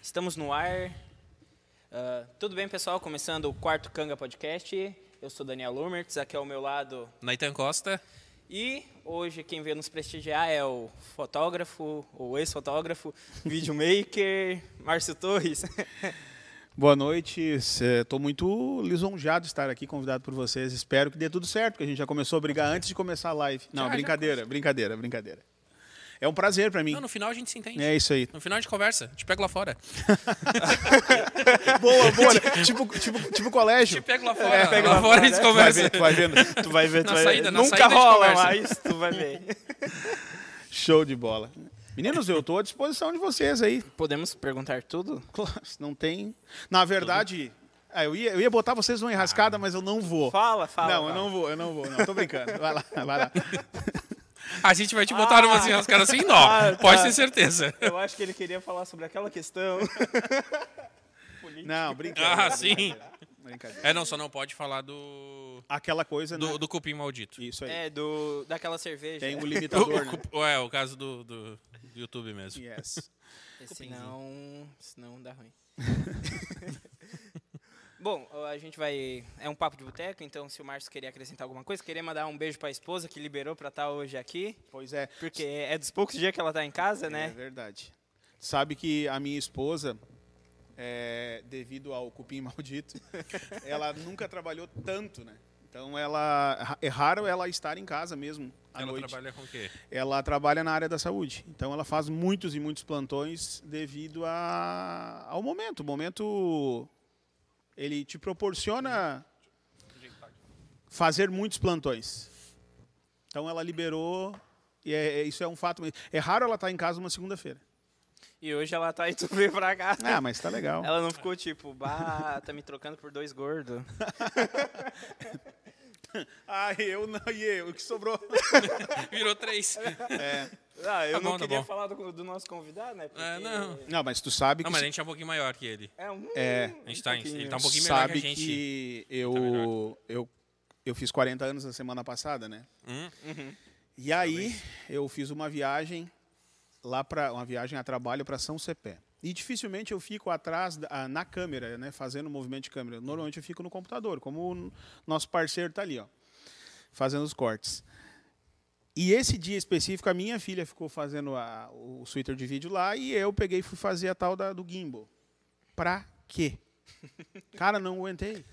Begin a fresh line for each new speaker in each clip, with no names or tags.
Estamos no ar. Ah, tudo bem, pessoal? Começando o quarto Canga Podcast. Eu sou Daniel Lumertz, aqui ao meu lado.
Naitan Costa.
E hoje quem veio nos prestigiar é o fotógrafo, ou ex-fotógrafo, videomaker, Márcio Torres.
Boa noite, estou muito lisonjeado de estar aqui, convidado por vocês. Espero que dê tudo certo, porque a gente já começou a brigar antes de começar a live. Não,
Já, já
brincadeira, brincadeira, brincadeira. É um prazer para mim.
Não, no final a gente se entende.
É isso aí.
No final a gente conversa. Te pego lá fora.
boa, boa. né? tipo, tipo, tipo colégio.
Te pego lá fora.
É, pega
lá,
lá
fora a
fora,
gente
né?
Tu vai
conversa.
ver, tu vai vendo. Tu vai ver, tu
Na
vai
saída,
ver.
na
Nunca
saída a gente
rola
conversa.
mais.
Mas tu vai ver.
Show de bola. Meninos, eu estou à disposição de vocês aí.
Podemos perguntar tudo?
Claro, Não tem. Na verdade, ah, eu, ia, eu ia botar vocês numa
Ah.
enrascada, mas eu não vou.
Fala, fala.
não,
fala.
eu não vou, eu não vou, não. Tô brincando. Vai lá, vai lá.
A gente vai te botar numa assim, os caras assim, não.
Ah, tá.
Pode ter certeza.
Eu acho que ele queria falar sobre aquela questão.
Não, brincadeira.
Ah, sim.
brincadeira.
É, não, só não pode falar do.
Aquela coisa, né?
Do, do cupim maldito.
Isso aí.
É, do, daquela cerveja.
Tem um
O,
limitador,
o,
né?
cup- é, o caso do, do, do YouTube mesmo.
Yes.
Senão, senão dá ruim. Bom, ó, a gente vai. É um papo de boteco, então se o Márcio queria acrescentar alguma coisa, queria mandar um beijo pra esposa que liberou pra estar hoje aqui.
Pois é.
Porque é dos poucos dias que ela tá em casa,
É
né?
verdade. Sabe que a minha esposa, é, devido ao cupim maldito, ela nunca trabalhou tanto, né? Então ela é raro ela estar em casa mesmo à
Ela
noite.
trabalha com o quê?
Ela trabalha na área da saúde. Então ela faz muitos e muitos plantões devido a, ao momento. O momento ele te proporciona fazer muitos plantões. Então ela liberou e é- é- isso é um fato. É raro ela estar em casa uma segunda-feira.
E hoje ela tá aí, tu veio pra cá.
É.
Ah, mas tá legal.
Ela não ficou tipo, bah, tá me trocando por dois gordos.
Ah, eu não, e eu, o que sobrou?
Virou três. É,
Ah, eu
Tá
não
bom, tá
queria
bom.
falar do, do nosso convidado, né? Porque
É, não.
Não, mas tu sabe que
Não, mas a gente é um pouquinho maior que ele.
É um.
É.
A gente tá, em- ele tá um
Tu
pouquinho melhor
sabe
que a gente. Tá
que
melhor.
eu, eu, eu fiz 40 anos na semana passada, né?
Hum?
E aí eu fiz uma viagem lá para uma viagem a trabalho para São Cepé. E dificilmente eu fico atrás da- ah, na câmera, né, fazendo movimento de câmera. Normalmente eu fico no computador, como o n- nosso parceiro tá ali, ó, fazendo os cortes. E esse dia específico a minha filha ficou fazendo a- o Twitter de vídeo lá e eu peguei e fui fazer a tal da, do gimbal. Pra quê? Cara, não aguentei.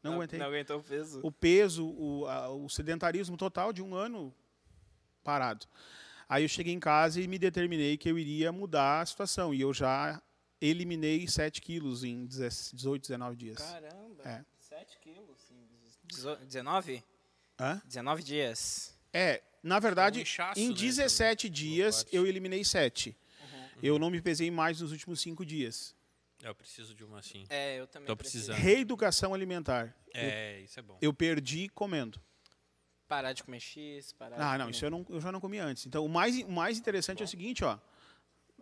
Não, aguentei
Não aguentou o peso.
o peso, o, a- o sedentarismo total de um ano parado. Aí eu cheguei em casa e me determinei que eu iria mudar a situação. E eu já eliminei 7 quilos em 18, 19 dias.
Caramba,
É.
7 quilos. assim, 19?
Hã?
19 dias.
É, na verdade,
É um inchaço,
em
né,
17 dias
parte.
eu eliminei 7.
Uhum.
Eu não me pesei mais nos últimos 5 dias.
Eu preciso de uma assim.
É, eu também
Tô
preciso
precisando.
Reeducação alimentar.
É, isso é bom.
Eu perdi comendo.
Parar de comer X, parar
Tá,
Ah,
de
não,
comer-
isso eu, não, eu já não comi antes. Então, o mais, o mais interessante é o seguinte, ó.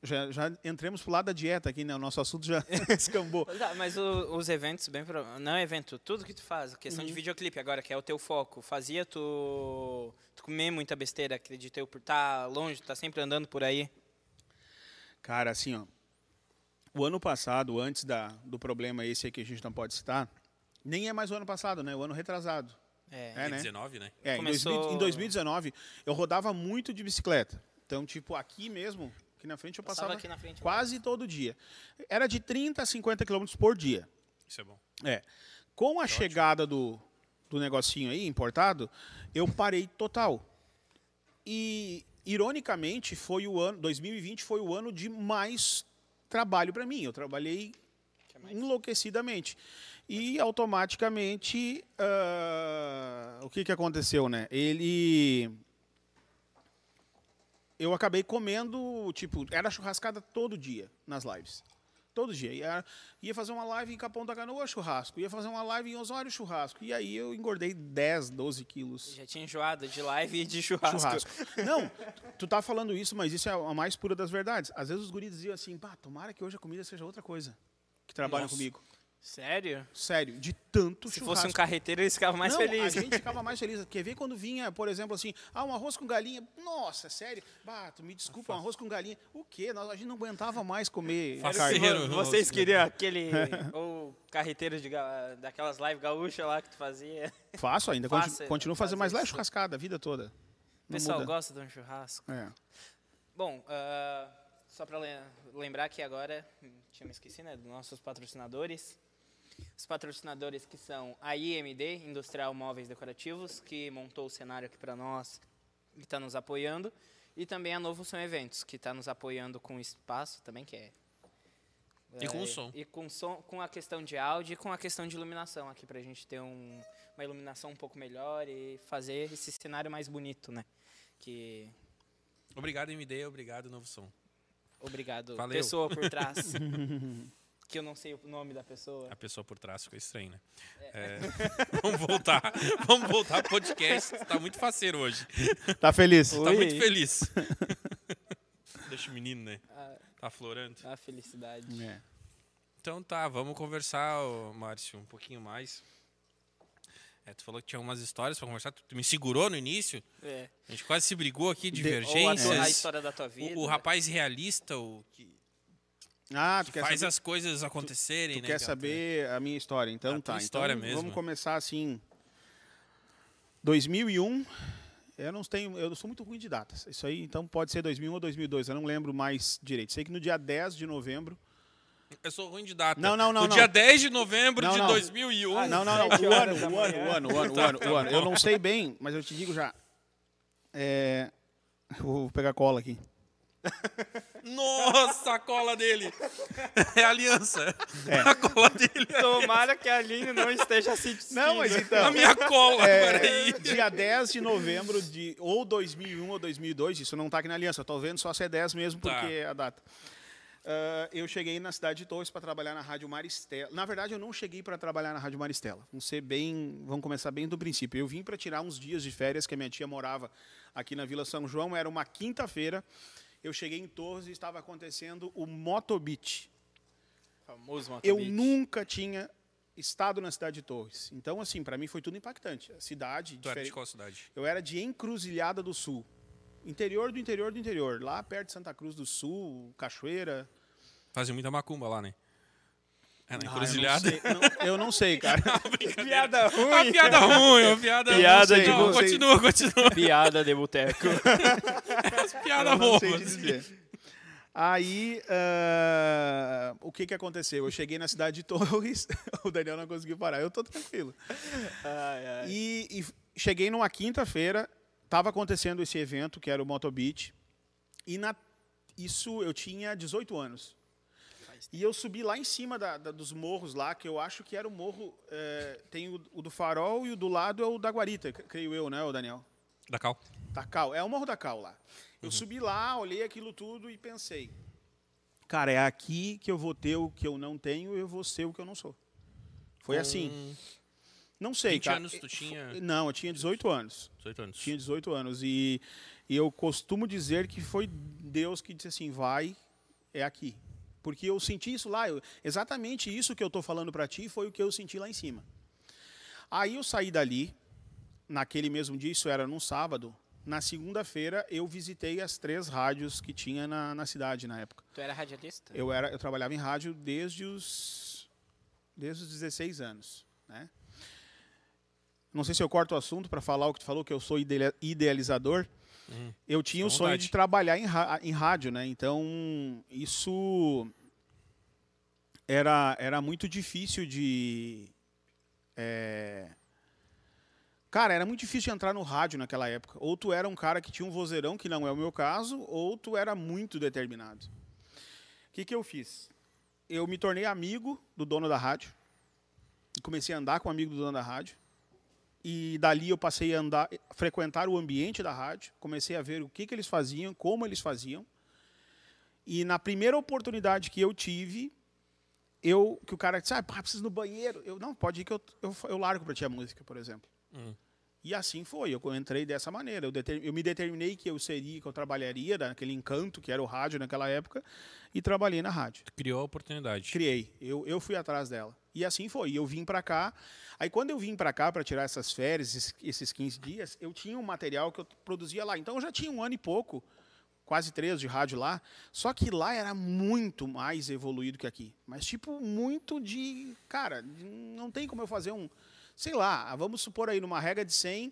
Já, já entramos pro lado da dieta aqui, né? O nosso assunto já escambou.
Tá, mas o- os eventos, bem pro- não é evento, tudo que tu faz, questão de videoclipe agora, que é o teu foco, fazia tu, tu comer muita besteira, acredito eu, por estar longe, tu tá sempre andando por aí.
Cara, assim, ó. O ano passado, antes da, do problema esse aí que a gente não pode citar, nem é mais o ano passado, né? O ano retrasado.
É,
É, né?
19, né?
É, em
Começou-
2000 em 2019, eu rodava muito de bicicleta. Então, tipo, aqui mesmo, aqui na frente, eu
Passava
passava,
aqui na frente
quase todo dia. Era de 30 a 50 quilômetros por dia.
Isso é bom.
É. Com a chegada do, do negocinho aí, importado, eu parei total. E, ironicamente, foi o ano. 2020 foi o ano de mais trabalho para mim. Eu trabalhei
Quer mais?
enlouquecidamente. E automaticamente, ah, o que, que aconteceu, né? Ele. Eu acabei comendo, tipo, era churrascada todo dia nas lives. Todo dia. Ia, ia fazer uma live em Capão da Canoa, churrasco. Ia fazer uma live em Osório, churrasco. E aí eu engordei 10, 12 quilos.
já tinha enjoado de live e de churrasco.
Churrasco. Não, tu tá falando isso, mas isso é a mais pura das verdades. Às vezes os guris diziam assim, pá, tomara que hoje a comida seja outra coisa que trabalham
Nossa.
comigo.
Sério?
Sério, de tanto
Se
churrasco.
fosse um carreteiro, eles ficavam mais
Não,
felizes.
a gente ficava mais feliz. Quer ver quando vinha, por exemplo, assim, ah, um arroz com galinha. Nossa, sério? Bah, tu me desculpa, um arroz com galinha. O quê? Nós, a gente não aguentava mais comer
Faz
carne.
carreiro,
Vo-
no
Vocês
rosto.
queriam aquele. ou carreteiro de, ga- daquelas lives gaúchas lá que tu fazia.
Faço ainda,
Faça,
continu- continuo
faz
fazendo, mas lá é
isso.
churrascada a vida toda.
O
Não
pessoal
muda.
gosta de um churrasco.
É.
Bom, ah, só para lembrar que agora, hum, tinha me esquecido, né, dos nossos patrocinadores. Os patrocinadores que são a IMD, Industrial Móveis Decorativos, que montou o cenário aqui para nós e está nos apoiando. E também a Novo Som Eventos, que está nos apoiando com espaço também, que é...
E com
é,
o som.
E com, som, com a questão de áudio e com a questão de iluminação aqui, para a gente ter um, uma iluminação um pouco melhor e fazer esse cenário mais bonito, né? Que
Obrigado, MD. Obrigado, Novo Som.
Obrigado,
Valeu.
pessoa por trás. que eu não sei o nome da pessoa.
A pessoa por trás ficou estranha, né? É. Vamos voltar. Vamos voltar ao podcast. Tá muito faceiro hoje.
Tá feliz?
Tá
Oi.
muito feliz. Deixa o menino, né? Tá florando.
A felicidade.
É.
Então tá, vamos conversar, ô, Márcio, um pouquinho mais. É, tu falou que tinha umas histórias pra conversar, tu tu me segurou no início,
É.
a gente quase se brigou aqui,
Ou a, tua- a
divergências.
história da tua vida.
o,
né?
o rapaz realista, o que
Ah, tu quer
faz
saber,
as coisas acontecerem,
tu
né?
quer
aquela-
saber a minha história? Então
A tua
tá.
história
então,
mesmo.
Vamos começar assim. 2001, eu não tenho, eu sou muito ruim de datas. Isso aí, então pode ser 2001 ou 2002, eu não lembro mais direito. Sei que no dia 10 de novembro
Eu sou ruim de data.
Não, não, não,
No
não.
dia 10 de novembro
Não,
de
não.
2001.
Ah, não, não, não.
Sete
O ano,
horas da
o ano,
manhã.
o ano, o ano, o ano, o ano. Eu não sei bem, mas eu te digo já. É... Vou pegar cola aqui.
Nossa, a cola dele. É a aliança.
É.
A cola dele.
Tomara que a Aline não esteja assistindo.
Não, mas
A
então.
minha cola,
É,
peraí.
dia 10 de novembro de ou 2001 ou 2002, isso não tá aqui na aliança, eu tô vendo só se é 10 mesmo,
Tá.
porque é a data. Ah, eu cheguei na cidade de Torres para trabalhar na Rádio Maristela. Na verdade, eu não cheguei para trabalhar na Rádio Maristela. Vamos ser bem, vamos começar bem do princípio. Eu vim para tirar uns dias de férias que a minha tia morava aqui na Vila São João, era uma quinta-feira. Eu cheguei em Torres e estava acontecendo o Motobit.
Famoso
Eu
Motobit.
nunca tinha estado na cidade de Torres. Então, assim, para mim foi tudo impactante. A
Tu era
cidade,
de
diferente-
qual cidade?
eu era de Encruzilhada do Sul. Interior do interior do interior. Lá perto de Santa Cruz do Sul, Cachoeira.
Fazia muita macumba lá, né? É, na
Ah,
encruzilhada.
eu não sei- não- eu não sei, cara.
Piada
Uma
ruim.
piada ruim, uma piada
Piada
não,
de
não,
vocês.
continua, continua.
Piada de boteco.
Piada
Eu não
boa.
sei te dizer. Aí, ah, o que, que aconteceu? Eu cheguei na cidade de Torres, o Daniel não conseguiu parar, eu tô tranquilo.
Ai, ai.
E, e cheguei numa quinta-feira, estava acontecendo esse evento, que era o Motobit, e na, isso eu tinha 18 anos. E eu subi lá em cima da- da- dos morros lá, que eu acho que era o morro, eh, tem o, o do Farol e o do lado é o da Guarita, cre- creio eu, né, o Daniel?
Da Cal.
Da Cal, é o morro da Cal lá.
Uhum.
Eu subi lá, olhei aquilo tudo e pensei, cara, é aqui que eu vou ter o que eu não tenho, eu vou ser o que eu não sou. Foi assim.
Com
Não sei,
20
cara.
anos tu tinha.
Não, eu tinha 18 anos.
18 anos.
Tinha 18 anos. E, e eu costumo dizer que foi Deus que disse assim: vai, é aqui. Porque eu senti isso lá. eu- exatamente isso que eu estou falando para ti foi o que eu senti lá em cima. Aí eu saí dali, naquele mesmo dia, isso era num sábado. Na segunda-feira, eu visitei as três rádios que tinha na, na cidade na época.
Tu era radialista?
Eu, era, eu trabalhava em rádio desde os, desde os 16 anos. Né? Não sei se eu corto o assunto para falar o que tu falou, que eu sou idele- idealizador. Eu tinha o
Hum, fica à
sonho
vontade.
de trabalhar em, ra- em rádio, né? Então, isso era, era muito difícil de. é, Cara, era muito difícil de entrar no rádio naquela época. Ou tu era um cara que tinha um vozeirão, que não é o meu caso, ou tu era muito determinado. O que, que eu fiz? Eu me tornei amigo do dono da rádio. e Comecei a andar com o amigo do dono da rádio. E dali eu passei a andar, frequentar o ambiente da rádio. Comecei a ver o que, que eles faziam, como eles faziam. E na primeira oportunidade que eu tive, eu que o cara disse, ah, pá, preciso ir no banheiro. Eu, não, pode ir que eu, eu, fa- eu largo para ti a música, por exemplo. E assim foi, eu entrei dessa maneira. Eu, deter- eu me determinei que eu seria, que eu trabalharia naquele encanto que era o rádio naquela época, e trabalhei na rádio.
Criou a oportunidade.
Criei, eu, eu fui atrás dela. E assim foi, e eu vim pra cá. Aí quando eu vim pra cá pra tirar essas férias, esses- esses 15 dias, eu tinha um material que eu produzia lá. Então eu já tinha um ano e pouco, quase três de rádio lá. Só que lá era muito mais evoluído que aqui. Mas tipo, muito de, cara, não tem como eu fazer um, sei lá, vamos supor aí numa regra de 100,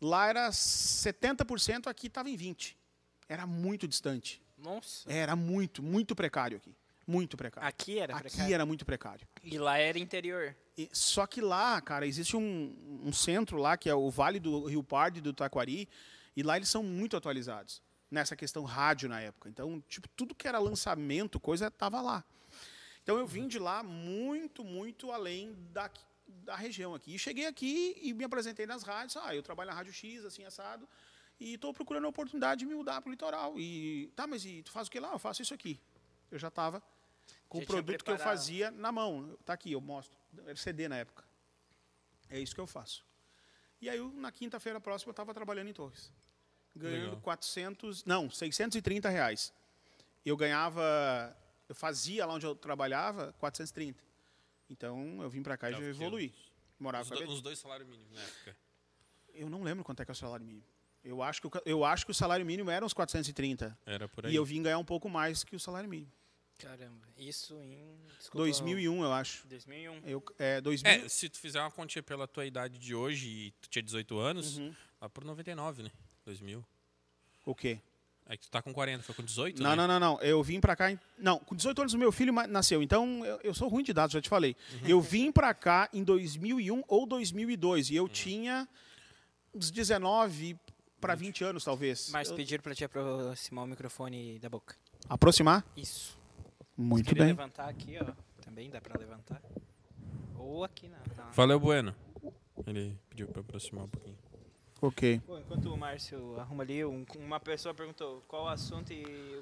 lá era 70%, aqui estava em 20. Era muito distante.
Nossa.
Era muito, muito precário aqui. Muito precário
Aqui era
aqui
precário.
era muito precário.
E lá era interior.
E- só que lá, cara, existe um, um centro lá que é o Vale do Rio Pardo e do Taquari, e lá eles são muito atualizados nessa questão rádio na época. Então, tipo, tudo que era lançamento, coisa tava lá. Então eu vim de lá muito, muito além da da região aqui. E cheguei aqui e me apresentei nas rádios. Ah, eu trabalho na Rádio X, assim, assado. E estou procurando a oportunidade de me mudar para o litoral. E, tá, mas e tu faz o que lá? Eu faço isso aqui. Eu já estava com
Já tinha
o produto que eu
preparado.
fazia na mão. Tá aqui, eu mostro. Era CD na época. É isso que eu faço. E aí, eu, na quinta-feira próxima, eu estava trabalhando em Torres. Ganhando
Legal.
400... Não, 630 reais. Eu ganhava... Eu fazia lá onde eu trabalhava 430. Então, eu vim para cá e
Tá,
já
porque
evoluí. Morava
Os,
com a
do-
Bebê.
os dois salários mínimos na época.
Eu não lembro quanto é que é o salário mínimo. Eu acho que, o ca- eu acho que o salário mínimo era uns 430.
Era por aí.
E eu vim ganhar um pouco mais que o salário mínimo.
Caramba. Isso em. Desculpa,
2001, eu acho.
2001.
Eu, é, 2000,
É, se tu fizer uma continha pela tua idade de hoje e tu tinha 18 anos,
Uhum.
lá por 99, né? 2000.
O quê?
Aí tu tá com 40, foi com 18,
Não,
né?
não, não, não. Eu vim pra cá. Em... Não, com 18 anos o meu filho ma- nasceu. Então eu, eu sou ruim de dados, já te falei.
Uhum.
Eu vim pra cá em 2001 ou 2002
Uhum.
e eu tinha uns 19 pra 20 anos talvez.
Mas
Eu-
pediram pra te aproximar o microfone da boca.
Aproximar?
Isso. Se
Muito
querer
bem.
levantar aqui, ó. Também dá pra levantar. Ou aqui tá. na. na-
Valeu, Bueno. Ele pediu pra aproximar um pouquinho.
OK.
Bom, enquanto o Márcio arruma ali, um- uma pessoa perguntou qual o assunto e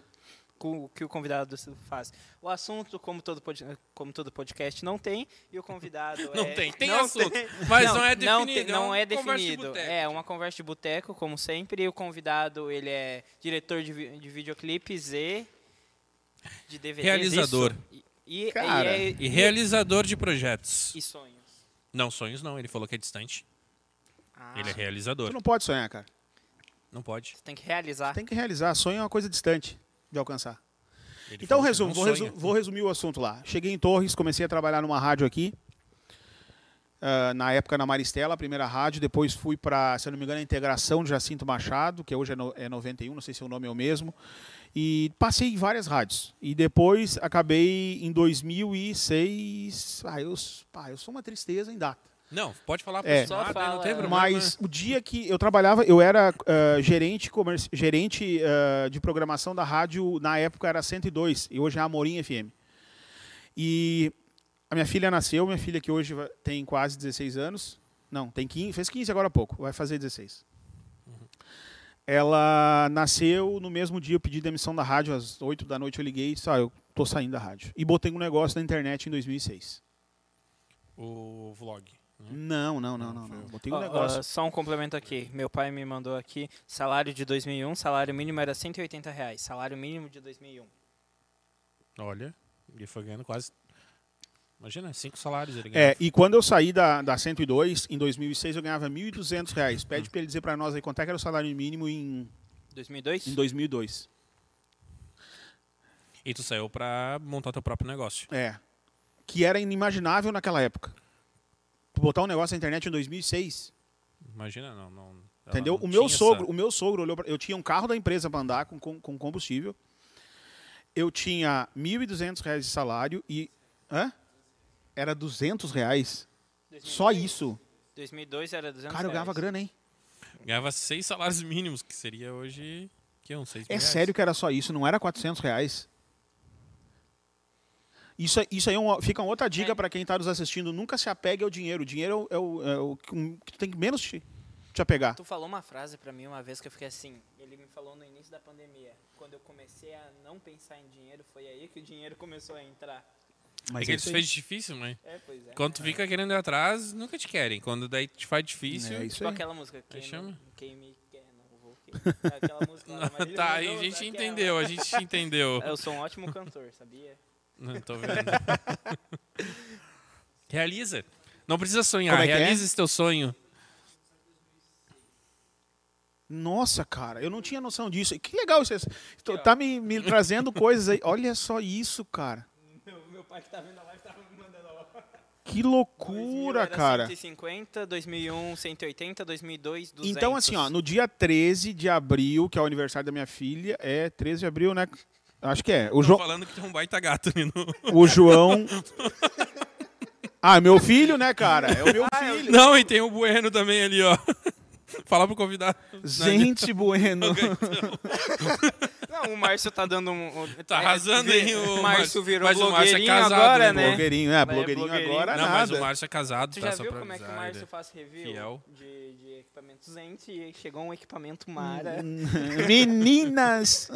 com- o que o convidado faz. O assunto, como todo, pod- como todo podcast, não tem, e o convidado
Não
é-
tem, tem
não
assunto, mas não é
Não,
definido,
tem-
é
não
uma
é
conversa de
definido.
boteco.
É uma conversa de boteco, como sempre, e o convidado, ele é diretor de, vi- de videoclipes e de DVDs.
Realizador.
isso. E, e-
Cara.
e-
E realizador de projetos.
e sonhos.
Não, sonhos não, ele falou que é distante.
Ah,
Ele é
Tu
realizador.
não pode sonhar, cara.
Não pode.
Tem que
Tá.
realizar.
Tem que realizar. Sonho é uma coisa distante de alcançar.
Ele
Então,
falou que
resumo,
não
vou,
sonha.
resu- vou resumir o assunto lá. Cheguei em Torres, comecei a trabalhar numa rádio aqui. ah, na época na Maristela, a primeira rádio. Depois fui para, se eu não me engano, a integração de Jacinto Machado, que hoje é, no- é 91, não sei se o nome é o mesmo. E passei em várias rádios. E depois acabei em 2006. Ah, eu, s- pá, eu sou uma tristeza em data.
Não, pode falar
É.
aproximado,
Só
aí não
fala.
tem problema. né?
Mas o dia que eu trabalhava, eu era ah, gerente, comerci- gerente ah, de programação da rádio, na época era 102, e hoje é a Amorim FM. E a minha filha nasceu, minha filha que hoje va- tem quase 16 anos. Não, tem 15, fez 15 agora há pouco, vai fazer 16. Ela nasceu no mesmo dia, eu pedi demissão da rádio, às 8 da noite eu liguei e disse, ah, eu tô saindo da rádio. E botei um negócio na internet em 2006.
O vlog. né?
Não, não, não, não. não. Botei um
Ó, ó,
negócio.
só um complemento aqui. Meu pai me mandou aqui salário de 2001, salário mínimo era 180 reais. Salário mínimo de 2001.
Olha, ele foi ganhando quase... Imagina, cinco salários ele ganhou.
É, e quando eu saí da, da 102, em 2006, eu ganhava R$ 1.200. reais. Pede para ele dizer para nós aí quanto é que era o salário mínimo em,
2002?
em 2002.
E tu saiu pra montar teu próprio negócio.
É. Que era inimaginável naquela época. Tu botar um negócio na internet em 2006,
Imagina, não... não ela
entendeu?
não
O meu
tinha
sogro,
essa-
o meu sogro olhou pra, eu tinha um carro da empresa para andar com, com, com combustível. Eu tinha R$ 1.200 reais de salário e hã? Era R$ 200 reais. Só isso.
2002 era 200
Cara, eu ganhava
reais.
grana, hein?
Ganhava seis salários mínimos, que seria hoje... Que é uns seis mil
É
reais.
sério que era só isso, não era 400 reais? Isso, isso aí é uma- fica uma outra dica
É.
para quem está nos assistindo. Nunca se apegue ao dinheiro. O dinheiro é o, é o- é o que um- que tu tem que menos te, te apegar.
Tu falou uma frase pra mim uma vez que eu fiquei assim. Ele me falou no início da pandemia. Quando eu comecei a não pensar em dinheiro, foi aí que o dinheiro começou a entrar.
É
Mas
que
é
eles
isso aí.
fez difícil, mãe.
É, pois é.
Quando tu fica querendo ir atrás, nunca te querem. Quando daí te faz difícil.
É isso
Tipo
aí.
aquela música. Quem,
chama?
não, quem me quer, não vou querer. Aquela música lá da Marília
tá, aí a
Mendonça,
gente
aquela.
entendeu, a gente entendeu.
é Eu sou um ótimo cantor, sabia?
Não tô vendo. Realiza. Não precisa sonhar,
Como é que é?
realiza esse teu sonho.
Nossa, cara, eu não tinha noção disso. Que legal isso. Tô- Tá me, me trazendo coisas aí. Olha só isso, cara.
Meu, meu pai que tá vendo a live tava me mandando a hora.
Que
2000
loucura,
um, era
cara.
150, 2001, 180, 2002, 200.
Então, assim, ó, no dia 13 de abril, que é o aniversário da minha filha, é 13 de abril, né? Acho que é. O,
Tô
Jo-
falando que tu é um baita gato, Nino.
o João. Ah, meu filho, né, cara? É o meu filho.
Não, e tem o Bueno também ali, ó. Fala pro convidado.
Gente, bueno.
Não, o Márcio tá dando um... um-
Tá arrasando, hein, o
O
Márcio.
Márcio virou
Mas o Márcio é
blogueirinho
casado,
agora,
né,
né?
Blogueirinho, é,
Mas é
blogueirinho
blogueirinho.
agora,
Não,
nada.
mas o Márcio é casado,
Tu
tá?
já
Só
viu
pra
como é que o
avisar,
Márcio
ele-
faz review
Fiel.
De, de equipamentos antes e chegou um
Hum.
equipamento mara.
Meninas!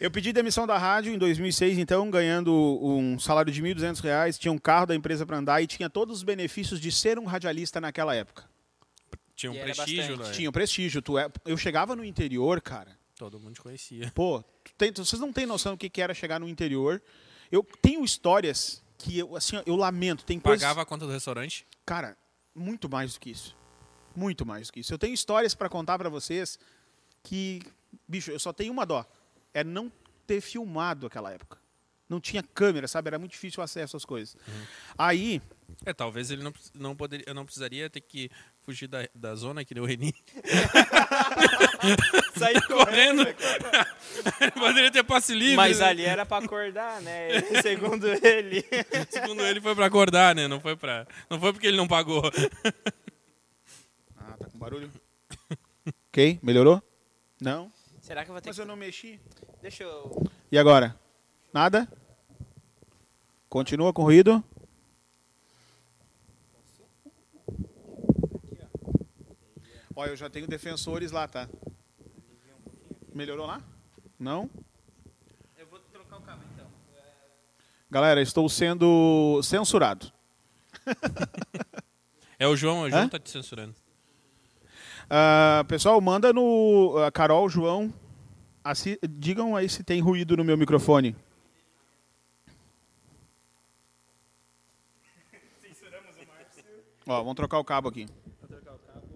Eu pedi demissão da rádio em 2006, então, ganhando um salário de R$ 1.200, reais, tinha um carro da empresa para andar e tinha todos os benefícios de ser um radialista naquela época.
Tinha um
E era
prestígio,
bastante.
né?
Tinha um prestígio. Tu é... Eu chegava no interior, cara.
Todo mundo te conhecia.
Pô, tu tem- tu- vocês não têm noção do que que era chegar no interior. Eu tenho histórias que eu, assim, ó, eu lamento. Tem coisas...
Pagava a conta do restaurante.
Cara, muito mais do que isso. Muito mais do que isso. Eu tenho histórias pra contar pra vocês que, bicho, eu só tenho uma dó. É não ter filmado aquela época. Não tinha câmera, sabe? Era muito difícil o acesso às coisas. Aí,
É, talvez ele não, precis- não, poderia, eu não precisaria ter que fugir da, da zona que deu o Reni. é
Saiu
Correndo. ele poderia ter passe livre.
Mas
né?
ali era pra acordar, né? Segundo ele.
Segundo ele, foi pra acordar, né? Não foi, pra... não foi porque ele não pagou.
ah, tá com barulho. OK? Melhorou? Não.
Será que eu vou ter
Mas
que...
eu não mexi.
Deixa eu...
E agora? Nada? Continua com o ruído? Olha, eu já tenho defensores lá, tá? Melhorou lá? Não?
Eu vou trocar o cabo, então.
Galera, estou sendo censurado.
É o João, é o João
Hã?
tá te censurando.
Ah, pessoal, manda no ah, Carol, João, assi- digam aí se tem ruído no meu microfone. Ó, vamos trocar o cabo aqui.
Vou trocar o cabo.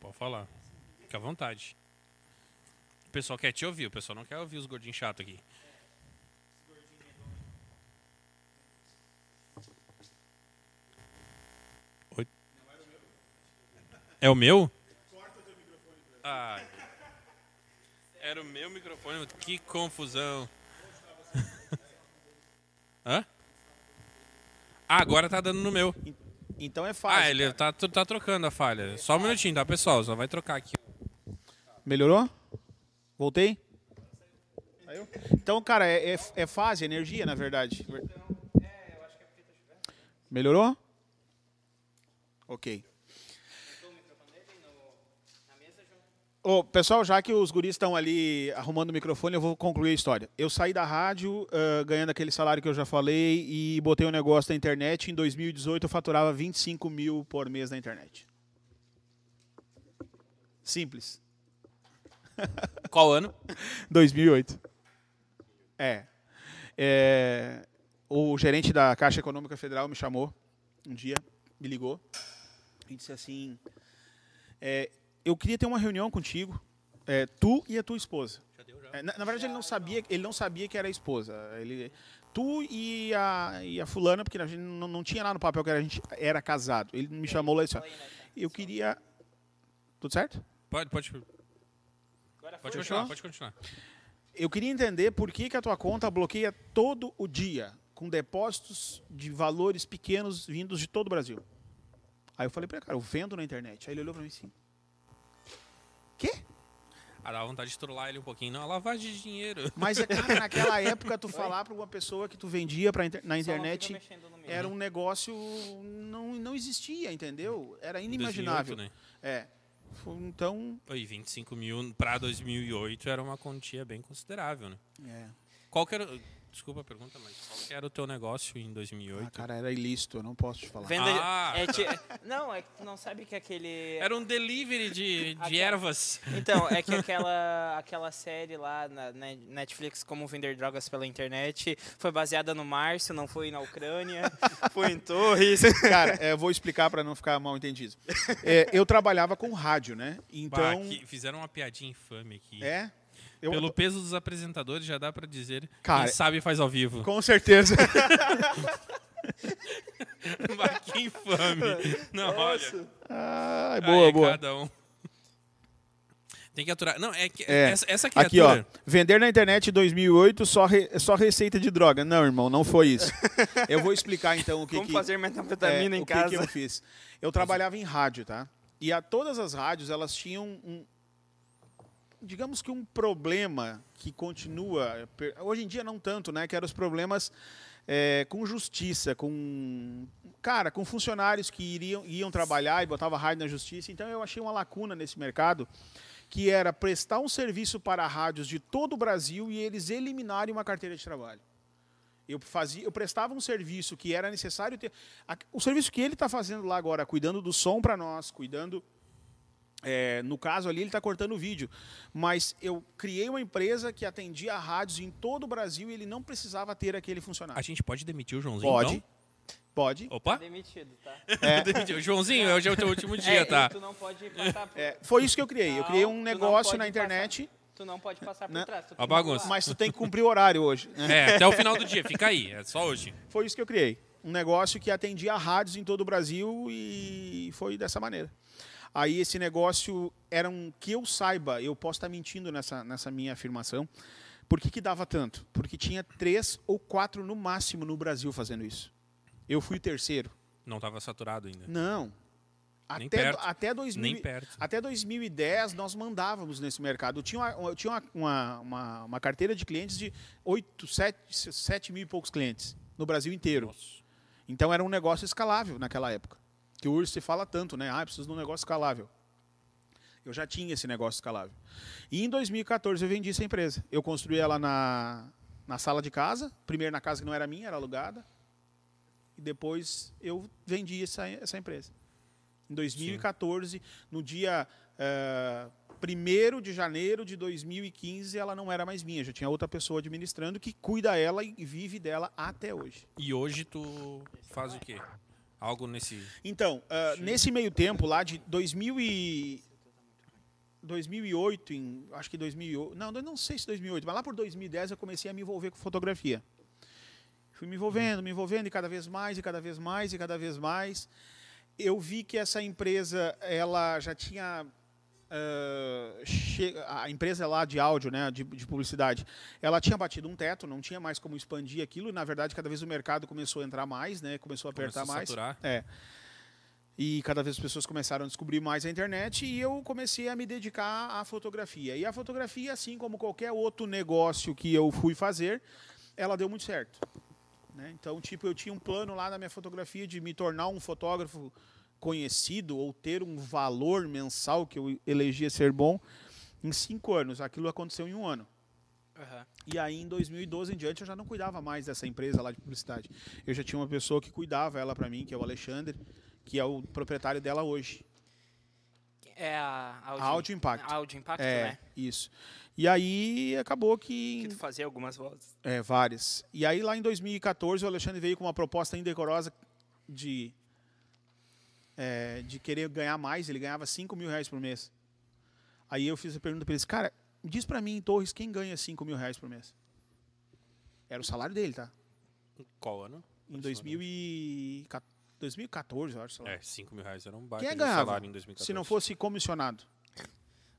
Pode falar. Fica à vontade. O pessoal quer te ouvir, o pessoal não quer ouvir os gordinhos chatos aqui. Oi? É o meu? Ai. Era o meu microfone, que confusão. Hã? Ah, agora tá dando no meu.
Então é fácil.
Ah, ele tá, tá trocando a falha. Só um minutinho, tá, pessoal? Só vai trocar aqui.
Melhorou? Voltei? Então, cara, é, é, é fase, energia, na verdade. Melhorou? Ok. Ô, pessoal, já que os guris estão ali arrumando o microfone, eu vou concluir a história. Eu saí da rádio ah, ganhando aquele salário que eu já falei e botei um negócio na internet. Em 2018 eu faturava 25 mil por mês na internet. Simples.
Qual ano?
2008. É. É, O gerente da Caixa Econômica Federal me chamou um dia, me ligou e disse assim: é, Eu queria ter uma reunião contigo, é, tu e a tua esposa. É, na, na verdade, ele não sabia, ele não sabia que era a esposa. Ele, tu e a, e a fulana, porque a gente não, não tinha lá no papel que era- a gente era casado. Ele me chamou lá e disse: ó,
né?
Eu queria. Tudo certo?
Pode, pode, pode
Agora foi.
continuar, pode continuar.
Eu queria entender por que, que a tua conta bloqueia todo o dia, com depósitos de valores pequenos vindos de todo o Brasil. Aí eu falei pra ele, cara, eu vendo na internet. Aí ele olhou pra mim assim. Quê?
Ah, dá vontade de trollar ele um pouquinho. Não, lavagem de dinheiro.
é, Mas, cara, naquela época, tu falar pra uma pessoa que tu vendia pra inter-
Só
na
não fica
internet
mexendo né? no mesmo.
era um negócio não não existia, entendeu? Era inimaginável.
2008, né?
É. Foi- Então,
Oi, 25 mil para 2008 era uma quantia bem considerável, né?
é.
Qual que era... Desculpa a pergunta, mas qual que era o teu negócio em
Ah,
2008?
cara, era ilícito, eu não posso te falar.
Venda
Ah,
é
tá.
ti- Não, é que tu não sabe que aquele.
É
Era um delivery de, de
Aquela-
ervas.
Então, é que aquela, aquela série lá na na Netflix, Como Vender Drogas pela Internet, foi baseada no Márcio, não foi na Ucrânia, foi em Torres.
Cara, é, eu vou explicar para não ficar mal entendido. É, eu trabalhava com rádio, né?
Bah,
Então,
que fizeram uma piadinha infame aqui.
é. Eu,
Pelo peso dos apresentadores, já dá pra dizer
Cara-
quem sabe faz ao vivo.
Com certeza.
Bah, que infame. Não, olha.
Ai,
aí
É boa, boa.
cada um. Tem que aturar. Não, é que
É.
essa, essa
Aqui, ó.
criatura...
Vender na internet 2008 só, re- só receita de droga. Não, irmão, não foi isso. Eu vou explicar então o que
Como
que
fazer metanfetamina
é,
em
o que que
casa.
eu fiz? Eu trabalhava em rádio, tá? E a todas as rádios elas tinham um digamos que um problema que continua per- hoje em dia não tanto, né, que eram os problemas é, com justiça, com cara, com funcionários que iriam iam trabalhar e botava rádio na justiça. Então eu achei uma lacuna nesse mercado que era prestar um serviço para rádios de todo o Brasil e eles eliminarem uma carteira de trabalho. Eu fazia, eu prestava um serviço que era necessário ter. a- o serviço que ele está fazendo lá agora, cuidando do som para nós, cuidando. é, no caso ali, ele está cortando o vídeo. Mas eu criei uma empresa que atendia a rádios em todo o Brasil e ele não precisava ter aquele
A
funcionário.
gente pode demitir o Joãozinho,
Pode.
então?
Pode.
Opa.
Demitido, tá?
Demitir. Joãozinho, hoje é o teu último dia,
É, e
tá?
tu não pode passar por,
É, foi isso que eu criei. Eu
Não,
criei
tu
um
não pode
negócio na
passar.
internet,
tu não pode passar por
Né?
trás. Tu
Uma
tem que
bagunça.
atuar.
mas tu tem que cumprir o horário hoje.
É, até o final do dia, fica aí. É só hoje.
Foi isso que eu criei. Um negócio que atendia rádios em todo o Brasil e foi dessa maneira. Aí esse negócio era um que eu saiba, eu posso estar mentindo nessa, nessa minha afirmação. Por que, que dava tanto? Porque tinha três ou quatro no máximo no Brasil fazendo isso. Eu fui o terceiro.
Não tava saturado ainda.
Não. Até,
Nem perto.
até 2000,
Nem perto.
até 2010 nós mandávamos nesse mercado. Eu tinha uma, eu tinha uma, uma, uma- uma carteira de clientes de 8, 7, 7 mil e poucos clientes no Brasil inteiro.
Nossa.
Então era um negócio escalável naquela época. Que hoje se fala tanto, né? Ah, preciso de um negócio escalável. Eu já tinha esse negócio escalável. E em 2014 eu vendi essa empresa. Eu construí ela na, na sala de casa, primeiro na casa que não era minha, era alugada. E depois eu vendi essa, essa empresa. Em 2014, no dia eh, 1 de janeiro de 2015, ela não era mais minha. Já tinha outra pessoa administrando que cuida ela e vive dela até hoje.
E hoje tu faz o quê? Algo nesse.
Então, ah, nesse meio tempo lá de 2000 e 2008, em, acho que 2008, não, eu não sei se 2008, mas lá por 2010 eu comecei a me envolver com fotografia. Fui me envolvendo, me envolvendo e cada vez mais e cada vez mais e cada vez mais. Eu vi que essa empresa, ela já tinha ah, che- a empresa lá de áudio, né, de, de publicidade, ela tinha batido um teto, não tinha mais como expandir aquilo. E, na verdade, cada vez o mercado começou a entrar mais, né, começou a apertar
Começou a
mais.
saturar.
É. E cada vez as pessoas começaram a descobrir mais a internet e eu comecei a me dedicar à fotografia. E a fotografia, assim como qualquer outro negócio que eu fui fazer, ela deu muito certo. né? Então, tipo, eu tinha um plano lá na minha fotografia de me tornar um fotógrafo conhecido ou ter um valor mensal que eu elegia ser bom em cinco anos. Aquilo aconteceu em um ano.
Aham.
E aí, em 2012 em diante, eu já não cuidava mais dessa empresa lá de publicidade. Eu já tinha uma pessoa que cuidava ela para mim, que é o Alexandre, que é o proprietário dela hoje.
É a Audio,
A Audio Impact.
Audio Impact,
é,
né?
isso. E aí acabou que.
Que tu fazia algumas vozes.
É, várias. E aí, lá em 2014, o Alexandre veio com uma proposta indecorosa de. é, de querer ganhar mais. Ele ganhava 5 mil reais por mês. Aí eu fiz a pergunta para ele: Cara, diz para mim em Torres quem ganha 5 mil reais por mês? Era o salário dele, tá?
Qual ano?
Em 2014, 2014, eu acho. sei lá.
É, 5 mil reais era um baita
Quem é
de
ganhava?
salário em 2014.
Se não fosse comissionado.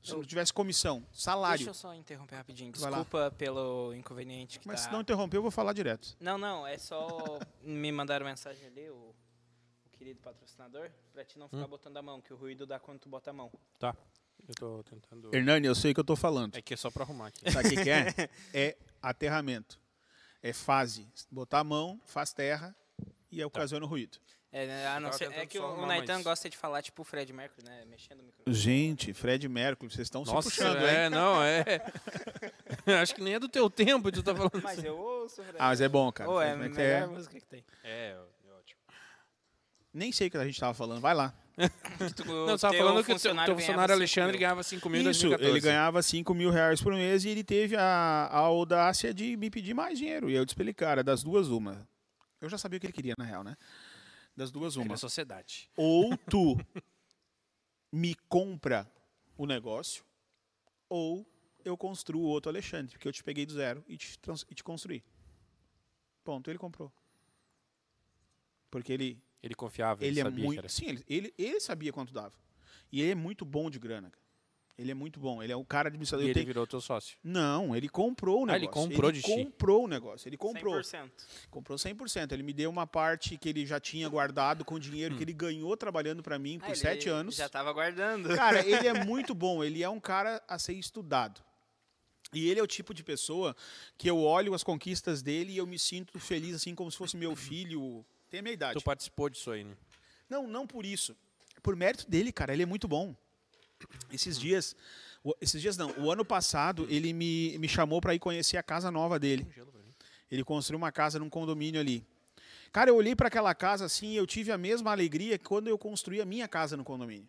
Se não tivesse comissão,
Deixa
salário.
eu só interromper rapidinho.
Vai lá.
Desculpa pelo inconveniente que
Mas
tá.
se não interromper, eu vou falar direto.
Não, não, é só me mandaram mensagem ali, o, o querido patrocinador, pra ti não
Hum.
ficar botando a mão, que o ruído dá quando tu bota a mão.
Tá. Eu tô tentando.
Hernani, eu sei o que eu tô falando.
É que é só pra arrumar aqui.
Sabe o que, que é? É aterramento. É fase. Botar a mão, faz terra e
Tá.
ocasiona ruído.
É, né, a não
tava
ser- é
tentando
que
só
o, o
arrumar,
Naitan
mas-
gosta de falar tipo o Fred Mercury, né? Mexendo o microfone.
Gente, Fred Mercury, vocês estão se
Nossa,
puxando, hein?
é, não, é. Acho que nem é do teu tempo tu tá falando.
Mas eu ouço o Fred
Ah, mas é bom, cara.
Ou é a
Fred Mercury
melhor música que tem.
É, é ótimo.
Nem sei o que a gente tava falando, vai lá.
Não, tu tava falando que o teu, teu funcionário Alexandre ganhava 5 mil em
Isso,
2014.
ele ganhava 5 mil reais por mês e ele teve a, a audácia de me pedir mais dinheiro. E eu disse pra ele, cara, das duas, uma. Eu já sabia o que ele queria, na real, né? Das duas, uma.
Uma sociedade.
Ou tu me compra o negócio, ou eu construo outro Alexandre, porque eu te peguei do zero e te, trans- e te construí. Ponto, ele comprou. Porque ele
Ele confiava, ele,
ele é
sabia
muito.
que
Sim, ele, ele, ele sabia quanto dava. E ele é muito bom de grana. cara. Ele é muito bom. Ele é o cara
era.
administrador.
E
Eu
ele
tenho-
virou teu sócio.
Não, ele comprou o
Ah,
negócio.
ele comprou de ti.
comprou o negócio. Ele comprou.
Comprou.
Tipo,
Comprou 100%. Ele me deu uma parte que ele já tinha guardado com dinheiro que
Hum.
ele ganhou trabalhando pra mim por sete anos.
Ah, Já tá- tava guardando.
Cara, ele é muito bom. Ele é um cara a ser estudado. E ele é o tipo de pessoa que eu olho as conquistas dele e eu me sinto feliz, assim, como se fosse meu filho. Tem a minha idade.
Tu participou disso aí, né?
Não, não por isso. Por mérito dele, cara, ele é muito bom. Esses dias, o- esses dias não, o ano passado ele me, me chamou pra ir conhecer a casa nova dele. Ele construiu uma casa num condomínio ali. Cara, eu olhei pra aquela casa assim, e eu tive a mesma alegria que quando eu construí a minha casa no condomínio.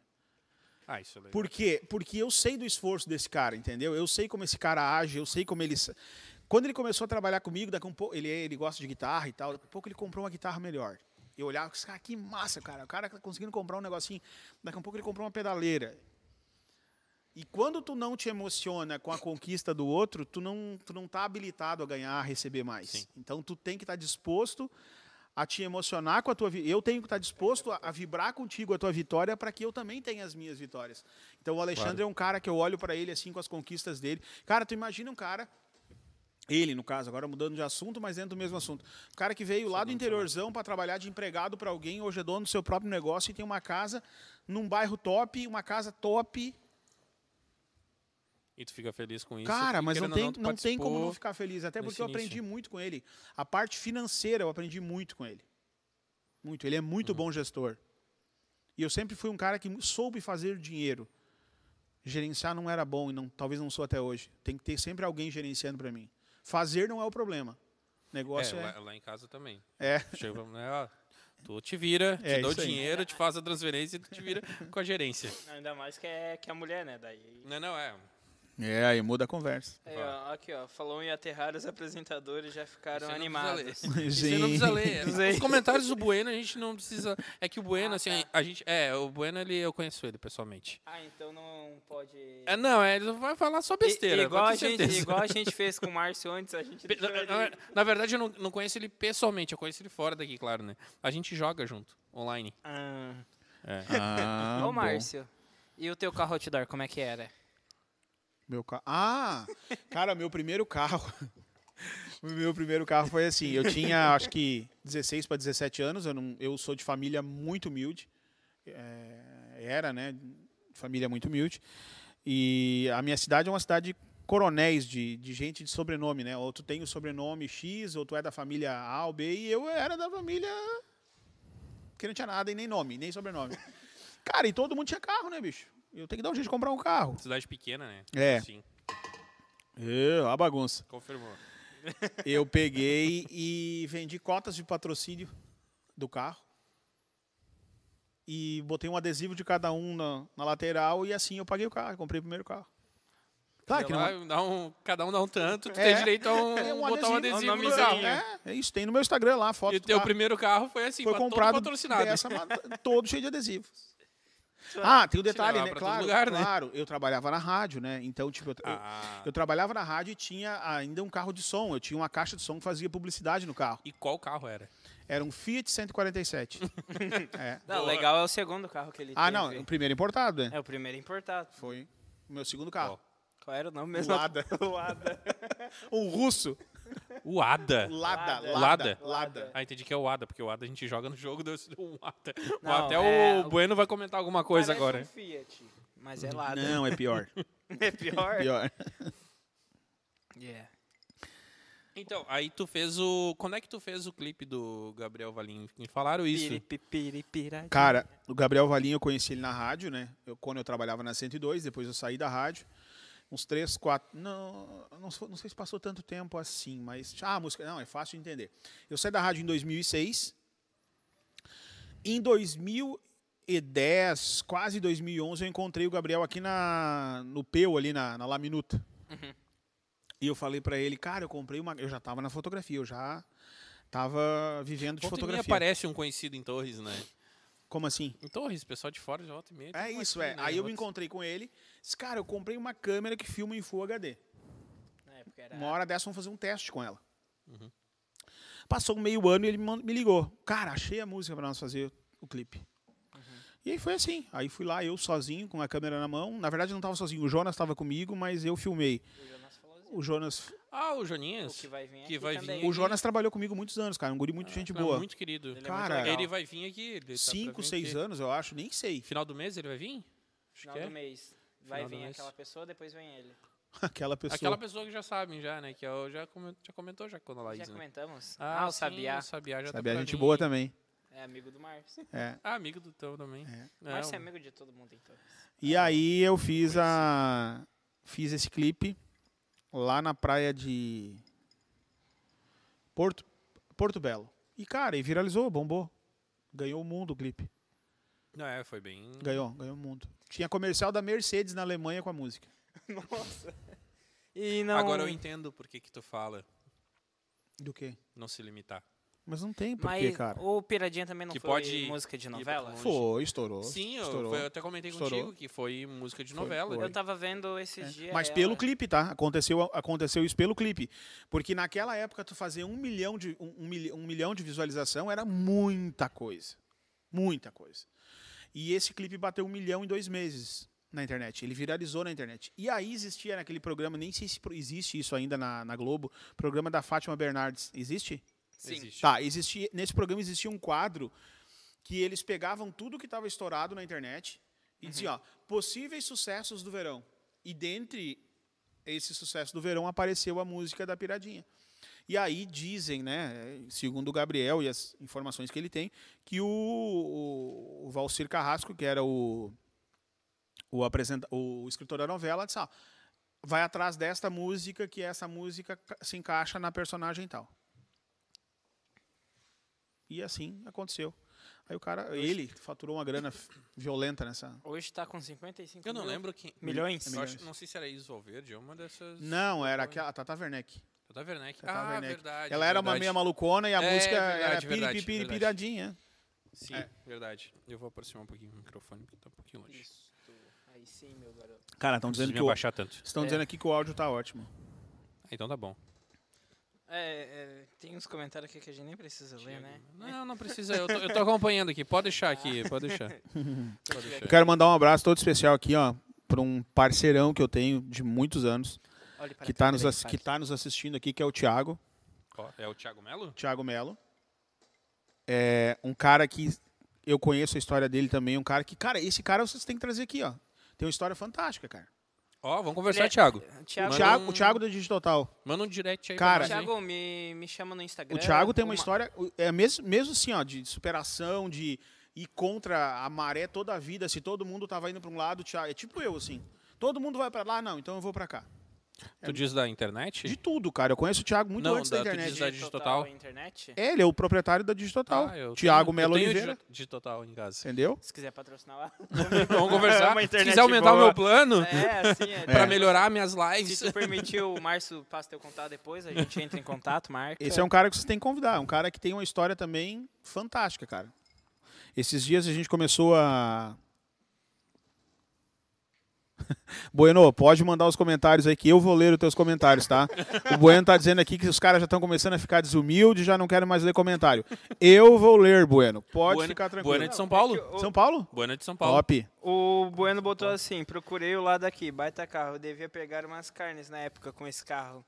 Ah, isso é legal.
Por quê? Porque eu sei do esforço desse cara, entendeu? Eu sei como esse cara age, eu sei como ele. sa- Quando ele começou a trabalhar comigo, daqui um pouco. Ele, ele gosta de guitarra e tal, daqui a pouco ele comprou uma guitarra melhor. Eu olhava, esse cara, que massa, cara. O cara tá conseguindo comprar um negocinho. Daqui a pouco ele comprou uma pedaleira. E quando tu não te emociona com a conquista do outro, tu não, tu não tá habilitado a ganhar, a receber mais.
Sim.
Então tu tem que estar disposto a te emocionar com a tua vida. Eu tenho que estar disposto a, a vibrar contigo a tua vitória para que eu também tenha as minhas vitórias. Então o Alexandre é um cara que eu olho para ele assim com as conquistas dele. Cara, tu imagina um cara ele, no caso, agora mudando de assunto, mas dentro do mesmo assunto. O cara que veio lá do interiorzão para trabalhar de empregado para alguém, hoje é dono do seu próprio negócio e tem uma casa num bairro top, uma casa top.
E tu fica feliz com isso.
Cara,
e
mas não
querendo ou
tem,
tu
não tem como não
participou.
ficar feliz. Até porque
nesse
eu aprendi
início.
muito com ele. A parte financeira eu aprendi muito com ele. Muito. Ele é muito
Uhum.
bom gestor. E eu sempre fui um cara que soube fazer dinheiro. Gerenciar não era bom e não, talvez não sou até hoje. Tem que ter sempre alguém gerenciando para mim. Fazer não é o problema. Negócio
É,
é,
Lá, lá em casa também.
é.
Chega pra mulher, ó, tu te vira,
É,
te dou o
isso aí.
dinheiro, te faz a transferência e tu te vira com a gerência.
Ainda mais que é, que é a mulher, né? Daí.
Não, não, é.
É, aí muda a conversa.
Aí, ó, aqui, ó. Falou em aterrar, os apresentadores já ficaram
Você não
animados.
precisa ler. Isso aí não precisa
Isso
ler.
aí.
Os comentários do Bueno a gente não precisa. É que o Bueno, assim,
tá.
a gente. É, o Bueno, ele, eu conheço ele pessoalmente.
Ah, então não pode.
É, não, é, ele vai falar só besteira.
I- igual,
pode
a
ter
gente,
certeza.
igual a gente fez com o Márcio antes, a gente.
Pe-
deixou
Na,
ele-
na- na verdade, eu não, não conheço ele pessoalmente, eu conheço ele fora daqui, claro, né? A gente joga junto, online.
Ah.
É.
Ah,
Ô, Márcio. E o teu carro outdoor, como é que era?
Meu carro. Ah! Cara, meu primeiro carro. O meu primeiro carro foi assim. Eu tinha, acho que, 16 para 17 anos. Eu, não, eu sou de família muito humilde. É, era, né? Família muito humilde. E a minha cidade é uma cidade de coronéis, de, de gente de sobrenome, né? Ou tu tem o sobrenome X, ou tu é da família A ou B. E eu era da família. que não tinha nada e nem nome, nem sobrenome. Cara, e todo mundo tinha carro, né, bicho? Eu tenho que dar um jeito de comprar um carro.
Cidade pequena, né?
É.
Sim,
É, a bagunça.
confirmou.
Eu peguei e vendi cotas de patrocínio do carro. E botei um adesivo de cada um na, na lateral e assim eu paguei o carro, comprei o primeiro carro. Claro Tá, que não
Vai lá, dá um, cada um dá um tanto, tu
É.
tem direito a um,
é
botar um adesivo
um
no carro.
nomezinho.
É, é isso, tem no meu Instagram lá, a foto
E o
do
teu
carro.
primeiro carro foi assim,
foi
pra- todo
comprado
patrocinado.
dessa mata- todo cheio de adesivos. Ah, tem o detalhe,
leva
né?
pra todo
Claro,
lugar, né?
claro. Eu trabalhava na rádio, né? Então, tipo, eu, eu-
Ah,
eu trabalhava na rádio e tinha ainda um carro de som. Eu tinha uma caixa de som que fazia publicidade no carro.
e qual carro era?
Era um Fiat 147. é.
Não,
Boa.
legal é o segundo carro que ele
Ah,
teve.
não, o primeiro importado, né?
É o primeiro importado.
Foi o meu segundo carro.
Qual era o nome
O
mesmo?
Lada.
Lada.
Um russo.
O Ada.
Lada,
Lada.
Lada,
Lada.
Lada.
Ah, entendi que é o Ada, porque o Ada a gente joga no jogo, deu um Ada.
Não,
Até
é-
o Bueno vai comentar alguma coisa
Parece
agora.
um Fiat, mas é Lada.
Não, é pior.
É pior?
pior.
Yeah.
Então, aí tu fez o. Quando é que tu fez o clipe do Gabriel Valim? Me falaram isso.
Piripipiripira.
Cara, o Gabriel Valim eu conheci ele na rádio, né? Eu, quando eu trabalhava na 102, depois eu saí da rádio. Uns três, quatro. Não, não, sou- não sei se passou tanto tempo assim, mas. Ah, a música. Não, é fácil de entender. Eu saí da rádio em 2006. Em 2010, quase 2011, eu encontrei o Gabriel aqui na, no Peu, ali na, na La Minuta.
Uhum.
E eu falei pra ele, cara, eu comprei uma. Eu já tava na fotografia, eu já tava vivendo de
Volta e meia
fotografia.
aparece um conhecido em Torres, né?
Como assim?
Em Torres, pessoal de fora de volta e meia.
É
tem um
isso,
aqui,
é.
né?
Aí eu me
Outro-
encontrei com ele. Disse, cara, eu comprei uma câmera que filma em Full HD.
Tá.
Na época É, era.
Uma hora dessa vamos fazer um teste com ela.
Uhum.
Passou um meio ano e ele me mand- me ligou. Cara, achei a música pra nós fazer o clipe.
Uhum.
E aí foi assim. Aí fui lá, eu sozinho, com a câmera na mão. Na verdade, eu não tava sozinho. O Jonas tava comigo, mas eu filmei.
O Jonas falou assim,
O Jonas,
Ah, o
o
Joninhas.
que vai vir
Que
aqui
vai
também.
vir.
o Jonas trabalhou comigo muitos anos, cara. Um guri muito gente
Ah, Não,
boa.
Muito querido.
Ele é
Cara,
muito legal.
Ele vai vir aqui. Ele tá
Cinco,
pra vir
seis
aqui.
anos, eu acho. Nem sei.
Final do mês ele vai vir? Acho
Final
que é.
do mês. Vai
Final do
vir
mês.
aquela pessoa, depois vem ele.
Aquela pessoa.
Aquela pessoa que já sabem, já, né? Que eu já, comen- já comentou já quando ela
Já
é.
diz, né?
comentamos? Ah, o
sim,
Sabiá.
O Sabiá já tá
Sabe, a
pra
gente
vir.
boa também.
É amigo do Márcio.
É.
Ah, amigo do teu também. um-
É.
Não,
Márcio é amigo de todo mundo, então.
E aí eu fiz a fiz esse clipe lá na praia de Porto Porto Belo. E cara, e viralizou, bombou. Ganhou o mundo o clipe.
não, é, foi bem.
Ganhou, ganhou o mundo. Tinha comercial da Mercedes na Alemanha com a música.
Nossa. E não...
Agora eu entendo por que, que tu fala
Do quê?
não se limitar.
Mas não tem por
Mas
quê, cara.
o Piradinha também não
Que
foi
pode
música de
pra
novela?
longe.
Foi, estourou.
Sim, eu,
estourou.
foi- eu até comentei
Estourou.
contigo que foi música de
Foi,
novela.
foi.
Eu tava vendo esses dias.
É. Mas
é ela-
pelo clipe, tá? Aconteceu, aconteceu isso pelo clipe. Porque naquela época, tu fazer um milhão de, um, um milhão, um milhão de visualização era muita coisa. Muita coisa. E esse clipe bateu um milhão em dois meses na internet. Ele viralizou na internet. E aí existia naquele programa, nem sei se pro- existe isso ainda na, na Globo, programa da Fátima Bernardes. Existe?
Sim.
Existe.
Tá, existia, nesse programa existia um quadro que eles pegavam tudo que estava estourado na internet e diziam, ó, possíveis sucessos do verão. E dentre esse sucesso do verão apareceu a música da Piradinha. E aí dizem, né, segundo o Gabriel e as informações que ele tem, que o, o, o Valcir Carrasco, que era o, o, apresenta, o escritor da novela, disse, ó, vai atrás desta música, que essa música ca- se encaixa na personagem tal. E assim aconteceu. Aí o cara, ele faturou uma grana f- violenta nessa. É
Hoje tá com 55
Eu não
mil
lembro quem.
Milhões?
Eu acho- não sei se era Iso Valverde, é uma dessas.
Não, era aquela a Tata Werneck.
Tata Werneck.
Tata
ah,
Werneck.
verdade.
Ela era uma
verdade.
meia malucona e a
É,
música era
verdade, verdade,
piripi, piri,
verdade.
piradinha.
Sim,
É.
verdade. Eu vou aproximar um pouquinho o microfone, porque tá um pouquinho longe.
Isso. Aí sim, meu garoto.
Cara, estão
Não preciso
dizendo
me
que o,
abaixar tanto.
estão
É.
dizendo aqui que o áudio tá ótimo.
Ah, então tá bom.
É, é, tem uns comentários aqui que a gente nem precisa ler, né?
Não, não precisa. Eu tô, eu tô acompanhando aqui. Pode deixar aqui, pode deixar. Pode
Eu
deixar.
quero mandar um abraço todo especial aqui, ó, para um parceirão que eu tenho de muitos anos,
Olhe para
que
a
tá
câmera
nos,
e
assi- que
fale.
tá nos assistindo aqui, que é o Thiago,
Ó, É o Thiago Melo?
Thiago Melo. É um cara que eu conheço a história dele também, um cara que, cara, esse cara vocês têm que trazer aqui, ó. Tem uma história fantástica, cara.
Ó, vamos conversar,
Ele é-
Thiago.
O
Thiago,
Manda
Thiago,
um-
o Thiago da Digital.
Manda um direct aí
tá- Cara-
pra nós, hein?
Thiago, me, me chama no
É,
Instagram.
O Thiago tem uma história, o- é mesmo, mesmo assim, ó, de superação, de ir contra a maré toda a vida. Se todo mundo tava indo para um lado, o Thiago, é tipo eu, assim. Todo mundo vai para lá, não, então eu vou para cá.
Tu diz da internet?
De tudo, cara. Eu conheço o Thiago muito
Não,
antes da
da- tu
internet.
diz da- Digital.
internet.
É, ele é o proprietário da Digital.
Ah, eu
Thiago
tenho-
Melo
eu tenho
Oliveira.
digi- Digital em casa.
Entendeu?
Se quiser patrocinar lá.
Vamos conversar.
É Uma
Se
internet
quiser aumentar
boa.
o meu plano
É, assim, é.
pra melhorar minhas
Se
lives.
tu permitir, o Márcio passa teu contato depois, a gente entra em contato, marca.
Esse é um cara que vocês têm que convidar. Um cara que tem uma história também fantástica, cara. Esses dias a gente começou a. Bueno, pode mandar os comentários aí que eu vou ler os teus comentários, tá? O Bueno tá dizendo aqui que os caras já estão começando a ficar desumildes, já não querem mais ler comentário. Eu vou ler, Bueno. Pode
Buena-
ficar tranquilo.
Buena de São Paulo?
Não, é que o-
São Paulo?
Buena de São Paulo.
Top.
O Bueno botou assim, procurei o lado aqui, baita carro. Eu devia pegar umas carnes na época com esse carro.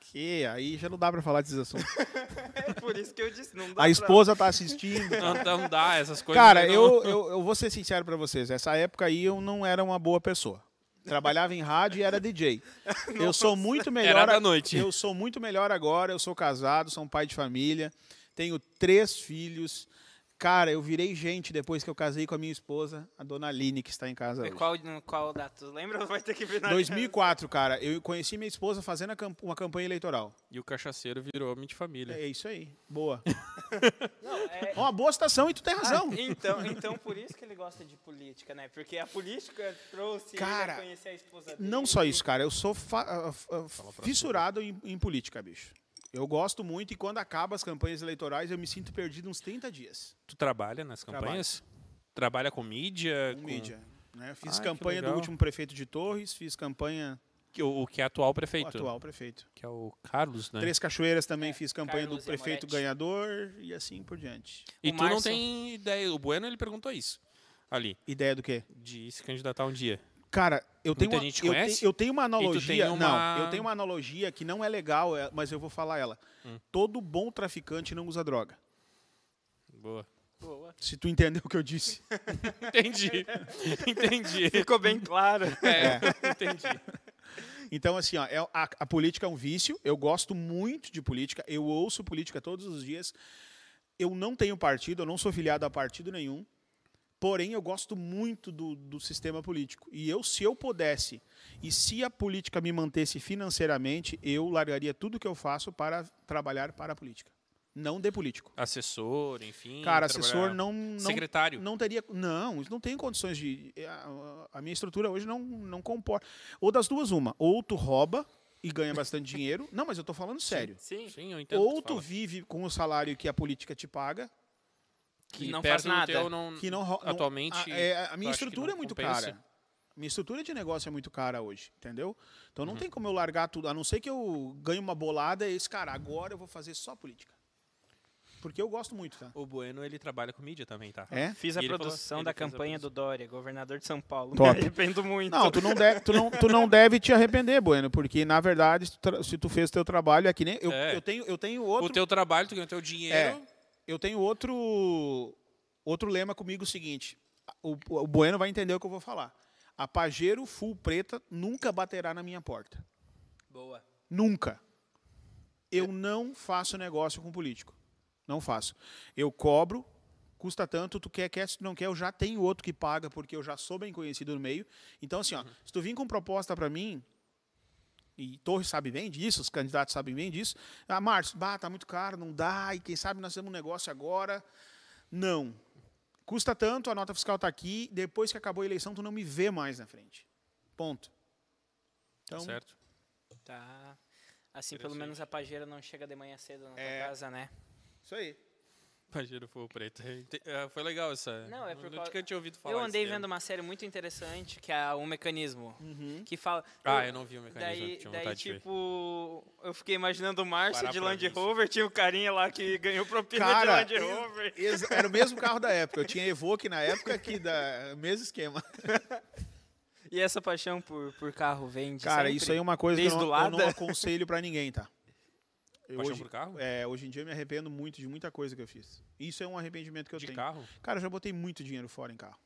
Que aí já não dá pra falar desses assuntos.
É por isso que eu disse, não dá
A esposa tá assistindo.
Não, não dá essas coisas.
Cara,
não-
eu, eu, eu vou ser sincero pra vocês. Essa época aí eu não era uma boa pessoa. Trabalhava em rádio e era DJ. Eu sou muito melhor.
Era da
a-
noite.
Eu sou muito melhor agora. Eu sou casado, sou um pai de família, tenho três filhos. Cara, eu virei gente depois que eu casei com a minha esposa, a dona Aline, que está em
É
casa
E
hoje.
É, Qual, qual data? Tu lembra? Vai ter que vir na
2004, cara, eu conheci minha esposa fazendo a camp- uma campanha eleitoral.
E o cachaceiro virou homem de família.
É isso aí. Boa.
Não, é-
Uma boa citação e tu tem razão.
Então, então, por isso que ele gosta de política, né? Porque a política trouxe ele
Cara,
a conhecer a esposa dele.
Não só isso, cara. Eu sou fa- ah, ah, fissurado em, em política, bicho. Eu gosto muito e quando acaba as campanhas eleitorais eu me sinto perdido uns 30 dias
Tu trabalha nas campanhas? Trabalha com mídia?
com mídia.
Ah,
né? Fiz
Ai, que
campanha do
legal.
último prefeito de Torres, fiz campanha
Que O, o que é atual
do
prefeito,
atual prefeito.
que é o Carlos, né?
Três Cachoeiras também fiz campanha
Carlos
do prefeito
Amoretti.
ganhador e assim por diante.
E
O
tu não
Márcio-
tem ideia. O Bueno, ele perguntou isso ali,
Ideia do quê?
de se candidatar um dia.
Cara, eu tenho,
Muita
uma,
gente
eu,
conhece?
tenho- eu tenho uma
tem
analogia.
uma-
Não, eu tenho uma analogia que não é legal, é- mas eu vou falar ela.
Hum.
Todo bom traficante não usa droga.
Boa.
Boa.
Se tu entendeu o que eu disse.
Entendi. Entendi.
Ficou bem claro.
É, entendi.
Então, assim, ó, é- a, a política é um vício. Eu gosto muito de política. Eu ouço política todos os dias. Eu não tenho partido, eu não sou filiado a partido nenhum. Porém, eu gosto muito do, do sistema político. E eu, se eu pudesse, e se a política me mantesse financeiramente, eu largaria tudo que eu faço para trabalhar para a política. Não de político.
Assessor, enfim.
Cara,
trabalhar-
assessor não, não
Secretário.
não teria. Não, isso não tem condições de. é, a- A minha estrutura hoje não, não comporta. Ou das duas, uma. Ou tu rouba e ganha bastante dinheiro. Não, mas eu tô falando sério.
Sim.
Sim, eu entendo. o
Ou
que tu
tu
fala.
vive com o salário que a política te paga,
que não
perto
faz
do
nada.
teu não-
que não ro-
Hum,
não-
Atualmente,
A, é, a
tu
minha
acha que
estrutura é
não
muito
compensa?
cara. Minha estrutura de negócio é muito cara hoje, entendeu? Então
Uhum.
não tem como eu largar tudo, a não ser que eu ganhe uma bolada e esse cara, agora eu vou fazer só política. Porque eu gosto muito, tá?
O Bueno, ele trabalha com mídia também, tá?
É?
Fiz
E
assim, a
ele falou-
produção
ele
da
fez a
campanha do Dória, governador de São Paulo.
Top.
Me arrependo muito.
Não, tu não, deve, tu, não, tu não deve te arrepender, Bueno, porque na verdade, se tu, tra- se tu fez o teu trabalho, é que nem. Eu,
É.
eu, tenho, eu tenho
O
outro. É,
teu trabalho, tu ganha o teu dinheiro.
Eu tenho outro. Outro lema comigo o seguinte. O, o Bueno vai entender o que eu vou falar. A Pajero Full Preta nunca baterá na minha porta.
Boa.
Nunca. Eu não faço negócio com político. Não faço. Eu cobro, custa tanto, tu quer, quer, se tu não quer, eu já tenho outro que paga, porque eu já sou bem conhecido no meio. Então, assim, ó, se tu vir com proposta pra mim, e Torres sabe bem disso, os candidatos sabem bem disso, ah, Márcio, bah, tá muito caro, não dá, e quem sabe nós temos um negócio agora. Não. Custa tanto, a nota fiscal tá aqui, depois que acabou a eleição, tu não me vê mais na frente. Ponto.
Tá
Então,
certo?
Tá. Assim, pelo menos a pajeira não chega de manhã cedo na tua
É.
casa, né?
isso aí.
Pajero foi o preto. Ente- ah, Foi legal essa.
Não, é por causa-
Nunca tinha ouvido falar.
eu andei
esse
vendo
termo.
uma série muito interessante, que é O Mecanismo. Que fala...
Ah, eu não vi o mecanismo.
Daí,
tinha
daí
vontade de ver.
tipo, eu fiquei imaginando o Márcio
Parar
de
pra
Land
ver isso.
Rover, tinha o carinha lá que ganhou propina
Cara,
de Land Rover.
Ex- Era o mesmo carro da época. Eu tinha Evoque na época que da mesmo esquema.
E essa paixão por, por carro vem de
Cara,
sempre?
isso aí é uma coisa que eu
Desde
não,
o lado.
eu não aconselho pra ninguém, tá? Eu
Paixão
hoje,
por carro?
é, hoje em dia eu me arrependo muito de muita coisa que eu fiz. Isso é um arrependimento que eu
De
tenho.
carro?
Cara, eu já botei muito dinheiro fora em carro.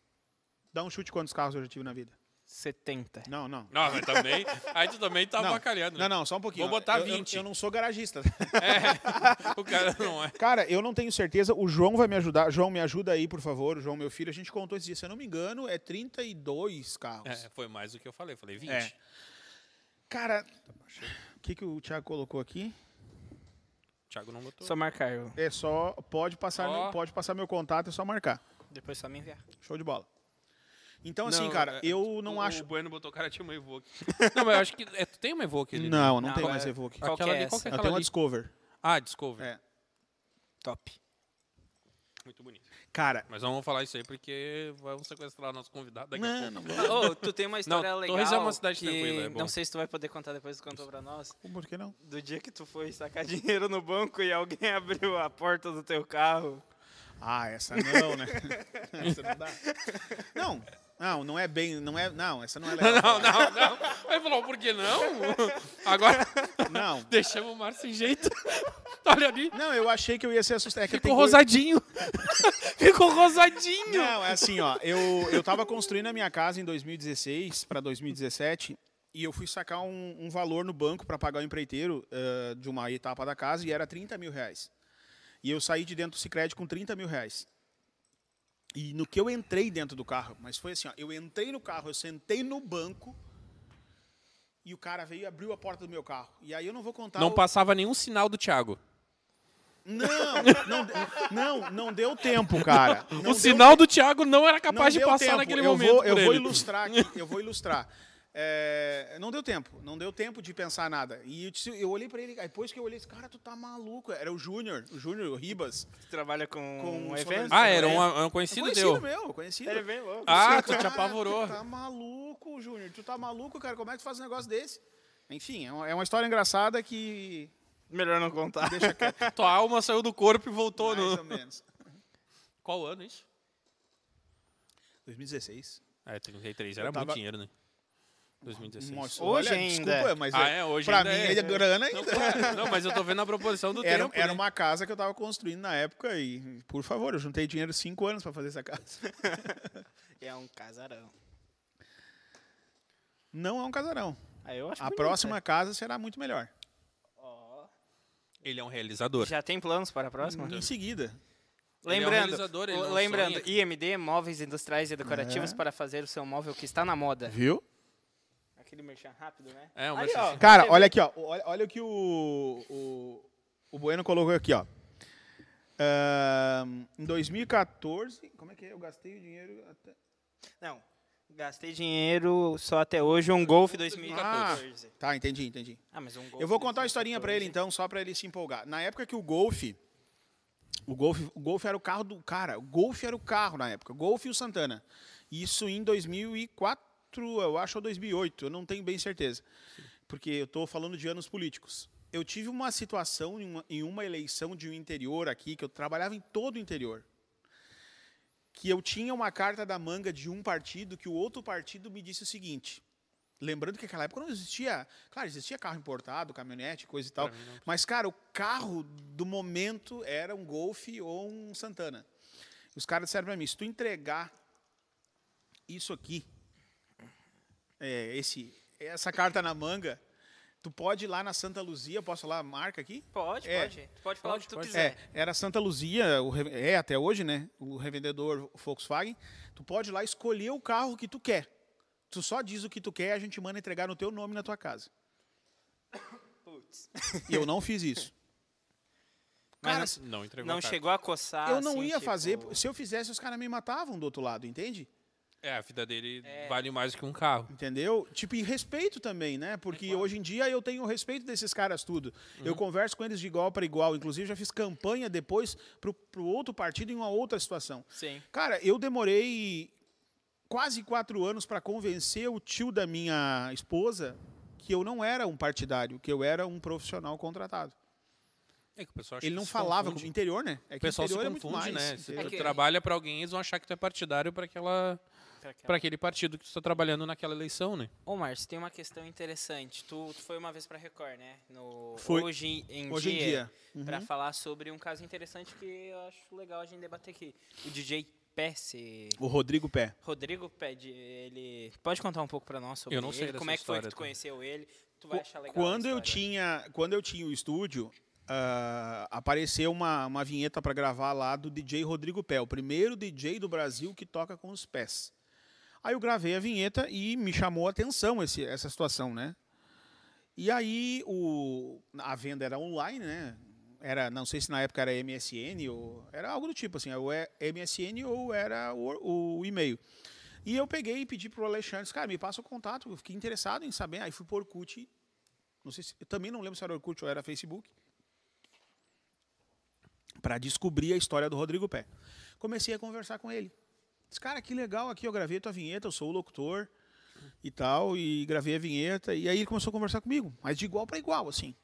Dá um chute quantos carros eu já tive na vida.
70.
Não, não.
Não, mas também. aí tu também tá
Não,
avacalhando.
não,
né?
não, só um pouquinho.
Vou botar
Eu- eu-
20.
Eu, não sou garagista.
O cara não é.
Cara, eu não tenho certeza. O João vai me ajudar. João, me ajuda aí, por favor. O João, meu filho. A gente contou esses dias. Se eu não me engano, é 32 carros.
É, Foi mais do que eu falei. Eu Falei 20.
É. Cara,
Tá
o que, que o Thiago colocou aqui?
O Thiago não botou.
Só marcar, eu-
É só. Pode passar,
Ó.
meu, pode passar meu contato, é só marcar.
depois só me enviar.
Show de bola. Então, assim,
Não,
cara,
é,
eu não
o,
acho.
O Bueno botou cara tinha uma Evoque. não, mas eu acho que. É, tu tem uma Evoque ali? né?
Não, eu não,
Não,
tenho
é-
mais Evoque.
Qual que
Aquela
é
ali, qual
essa?
que é
Eu tenho
aquela
uma
ali?
Discover.
Ah, Discovery.
É.
Top.
Muito bonito.
Cara,
Mas não vamos falar isso aí porque vamos sequestrar o nosso convidado daqui a
não,
pouco.
não
Ah, Ô, tu tem uma história legal.
Torres é uma cidade
que
tranquila, é bom.
Não sei se tu vai poder contar depois que tu contou pra nós.
vou- Por que não?
Do dia que tu foi sacar dinheiro no banco e alguém abriu a porta do teu carro.
Ah, essa não, né? essa não dá. Não, Não, não é bem, não é, não, essa não é
Não,
legal.
não, não. Aí falou, por que não? Agora
Não.
deixamos o mar sem jeito. Olha ali.
Não, eu achei que eu ia ser assustado. É que
Ficou
tem coisa-
rosadinho. Ficou rosadinho.
Não, é assim, ó. Eu, eu tava construindo a minha casa em 2016 para 2017 e eu fui sacar um, um valor no banco para pagar o empreiteiro eh, de uma etapa da casa e era 30 mil reais. E eu saí de dentro do Sicredi com 30 mil reais. E no que eu entrei dentro do carro, mas foi assim, ó, eu entrei no carro, eu sentei no banco e o cara veio e abriu a porta do meu carro. E aí eu não vou contar
Não
tá o-
passava nenhum sinal do Thiago.
Não, não, de- não, não deu tempo, cara. Não deu
o sinal do Thiago não era
Não
capaz de
deu
passar
tempo.
naquele
eu
momento.
Vou, eu
por
vou
ele.
ilustrar aqui, eu vou ilustrar. É, não deu tempo, não deu tempo de pensar nada. E eu, disse- eu olhei pra ele, aí depois que eu olhei, esse cara, tu tá maluco. Era o Júnior, o Júnior, o Ribas.
Trabalha com,
Com
um
os
evento.
Ah, era
né?
um, um conhecido,
conhecido
deu.
meu, conhecido.
Ele é bem louco.
Ah,
Disse,
tu te
"Cara,
apavorou."
Tu tá maluco, Júnior, tu tá maluco, cara, como é que tu faz um negócio desse? Enfim, é uma, é uma história engraçada que
Melhor não contar.
deixa quieto,
Tua alma saiu do corpo e voltou
mais
no.
ou menos.
Qual ano isso?
2016.
É, 33 era
Eu tava-
muito dinheiro, né? 2016.
Nossa,
Hoje
olha,
ainda.
desculpa, mas
Ah, é, hoje
pra
ainda
mim
é.
é grana ainda.
Não, pô, não, mas eu tô vendo a proporção do
Era,
tempo.
era
né?
uma casa que eu tava construindo na época e, por favor, eu juntei dinheiro cinco anos para fazer essa casa.
É um casarão.
Não é um casarão.
Aí eu acho
A
bonito,
próxima
né?
casa será muito melhor.
Ó.
Ele é um realizador.
Já tem planos para a próxima?
Em seguida.
Ele é um
Lembrando,
realizador, ele
o-
não
lembrando,
sonha.
IMD, móveis industriais e decorativos
É.
para fazer o seu móvel que está na moda.
Viu?
Aquele merchan rápido, né?
É, um
Ali,
merchan.
ó.
Cara, olha aqui, ó. Olha, olha o que o, o, o Bueno colocou aqui, ó. Ahn, em 2014. Como é que é? Eu gastei o dinheiro. Até...
Não. Gastei dinheiro só até hoje um Golf 2014.
Tá, entendi, entendi.
Ah, mas um Golf
Eu vou contar a historinha pra ele
2014.
então, só pra ele se empolgar. Na época que o Golf, o Golf, o Golf era o carro do cara, o Golf era o carro na época, o Golf e o Santana. Isso em 2004, eu acho ou 2008, eu não tenho bem certeza. Porque eu tô falando de anos políticos. Eu tive uma situação em uma, em uma eleição de um interior aqui que eu trabalhava em todo o interior. Que eu tinha uma carta da manga de um partido que o outro partido me disse o seguinte: Lembrando que naquela época não existia. Claro, existia carro importado, caminhonete, coisa e tal. Mas, cara, o carro do momento era um Golf ou um Santana. Os caras disseram pra mim: se tu entregar isso aqui, é, esse, essa carta na manga, tu pode ir lá na Santa Luzia, posso falar a marca aqui?
Pode,
É.
pode. Tu pode falar o que tu
pode.
quiser.
É, era Santa Luzia, o re- é até hoje, né? O revendedor Volkswagen. Tu pode ir lá escolher o carro que tu quer. Tu só diz o que tu quer e a gente manda entregar no teu nome na tua casa.
Putz.
E eu não fiz isso.
Mas
Cara,
Não entregou.
Não
a carta.
chegou a coçar.
eu não
assim,
ia
tipo-
fazer. Se eu fizesse, os caras me matavam do outro lado, entende?
É, a vida dele
É.
vale mais que um carro.
Entendeu? Tipo, e respeito também, né? Porque hoje em dia eu tenho o respeito desses caras tudo.
Uhum.
Eu converso com eles de igual para igual. Inclusive, já fiz campanha depois pro, pro outro partido em uma outra situação.
Sim.
Cara, eu demorei quase quatro anos para convencer o tio da minha esposa que eu não era um partidário, que eu era um profissional contratado.
É que o pessoal acha
Ele
que
não
se
falava com
confunde.
o interior, né? É
O pessoal se
interior é muito
confunde,
mais,
né? Se
interior.
tu
É que-
trabalha pra alguém, eles vão achar que tu é partidário pra aquela,
Pra aquela-
pra aquele partido que tu tá trabalhando naquela eleição, né?
Ô, Márcio, tem uma questão interessante. Tu, tu foi uma vez pra Record, né? No,
Foi.
Hoje em
Hoje em
dia.
é.
dia. Uhum.
Pra falar sobre um caso interessante que eu acho legal a gente debater aqui. O DJ Pé, se...
O Rodrigo Pé.
Rodrigo Pé, de- ele... Pode contar um pouco pra nós sobre
Eu não sei
ele?
dessa
Como é que foi que tu
história, tá?
conheceu ele? Tu vai achar legal a
Quando eu
história.
tinha, quando eu tinha o estúdio, ah, apareceu uma, uma vinheta para gravar lá do DJ Rodrigo Pé, o primeiro DJ do Brasil que toca com os pés. Aí eu gravei a vinheta e me chamou a atenção esse- essa situação, né? E aí o, a venda era online, né? Era, não sei se na época era MSN ou era algo do tipo assim, ou é MSN ou era o, o e-mail. E eu peguei e pedi pro Alexandre, disse, cara, me passa o contato, eu fiquei interessado em saber. Aí fui pro Orkut, não sei se, eu também não lembro se era Orkut ou era Facebook, para descobrir a história do Rodrigo Pé. Comecei a conversar com ele. Disse, cara, que legal aqui, eu gravei tua vinheta, eu sou o locutor e tal, e gravei a vinheta. E aí ele começou a conversar comigo, mas de igual para igual, assim.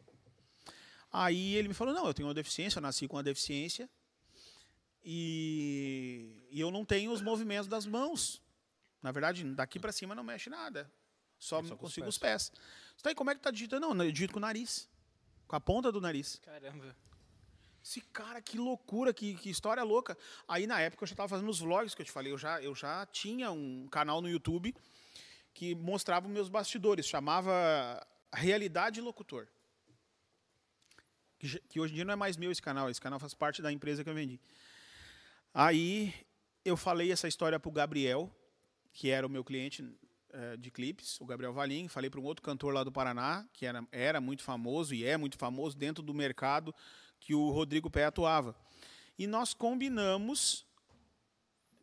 Aí ele me falou: não, eu tenho uma deficiência, eu nasci com uma deficiência, e, e eu não tenho os movimentos das mãos. Na verdade, daqui pra cima não mexe nada. Só,
só com os
consigo os pés. Tá aí, como é que tá digitando? Não, eu digito com o nariz. Com a ponta do nariz.
Caramba.
Esse cara, que loucura, que, que história louca. Aí na época eu já estava fazendo os vlogs que eu te falei, eu já, eu já tinha um canal no YouTube que mostrava os meus bastidores, chamava Realidade Locutor. Que, já- que hoje em dia não é mais meu esse canal, esse canal faz parte da empresa que eu vendi. Aí eu falei essa história pro Gabriel, que era o meu cliente eh, de clipes, o Gabriel Valim, falei para um outro cantor lá do Paraná, que era, era muito famoso e é muito famoso dentro do mercado que o Rodrigo Pé atuava. E nós combinamos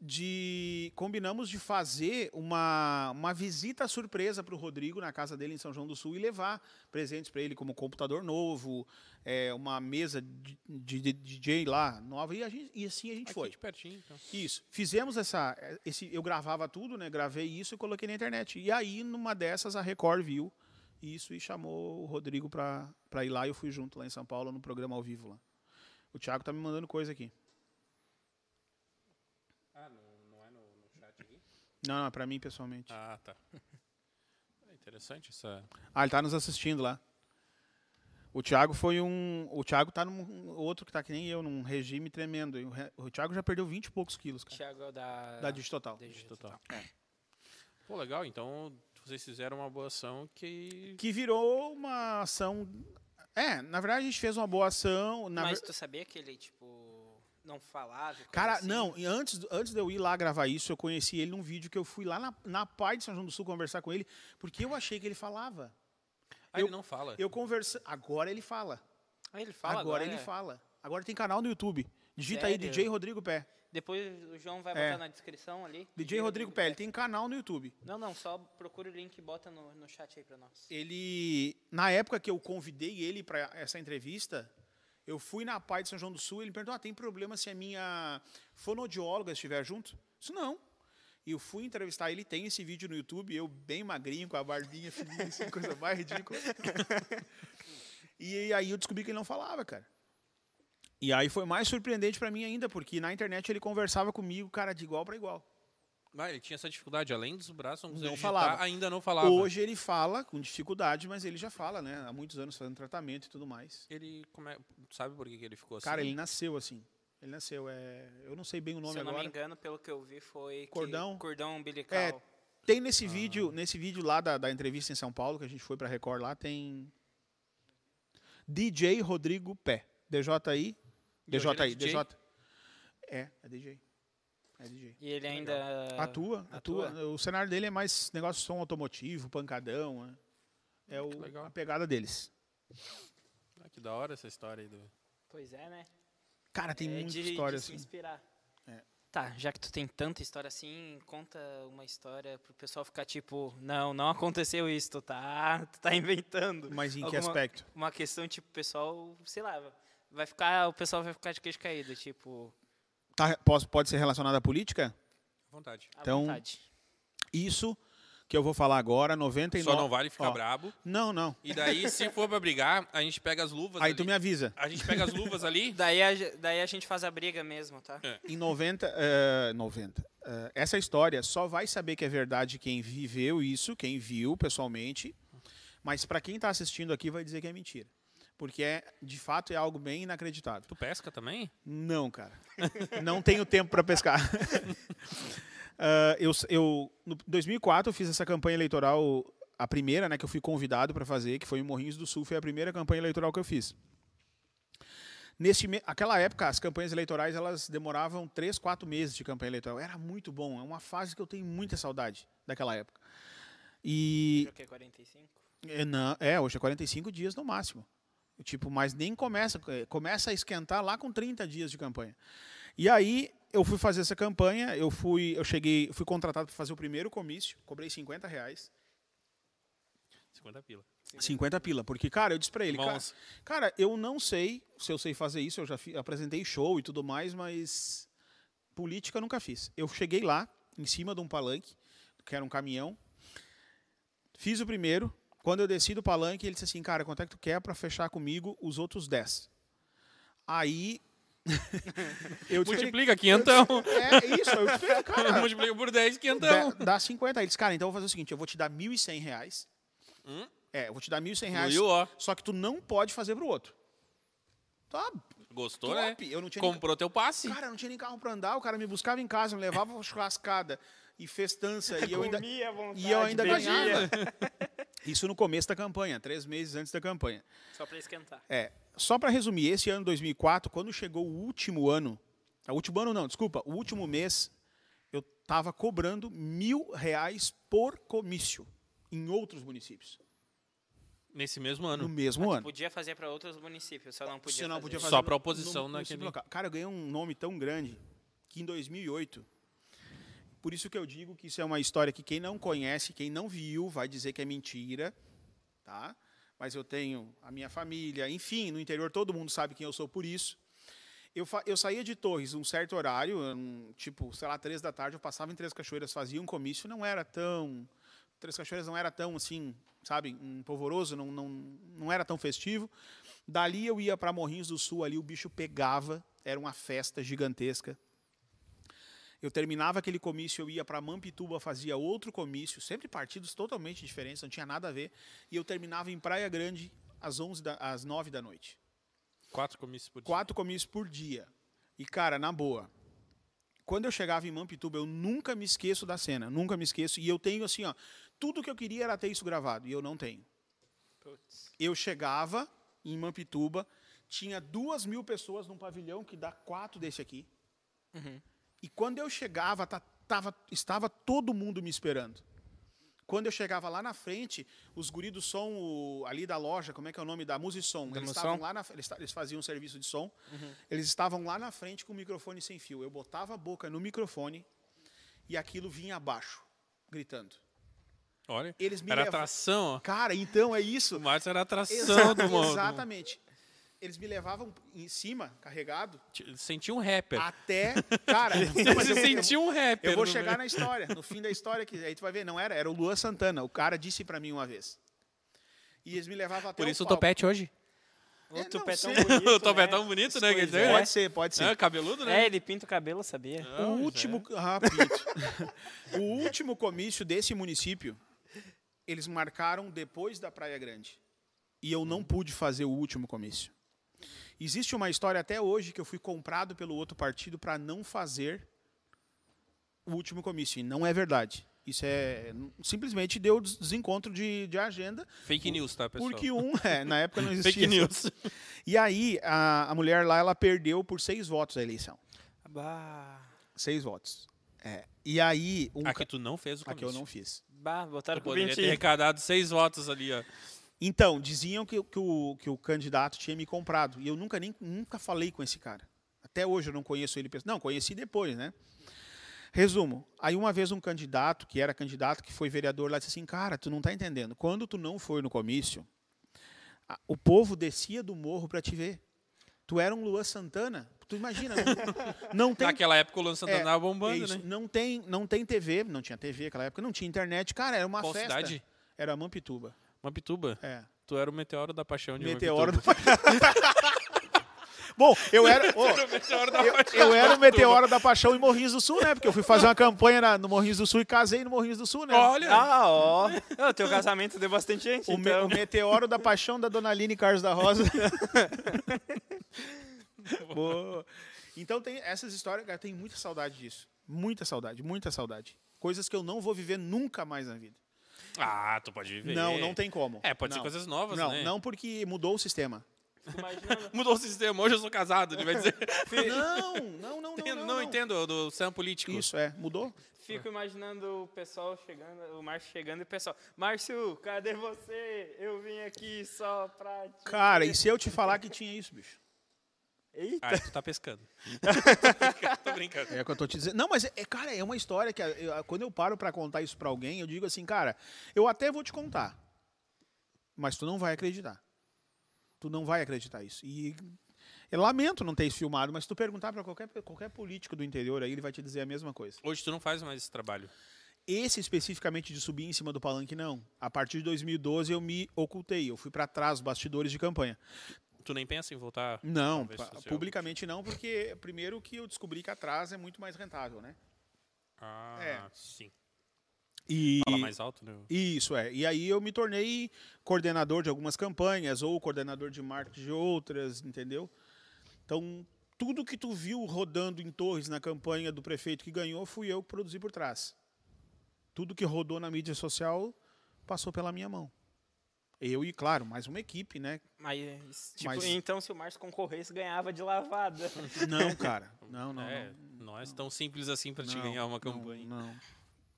de combinamos de fazer uma, uma visita surpresa para o Rodrigo na casa dele em São João do Sul e levar presentes para ele como computador novo, eh, uma mesa de, de- de DJ lá nova e, a gente- e assim a gente
Aqui
foi.
de pertinho, então.
Isso. Fizemos essa. eh, Esse, eu gravava tudo, né? Gravei isso e coloquei na internet. E aí, numa dessas, a Record viu isso e chamou o Rodrigo pra, pra ir lá. E eu fui junto lá em São Paulo no programa ao vivo lá. O Thiago tá me mandando coisa aqui.
Ah, não, não é no, no chat aqui?
Não, não, é pra mim pessoalmente. Ah,
Ah, tá. É interessante essa...
ele tá nos assistindo lá. O Thiago foi um. O Thiago tá num outro que tá que nem eu, num regime tremendo. E o re- O Thiago já perdeu 20 e poucos quilos, cara.
Thiago é o da.
Tá. Da Digital. É.
Total. Pô, legal. Então, vocês fizeram uma boa ação que...
Que virou uma ação. É, na verdade a gente fez uma boa ação. Na
Mas
ver-
tu sabia que ele, tipo, não falava? e coisa
Cara,
assim?
não, e antes, do- antes de eu ir lá gravar isso, eu conheci ele num vídeo que eu fui lá na, na Pai de São João do Sul conversar com ele, porque eu achei que ele falava.
Ah,
Eu-
ele não fala.
Eu conversa, agora ele fala.
Ah, Ele fala
agora
agora,
ele
é.
fala. Agora tem canal no YouTube. Digita aí
Sério?
DJ Rodrigo Pé.
Depois o João vai
É.
botar na descrição ali.
DJ Rodrigo
é.
Pé, ele tem canal no YouTube.
Não, não, só procura o link e bota no, no chat aí pra nós.
Ele, na época que eu convidei ele para essa entrevista, eu fui na Pai de São João do Sul, ele me perguntou: ah, tem problema se a minha fonodióloga estiver junto?" Isso não. E eu fui entrevistar ele, tem esse vídeo no YouTube, eu bem magrinho, com a barbinha fininha, assim, coisa mais ridícula. e aí eu descobri que ele não falava, cara. E aí foi mais surpreendente para mim ainda, porque na internet ele conversava comigo, cara, de igual para igual.
Ah, ele tinha essa dificuldade, além dos braços, não, conseguia
Não
digitar,
falava.
ainda não falava.
Hoje ele fala com dificuldade, mas ele já fala, né? Há muitos anos fazendo tratamento e tudo mais.
Ele como é- sabe por que, que ele ficou assim?
Cara, ele nasceu assim. Ele nasceu, é. Eu não sei bem o nome
Se eu não
agora.
me engano, pelo que eu vi, foi. que-
Cordão?
cordão umbilical.
É. Tem nesse vídeo, nesse vídeo lá da, da entrevista em São Paulo, que a gente foi pra Record lá, tem. DJ Rodrigo Pé. DJI.
E hoje ele é DJ?
DJI, DJ. É, é DJ. É DJ.
E ele ainda.
Atua, atua,
É, atua?
O cenário dele é mais negócio de som automotivo, pancadão. né? É, o,
legal.
a pegada deles.
Ah, que da hora essa história aí. Do...
Pois é, né?
Cara, tem
é
muita
de,
história
de se
assim.
inspirar.
É.
Tá, já que tu tem tanta história assim, conta uma história pro pessoal ficar tipo, não, não aconteceu isso, tu tá, tu tá inventando.
Mas em que
Alguma-
aspecto?
Uma questão tipo, o pessoal, sei lá, vai ficar, o pessoal vai ficar de queixo caído, tipo,
Tá, posso- pode ser relacionado à política?
À vontade.
à
Então,
vontade.
Isso que eu vou falar agora, 99.
Só não vale ficar
Ó,
brabo.
Não, não.
E daí, se for pra brigar, a gente pega as luvas
Aí
ali.
tu me avisa.
A gente pega as luvas ali.
Daí a, ge- daí a gente faz a briga mesmo, tá?
Em 90, eh, 90. eh, essa história só vai saber que é verdade quem viveu isso, quem viu pessoalmente. Mas para quem tá assistindo aqui vai dizer que é mentira. Porque é, de fato é algo bem inacreditável.
Tu pesca também?
Não, cara. Não tenho tempo para pescar. Ah, eu, eu, no 2004, eu fiz essa campanha eleitoral, a primeira, né, que eu fui convidado para fazer, que foi em Morrinhos do Sul, foi a primeira campanha eleitoral que eu fiz. Neste, me- aquela época, as campanhas eleitorais elas demoravam três, quatro meses de campanha eleitoral. Era muito bom. É uma fase que eu tenho muita saudade daquela época. E
O que, 45?
é, não, é, hoje é 45 dias no máximo. Tipo, mas nem começa, eh, começa a esquentar lá com 30 dias de campanha. E aí eu fui fazer essa campanha, eu fui, eu cheguei, fui contratado para fazer o primeiro comício, cobrei 50 reais.
50 pila.
50 pila, porque, cara, eu disse pra ele, cara,
Mãos.
cara, eu não sei se eu sei fazer isso, eu já fi- apresentei show e tudo mais, mas política eu nunca fiz. Eu cheguei lá, em cima de um palanque, que era um caminhão, fiz o primeiro, quando eu desci do palanque, ele disse assim, cara, quanto é que tu quer pra fechar comigo os outros 10? Aí Eu te explico-
Multiplica quinhentão.
É isso, eu te explico, cara.
Multiplica por 10,
Dá-
quinhentão.
Dá 50. Aí eles, cara, então eu vou fazer o seguinte: eu vou te dar 1.100 reais. É, eu vou te dar 1.100 reais.
Fluiu, ó.
Só que tu não pode fazer pro outro. Tá,
Gostou, né?
top. Eu não tinha nem
Comprou teu passe.
Cara, eu não tinha nem carro pra andar, o cara me buscava em casa, me levava pra churrascada e festança. e eu ainda,
Comia à vontade,
e eu ainda
bebia.
ganhava. Isso no começo da campanha, três meses antes da campanha.
Só pra esquentar.
É, só pra resumir, esse ano 2004, quando chegou o último ano, é, o último ano não, desculpa, o último mês, eu tava cobrando mil reais por comício em outros municípios,
Nesse mesmo
no
ano. Ah, tipo
mesmo ano.
Podia fazer pra outros municípios, só não podia
Você não
fazer.
podia
Só
fazer
pra oposição
no- no
naquele-
município local. Cara, eu ganhei um nome tão grande que em 2008. Por isso que eu digo que isso é uma história que quem não conhece, quem não viu, vai dizer que é mentira, tá? Mas eu tenho a minha família, enfim, no interior todo mundo sabe quem eu sou por isso. Eu, fa- eu saía de Torres um certo horário, um, tipo, sei lá, três da tarde, eu passava em Três Cachoeiras, fazia um comício, não era tão... Três Cachoeiras não era tão, assim, sabe, um polvoroso, não, não, não era tão festivo. Dali eu ia para Morrinhos do Sul, ali o bicho pegava, era uma festa gigantesca. Eu terminava aquele comício, eu ia para Mampituba, fazia outro comício, sempre partidos totalmente diferentes, não tinha nada a ver. E eu terminava em Praia Grande às 11 da, às 9 da noite.
Quatro comícios por dia.
Quatro comícios por dia. E, cara, na boa. Quando eu chegava em Mampituba, eu nunca me esqueço da cena, nunca me esqueço. E eu tenho assim, ó, tudo que eu queria era ter isso gravado, e eu não tenho.
Putz.
Eu chegava em Mampituba, tinha duas mil pessoas num pavilhão que dá quatro desse aqui. E quando eu chegava, ta- tava- estava todo mundo me esperando. Quando eu chegava lá na frente, os guri do som o- ali da loja, como é que é o nome da Musi Som,
Da
eles
Musi
estavam
Som?
lá na, eles, ta- eles faziam um serviço de som. Eles estavam lá na frente com o microfone sem fio. Eu botava a boca no microfone e aquilo vinha abaixo, gritando.
Olha.
Eles me
Era
levam-
atração, ó.
Cara, então é isso.
O Márcio era atração
Exa-
do mundo.
Exatamente. Eles me levavam em cima, carregado,
Sentiu um rapper.
até. Cara, não, mas
Você
eu,
sentiu um rapper.
Ah, eu vou
no meio.
chegar na história, no fim da história, que aí tu vai ver, não era, era o Luan Santana. O cara disse pra mim uma vez. E eles me levavam até
Por
o
isso o
palco.
topete hoje.
O
É, não,
tupetão
sei.
bonito,
o topetão
né?
bonito, né? Quer
Pois
dizer,
é. Pode ser, pode ser.
Ah, cabeludo,
É,
né?
ele pinta o cabelo, sabia?
Ah,
O
pois
último, ah, Pito. o último comício desse município, eles marcaram depois da Praia Grande. E eu
Hum.
não pude fazer o último comício. Existe uma história até hoje que eu fui comprado pelo outro partido para não fazer o último comício. E não é verdade. Isso é. Simplesmente deu des- desencontro de, de agenda,
é. Fake news, tá, pessoal?
porque um. é, na época não existia.
Fake
essa-
news.
E aí, a, a mulher lá, ela perdeu por seis votos a eleição.
Bah,
Seis votos. É. E aí. Um
Aqui tu não fez o
a que
comício.
eu não fiz.
bah, botaram
Tu
com
poderia ter
20.
arrecadado seis votos ali, ó.
Então, diziam que, que o, que o candidato tinha me comprado. E eu nunca, nem, nunca falei com esse cara. Até hoje eu não conheço ele. pessoalmente. Não, conheci depois, né? Resumo. Aí uma vez um candidato, que era candidato, que foi vereador lá, disse assim, cara, tu não tá entendendo. Quando tu não foi no comício, a- o povo descia do morro para te ver. Tu era um Luan Santana. Tu imagina, não, não tem
Naquela época o Luan Santana
É,
tava
É
bombando,
isso.
né?
Não tem, não tem TV, não tinha TV naquela época, não tinha internet. Cara, era uma
Qual
festa.
cidade?
Era Mampituba.
Mampituba.
É.
Tu era o meteoro da paixão de
Meteoro
Mampituba.
do Bom, eu era, ô,
Meteoro da
eu,
paixão.
eu era o meteoro da paixão em Morrinhos do Sul, né? Porque eu fui fazer uma campanha na- no Morrinhos do Sul e casei no Morrinhos do Sul, né?
Olha,
Ah, ó. O teu casamento deu bastante gente,
o, me-
então.
o meteoro da paixão da Dona Aline Carlos da Rosa. Boa. Então tem essas histórias, cara, tem muita saudade disso. Muita saudade, muita saudade. Coisas que eu não vou viver nunca mais na vida.
Ah, tu pode viver.
Não, não tem como.
É, pode ser
Não.
coisas novas,
não,
né?
Não, porque mudou o sistema.
então. Imagina,
Mudou o sistema, hoje eu sou casado, ele vai dizer.
Não, não, não,
Entendo, não, entendo do sistema político.
Isso, é, mudou.
fico imaginando o pessoal chegando, o Márcio chegando e o pessoal, Márcio, cadê você? Eu vim aqui só pra te...
Cara, e se eu te falar que tinha isso, bicho?
Eita,
Ah, tu tá pescando. tô brincando.
É o que eu tô te dizendo. Não, mas, é, é, cara, é uma história que a- eu- quando eu paro pra contar isso pra alguém, eu digo assim, cara, eu até vou te contar, mas tu não vai acreditar. Tu não vai acreditar isso. E eu lamento não ter isso filmado, mas se tu perguntar pra qualquer, qualquer político do interior aí, ele vai te dizer a mesma coisa.
Hoje tu não faz mais esse trabalho.
Esse especificamente de subir em cima do palanque, não. A partir de 2012 eu me ocultei, eu fui pra trás, os bastidores de campanha.
Tu nem pensa em voltar?
Não,
Talvez
pa-
fosse algo
publicamente não, porque primeiro que eu descobri que atrás é muito mais rentável, né?
Ah,
É.
sim.
E
Fala mais alto, né?
isso é. E aí eu me tornei coordenador de algumas campanhas ou coordenador de marketing de outras, entendeu? Então, tudo que tu viu rodando em Torres na campanha do prefeito que ganhou, fui eu que produzi por trás. Tudo que rodou na mídia social passou pela minha mão. Eu e, claro, mais uma equipe, né?
Mas, tipo,
Mas-
então se o Márcio concorresse, ganhava de lavada.
Não, cara. Não, não.
é,
não.
não, é tão simples assim pra te
Não,
ganhar uma
não,
campanha.
Não.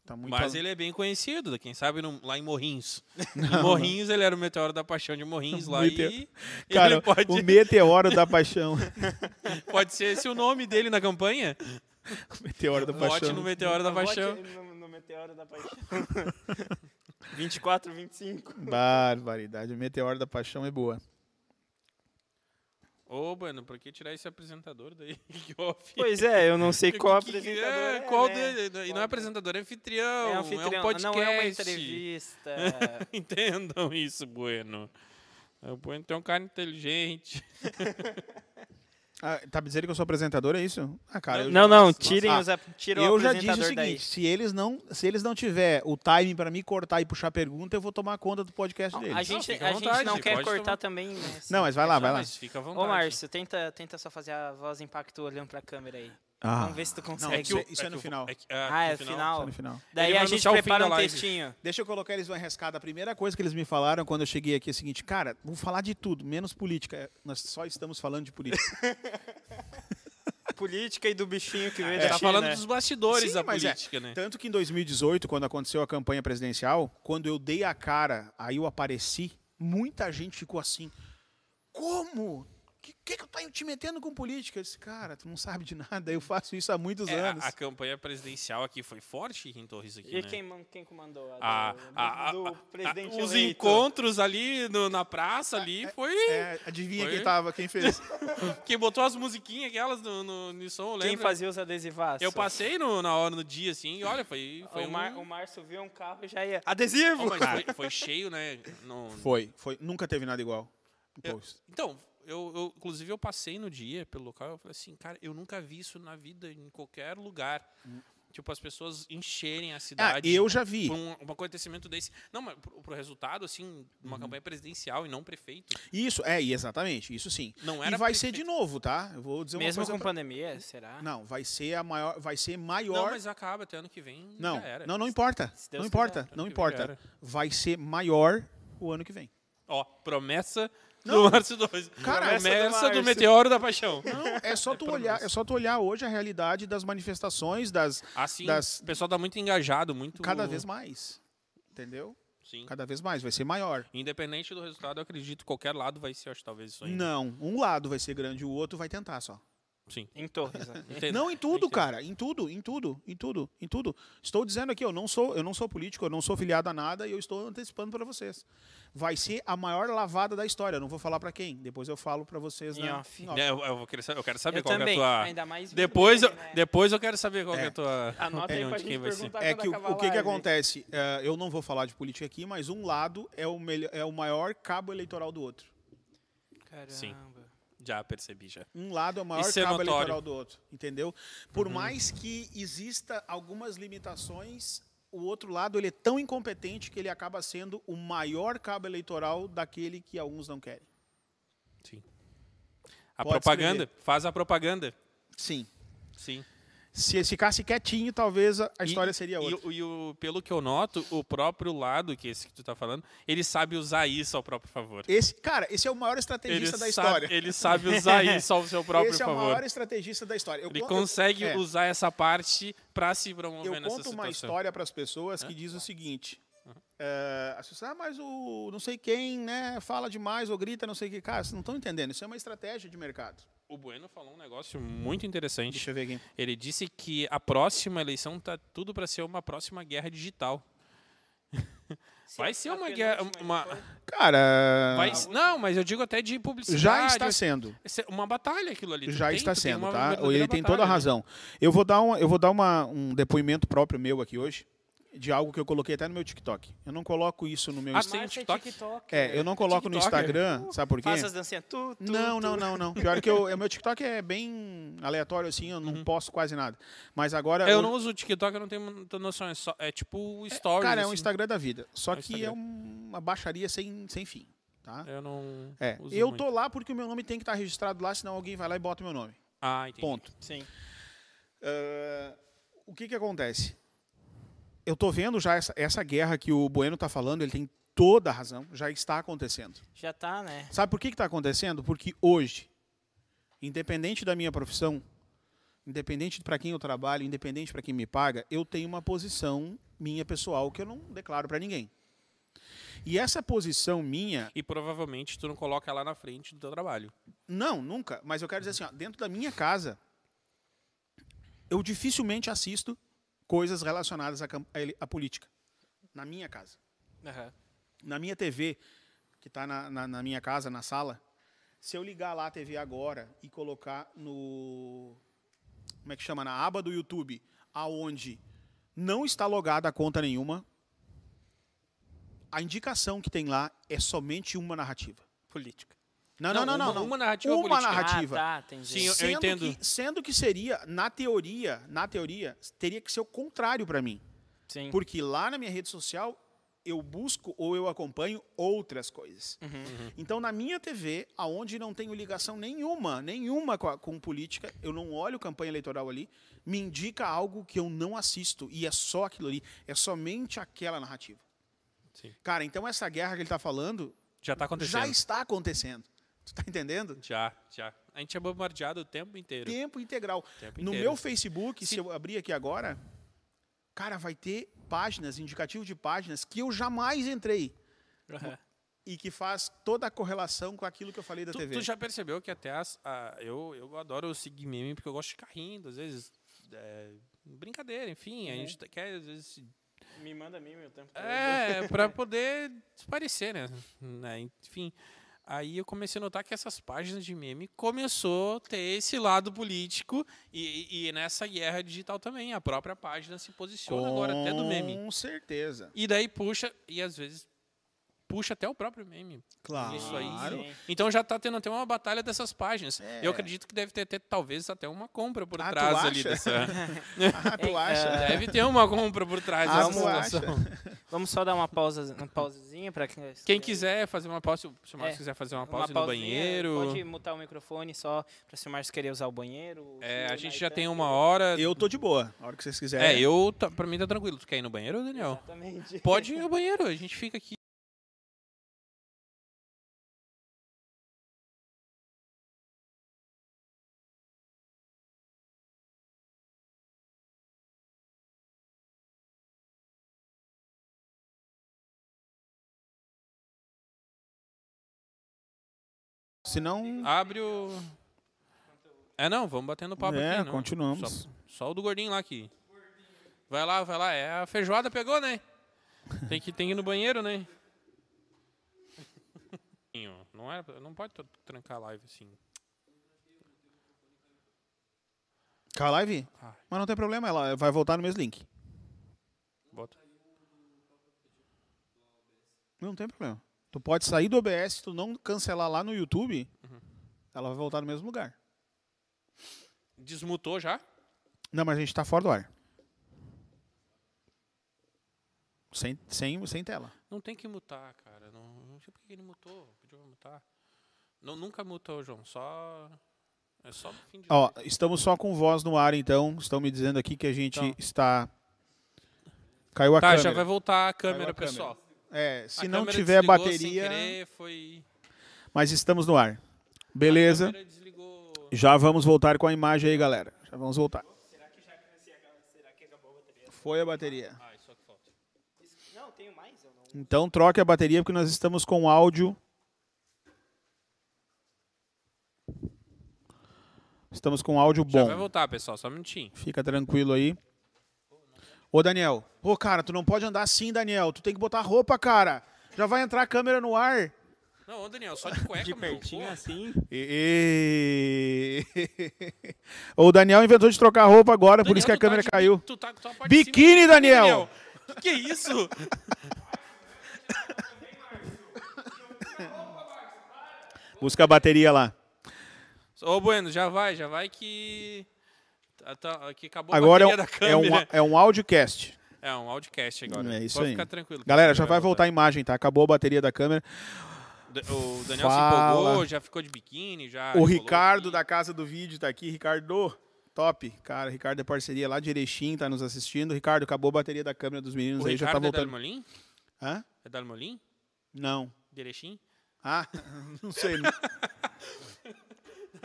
Tá muito
Mas
al-
ele é bem conhecido, quem sabe no- lá em Morrinhos. em Morrinhos, ele era o meteoro da paixão de Morrinhos lá
Meteoro.
e
Cara,
ele pode,
o meteoro da paixão.
pode ser esse o nome dele na campanha.
meteoro da
Vote
paixão.
no meteoro da
Vote
paixão.
No, no Meteoro da Paixão. 24, 25.
um.
Barbaridade. O meteoro da paixão é boa.
Ô, Bueno, pra que tirar esse apresentador daí? que off.
Pois é, eu não sei
Que-
qual
que- que-
apresentador.
é,
é,
qual
né?
dele? E não é apresentador, é anfitrião.
É
É,
anfitrião,
um podcast.
não é uma entrevista.
Entendam isso, Bueno. O Bueno tem um cara inteligente.
Ah, tá me dizendo que eu sou apresentador, é isso? Ah, cara, eu
não,
já,
não, tirem
Ah,
os ap- tira
eu
o
já disse o
apresentador
seguinte,
daí.
se eles não, se eles não tiver o timing pra me cortar e puxar pergunta, eu vou tomar conta do podcast deles.
A gente,
fica à
a gente
vontade,
não quer
pode
cortar
tomar.
também. Né?
Não, mas Ah, vai lá, vai lá.
Mas fica à vontade.
Ô, Márcio, tenta, tenta só fazer a voz impacto olhando pra câmera aí.
Ah,
Vamos ver se tu
Não,
consegue.
é que o- isso
que
é no
eu vou-
final.
que- ah,
Ah,
no
é o final?
Só no final.
Ele
Daí
vai
a gente
anunciar o fim
prepara
da
um
live.
textinho.
Deixa eu colocar eles vão enrescada. A primeira coisa que eles me falaram quando eu cheguei aqui é o seguinte, cara, vamos falar de tudo, menos política. É, Nós só estamos falando de política.
Política e do bichinho que veio
Ele
da
tá
China.
falando dos bastidores
né? Sim,
da
mas é.
política, né?
Tanto que em 2018, quando aconteceu a campanha presidencial, quando eu dei a cara, aí eu apareci, muita gente ficou assim. Como? Que que, que eu tô te metendo com política? Eu disse, cara, tu não sabe de nada, eu faço isso há muitos
É, a-
anos.
a, campanha presidencial aqui foi forte em Torres aqui,
E
né? Ah,
quem, man- quem comandou? A do,
A- a- a-
do
a-
presidente
a- os
eleito.
encontros ali no- na praça ali foi
É, adivinha
Foi?
quem tava, quem fez.
quem botou as musiquinhas aquelas no, no, no som, lembra?
Quem fazia os
Tá
adesivaços?
Eu passei no- na hora, no dia, assim, e olha, foi, foi
O,
um...
Mar, o Márcio viu um carro e já ia. Adesivo!
Oh, mas foi, foi cheio, né? Não-
Foi, foi. Nunca teve nada igual.
Eu-
Pois.
Então, eu, eu- inclusive eu passei no dia pelo local e eu falei assim, cara, eu nunca vi isso na vida, em qualquer lugar. Tipo, as pessoas encherem a
Hum. Ah,
cidade.
eu já vi.
Por um, um acontecimento desse. Não, mas pro, pro resultado, assim,
Uhum.
uma campanha presidencial e não prefeito.
Isso, é, e exatamente, isso sim.
Não
E
era
vai ser de novo, tá? Eu vou dizer
Mesmo
uma
com
coisa. pra-
pandemia, será?
Não, vai ser a maior, vai ser
Não,
maior.
mas acaba até ano que vem.
Não,
já era.
não, não importa.
Se Deus
Não importa,
quiser.
não
Ano que vem já
importa.
era.
Vai ser maior o ano que vem.
Ó, promessa
Não.
do Márcio 2.
Cara,
promessa,
promessa do
do,
Márcio.
meteoro da paixão.
É só tu olhar, é só tu olhar hoje a realidade das manifestações das
Assim,
Das-
o pessoal tá muito engajado, muito...
cada vez mais. Entendeu?
Sim.
Cada vez mais vai ser maior.
Independente do resultado, eu acredito que qualquer lado vai ser, acho, talvez isso aí.
Não, um lado vai ser grande, o outro vai tentar só.
Sim.
Em Torres. né?
Entendo.
Não em tudo,
Entendo.
cara, em tudo, em tudo, em tudo, em tudo. Estou dizendo aqui, eu não sou, eu não sou político, eu não sou filiado a nada e eu estou antecipando para vocês. Vai ser a maior lavada da história, eu não vou falar para quem, depois eu falo para vocês,
Em
né?
off.
em
É, eu, eu vou querer sa- eu quero saber
eu
qual que
também.
é a tua.
Ainda mais. vindo
Depois,
dele,
eu-
né?
depois eu quero saber qual que é a
É.
tua.
Anota aí
opinião
pra
de
gente
quem vai ser.
perguntar
É
quando
que o,
acabar né?
o
a
que, que
live.
acontece? É, eu não vou falar de política aqui, mas um lado é o, melhor, é o maior cabo eleitoral do outro.
Caramba.
Sim. Já percebi, já.
Um lado é o maior
Isso é
cabo
notório. Uhum.
eleitoral do outro, entendeu? Por mais que exista algumas limitações, o outro lado ele é tão incompetente que ele acaba sendo o maior cabo eleitoral daquele que alguns não querem.
Sim. A
Pode
propaganda. Faz a propaganda.
Sim.
Sim.
Se esse ficasse quietinho, talvez a a
E-
história seria
e
outra.
o- E, o, pelo que eu noto, o próprio lado, que é esse que tu tá falando, ele sabe usar isso ao próprio favor.
Esse, cara, esse é o maior
Ele
estrategista
sabe,
da história.
ele sabe usar isso ao seu próprio
esse é o
favor.
maior estrategista da história. Eu
Ele
con- eu-
consegue
é.
usar essa parte pra se promover
Eu
nessa
conto
situação. Tá. Uhum.
uma história para as pessoas que diz o seguinte. eh, as pessoas, ah, mas o não sei quem, né, fala demais ou grita, não sei o que. Cara, vocês não estão entendendo. Isso é uma estratégia de mercado.
O Bueno falou um negócio muito interessante.
Deixa eu ver aqui.
Ele disse que a próxima eleição tá tudo para ser uma próxima guerra digital. Vai ser uma guerra,
é
uma-
Cara,
Vai, não, mas eu digo até de publicidade.
Ah. já está
vai
sendo.
ser Uma batalha aquilo ali. Tu
Já
tem-
está
tu tem
sendo,
uma
tá?
verdadeira
Ele tem
batalha,
toda a
né?
razão. Eu vou dar um, eu vou dar uma, um depoimento próprio meu aqui hoje. de algo que eu coloquei até no meu TikTok. Eu não coloco isso no meu
Ah,
Instagram.
tem
Márcia é
TikTok?
É, eu não coloco no
TikToker. Ah,
Instagram, sabe por quê?
Faça as dancinhas. Tu, tu,
Não,
tu.
não, não, não. Pior que eu, o meu TikTok é bem aleatório, assim, eu não posto quase nada. Mas agora.
Uhum. É, Eu
o-
não uso o TikTok, eu não tenho muita noção. É, só, é tipo stories.
Cara, é um
assim.
Instagram da vida.
É
Só
um
que é
Instagram.
uma baixaria sem, sem fim. Tá?
Eu não.
É.
uso
Eu
muito.
tô lá porque o meu nome tem que estar registrado lá, senão alguém vai lá e bota o meu nome.
Ah, entendi.
Ponto.
Sim.
Ah, o que que acontece? Eu tô vendo já essa, essa guerra que o Bueno tá falando, ele tem toda a razão, já está acontecendo.
Já tá, né?
Sabe por que está acontecendo? Porque hoje, independente da minha profissão, independente para quem eu trabalho, independente para quem me paga, eu tenho uma posição minha pessoal que eu não declaro para ninguém. E essa posição minha,
E provavelmente tu não coloca lá na frente do teu trabalho.
não, nunca, mas eu quero dizer assim, ó, dentro da minha casa, eu dificilmente assisto coisas relacionadas à, cam- à ele- à política. Na minha casa.
Aham.
na minha TV, que está na, na- na minha casa, na sala, se eu ligar lá a TV agora e colocar no. Como é que chama? Na aba do YouTube, aonde não está logada a conta nenhuma, a indicação que tem lá é somente uma narrativa.
Política.
Não, não,
Não,
não, não.
uma-
não.
uma narrativa
Uma
política.
narrativa.
Ah, tá, entendi.
Sim, eu-
Sendo
entendo.
Que, sendo que seria, na teoria, na teoria, teria que ser o contrário para mim.
Sim.
Porque lá na minha rede social eu busco ou eu acompanho outras coisas.
Uhum.
Hum.
Então na minha TV, aonde não tenho ligação nenhuma, nenhuma com, a- com política, eu não olho campanha eleitoral ali, me indica algo que eu não assisto e é só aquilo ali, é somente aquela narrativa.
Sim.
Cara, então essa guerra que ele tá falando
Já tá
já
acontecendo.
está acontecendo. Tu tá entendendo?
Já, já. A gente é bombardeado o tempo inteiro.
Tempo integral.
Tempo
no
inteiro.
meu Facebook, se eu abrir aqui agora, cara, vai ter páginas, indicativo de páginas que eu jamais entrei.
Aham.
e que faz toda a correlação com aquilo que eu falei da
Tu,
TV.
tu já percebeu que até as. a- eu, eu adoro seguir meme porque eu gosto de ficar rindo, às vezes. é, brincadeira, enfim.
Uhum.
A gente quer, às vezes, se
Me manda mim meu tempo.
É, pra poder parecer, né? Né, Enfim. Aí eu comecei a notar que essas páginas de meme começou a ter esse lado político e, e- e nessa guerra digital também. A própria página se posiciona agora até do meme.
Com certeza.
E daí puxa, e às vezes puxa até o próprio meme.
Claro.
Isso aí.
Sim.
Então já tá tendo até uma batalha dessas páginas.
É.
Eu acredito que deve ter, até- talvez até uma compra por
Ah, tu
trás ali
acha?
dessa.
Ah,
É,
tu acha?
deve ter uma compra por trás
Ah,
dessa
tu
situação.
acha?
Vamos só dar uma pausa, uma pausazinha pra quem...
Quem quiser fazer uma pausa, se o Marcos
É,
quiser fazer uma
Uma
pausa no
pausinha,
banheiro.
Pode mutar o microfone só pra se o Márcio querer usar o banheiro.
É,
se
a
o
gente já
Naitan-
tem uma hora.
Eu tô de boa, a hora que vocês quiserem.
É, eu. Tá, pra mim tá tranquilo. Tu quer ir no banheiro, Daniel?
Exatamente.
Pode ir no banheiro, a gente fica aqui.
Se não,
Abre o. É, não, vamos batendo papo
É,
aqui. Não.
continuamos.
Só, só o do gordinho lá aqui. Vai lá, vai lá. É, a feijoada pegou, né? Tem que, tem que ir no banheiro, né? Não, era, pra- não pode tr- trancar a live assim.
cala a live.
Ah.
Mas não tem problema, ela vai voltar no mesmo link.
Bota.
Não tem problema. Tu pode sair do OBS, tu não cancelar lá no YouTube,
Uhum.
ela vai voltar no mesmo lugar.
Desmutou já?
Não, mas a gente tá fora do ar. Sem, sem, sem tela.
Não tem que mutar, cara. Não, não sei porque ele mutou. Pediu pra mutar. Não, nunca mutou, João. Só. É só no fim de.
Ó, estamos só com voz no ar, então. Estão me dizendo aqui que a gente
Então.
está. Caiu a
tá,
câmera.
já vai voltar a câmera,
a câmera.
pessoal.
É, se
A
não
câmera
tiver
desligou sem
bateria,
querer, foi...
mas estamos no ar.
a
Beleza?
câmera desligou.
Já vamos voltar com a imagem aí, galera. Já vamos voltar. Foi a bateria.
Ah, isso é o que falta.
Não, tenho mais, um. eu não.
Então troque a bateria porque nós estamos com áudio. Estamos com áudio
Já vai
bom.
voltar, pessoal. Só um minutinho.
Fica tranquilo aí. Ô, Daniel. Ô, cara, tu não pode andar assim, Daniel. Tu tem que botar roupa, cara. Já vai entrar a câmera no ar.
Não, ô, Daniel, só de cueca,
De
meu.
pertinho
Pô,
assim.
E- e- O Daniel inventou de trocar roupa agora, por
Daniel,
isso que a
tu tá
câmera
de bi-
caiu.
Tu tá com tua parte de cima
Biquíni,
do biquíni,
Daniel!
Que que é isso?
Busca a bateria lá.
Ô, Bueno, já vai, já vai que. tá- tá- que acabou a
Agora é um,
bateria da
é, um,
câmera.
é um audiocast.
É um audiocast agora.
É isso
Pode
aí.
ficar tranquilo. que
Galera,
a
já
gente
vai voltar a imagem, tá? Acabou a bateria da câmera.
Da- O Daniel
Fala.
se empolgou, já ficou de biquíni, já.
O
enrolou
Ricardo
aqui.
da Casa do Vídeo tá aqui. Ricardo, top. Cara, Ricardo é parceria lá de Erechim, tá nos assistindo. Ricardo, acabou a bateria da câmera dos meninos
O
aí, já tá
Ricardo é
voltando.
Dalmolin?
Hã?
É Dalmolin?
Não.
Derechim?
Ah, não sei.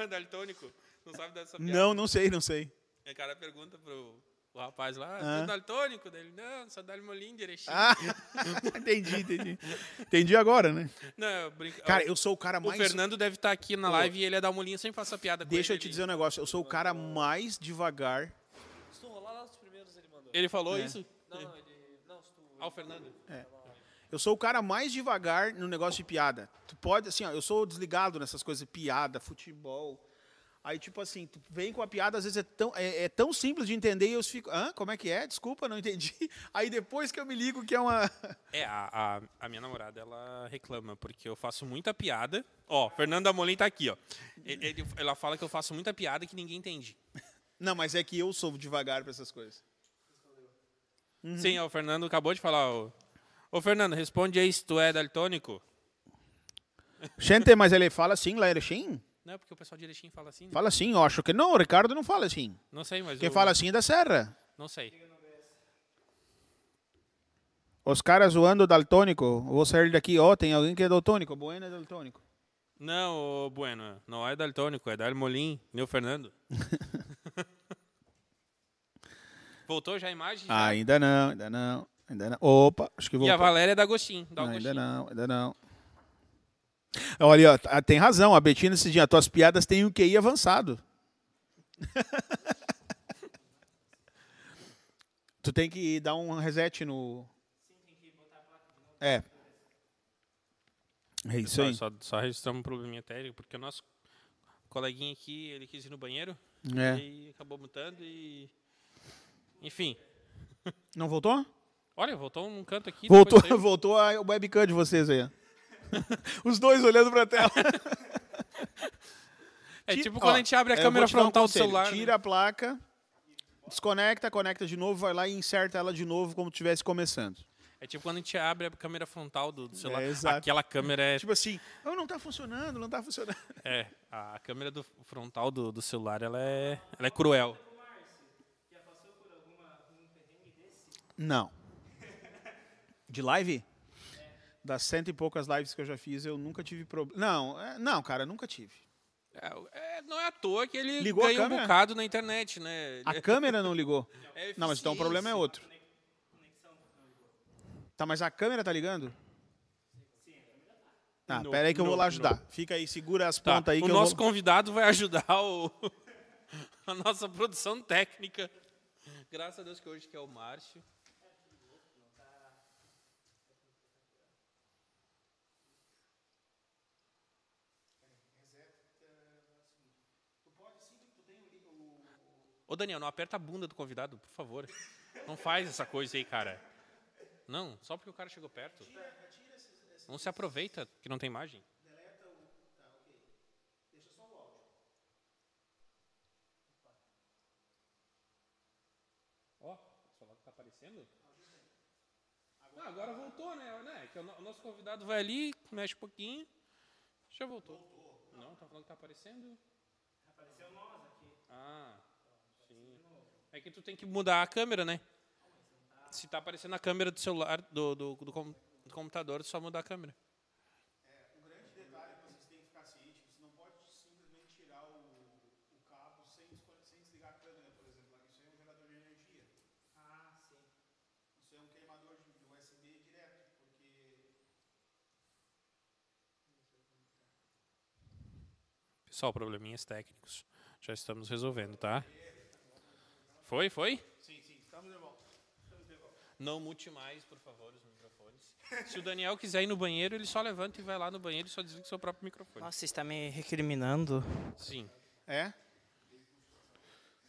Daltônico? Não sabe dessa piada?
não, não sei, não sei.
Aí O cara pergunta pro o rapaz lá,
Ah.
tu é daltônico? Dele, não, só Dalmolin, Derechim.
Ah, entendi, entendi. Entendi agora, né?
Não, eu brinco.
Cara,
É o-
eu sou o cara
O
mais.
Fernando deve estar aqui na
Ô.
live e ele é Dalmolin, eu sempre faço a piada com
Deixa eu
ele,
te
ele-
dizer um negócio. Eu sou o cara mais devagar.
Se tu rolar lá os primeiros, ele mandou.
Ele falou
É.
isso?
Não, não, ele. Não, se tu.
Ah, o Fernando.
Eu sou o cara mais devagar no negócio de piada. Tu pode, assim, ó, eu sou desligado nessas coisas, piada, futebol. Aí, tipo assim, tu vem com a piada, às vezes é tão, é, é tão simples de entender e eu fico, hã? Como é que é? Desculpa, não entendi. Aí depois que eu me ligo que é uma.
É, a, a, a minha namorada, ela reclama, porque eu faço muita piada. Ó, Fernando Dalmolin tá aqui, ó. Ele- ele- ela fala que eu faço muita piada que ninguém entende.
Não, mas é que eu sou devagar pra essas coisas. Uhum.
Sim, ó, o Fernando acabou de falar. Ô, Ô, Fernando, responde aí se tu é daltônico.
Gente, mas ele fala assim, lá Lerechim?
Não, é porque o pessoal de Erechim fala assim. né?
Fala assim, eu acho que não, o Ricardo não fala assim.
Não sei, mas
Quem
o-
fala assim é da Serra.
Não sei.
Os caras zoando daltônico. Vou sair daqui, ó, tem alguém que é daltônico. Bueno é daltônico.
Não, ô, Bueno, não é daltônico, é Dalmolin, meu Fernando. Voltou já a imagem? Já?
Ah, ainda não, ainda não, ainda não. Opa, acho que
E a
voltou.
Valéria é da Agostinho. Da
Não, ainda
Agostinho.
não, ainda não. Olha, ó, tá- tem razão. A Betina esse dia, tuas piadas têm um QI avançado. tu tem que dar um reset no. É. É isso aí.
Só, só, só registramos um probleminha técnico, porque o nosso coleguinha aqui, ele quis ir no banheiro,
É.
e acabou mutando e... Enfim.
Não voltou?
Olha, voltou um canto aqui. depois
Voltou,
saiu.
voltou a webcam de vocês aí. ó. Os dois olhando pra tela.
É
Ti-
tipo
ó,
quando a gente abre a
eu
câmera
vou te dar um
frontal do
conselho.
celular. né?
Tira a placa, desconecta, conecta de novo, vai lá e inserta ela de novo como estivesse começando.
É tipo quando a gente abre a câmera frontal do, do celular.
É, exato.
Aquela câmera é.
Tipo assim, oh, não tá funcionando, não tá funcionando.
é, a câmera do frontal do, do celular ela é, ela é cruel.
Não. De live?
É.
Das cento e poucas lives que eu já fiz, eu nunca tive problema. Não, é- não, cara, nunca tive.
É, é, não é à toa que ele
Ligou a
ganha um
câmera?
bocado na internet, né? Ele-
A câmera não ligou.
é
Não, mas então o problema é outro. Tá, mas a câmera tá ligando? Ah,
Não,
pera aí que eu vou lá
não,
ajudar. Fica aí, segura as
Tá,
pontas aí
o
que eu
nosso
vou...
convidado vai ajudar o- a nossa produção técnica. Graças a Deus que hoje que é o Márcio. Ô Daniel, não aperta a bunda do convidado, por favor. Não faz essa coisa aí, cara. Não, só porque o cara chegou perto. Não se aproveita que não tem imagem. Ó, o celular tá aparecendo? Ah, agora voltou, né? né? Que o no- o nosso convidado vai ali, mexe um pouquinho. Já voltou. Não, tá falando que tá aparecendo? Apareceu nós aqui. Ah, sim. É que tu tem que mudar a câmera, né? Se tá aparecendo a câmera do celular, do, do, do, com- do computador, é só mudar a câmera. Pessoal, probleminhas técnicos. Já estamos resolvendo, tá? Foi, foi? Sim, sim, estamos de Não mute mais, por favor, os microfones. Se o Daniel quiser ir no banheiro, ele só levanta e vai lá no banheiro e só desliga o seu
tá
próprio microfone. Ah, É
Nossa, está me recriminando.
Sim.
É?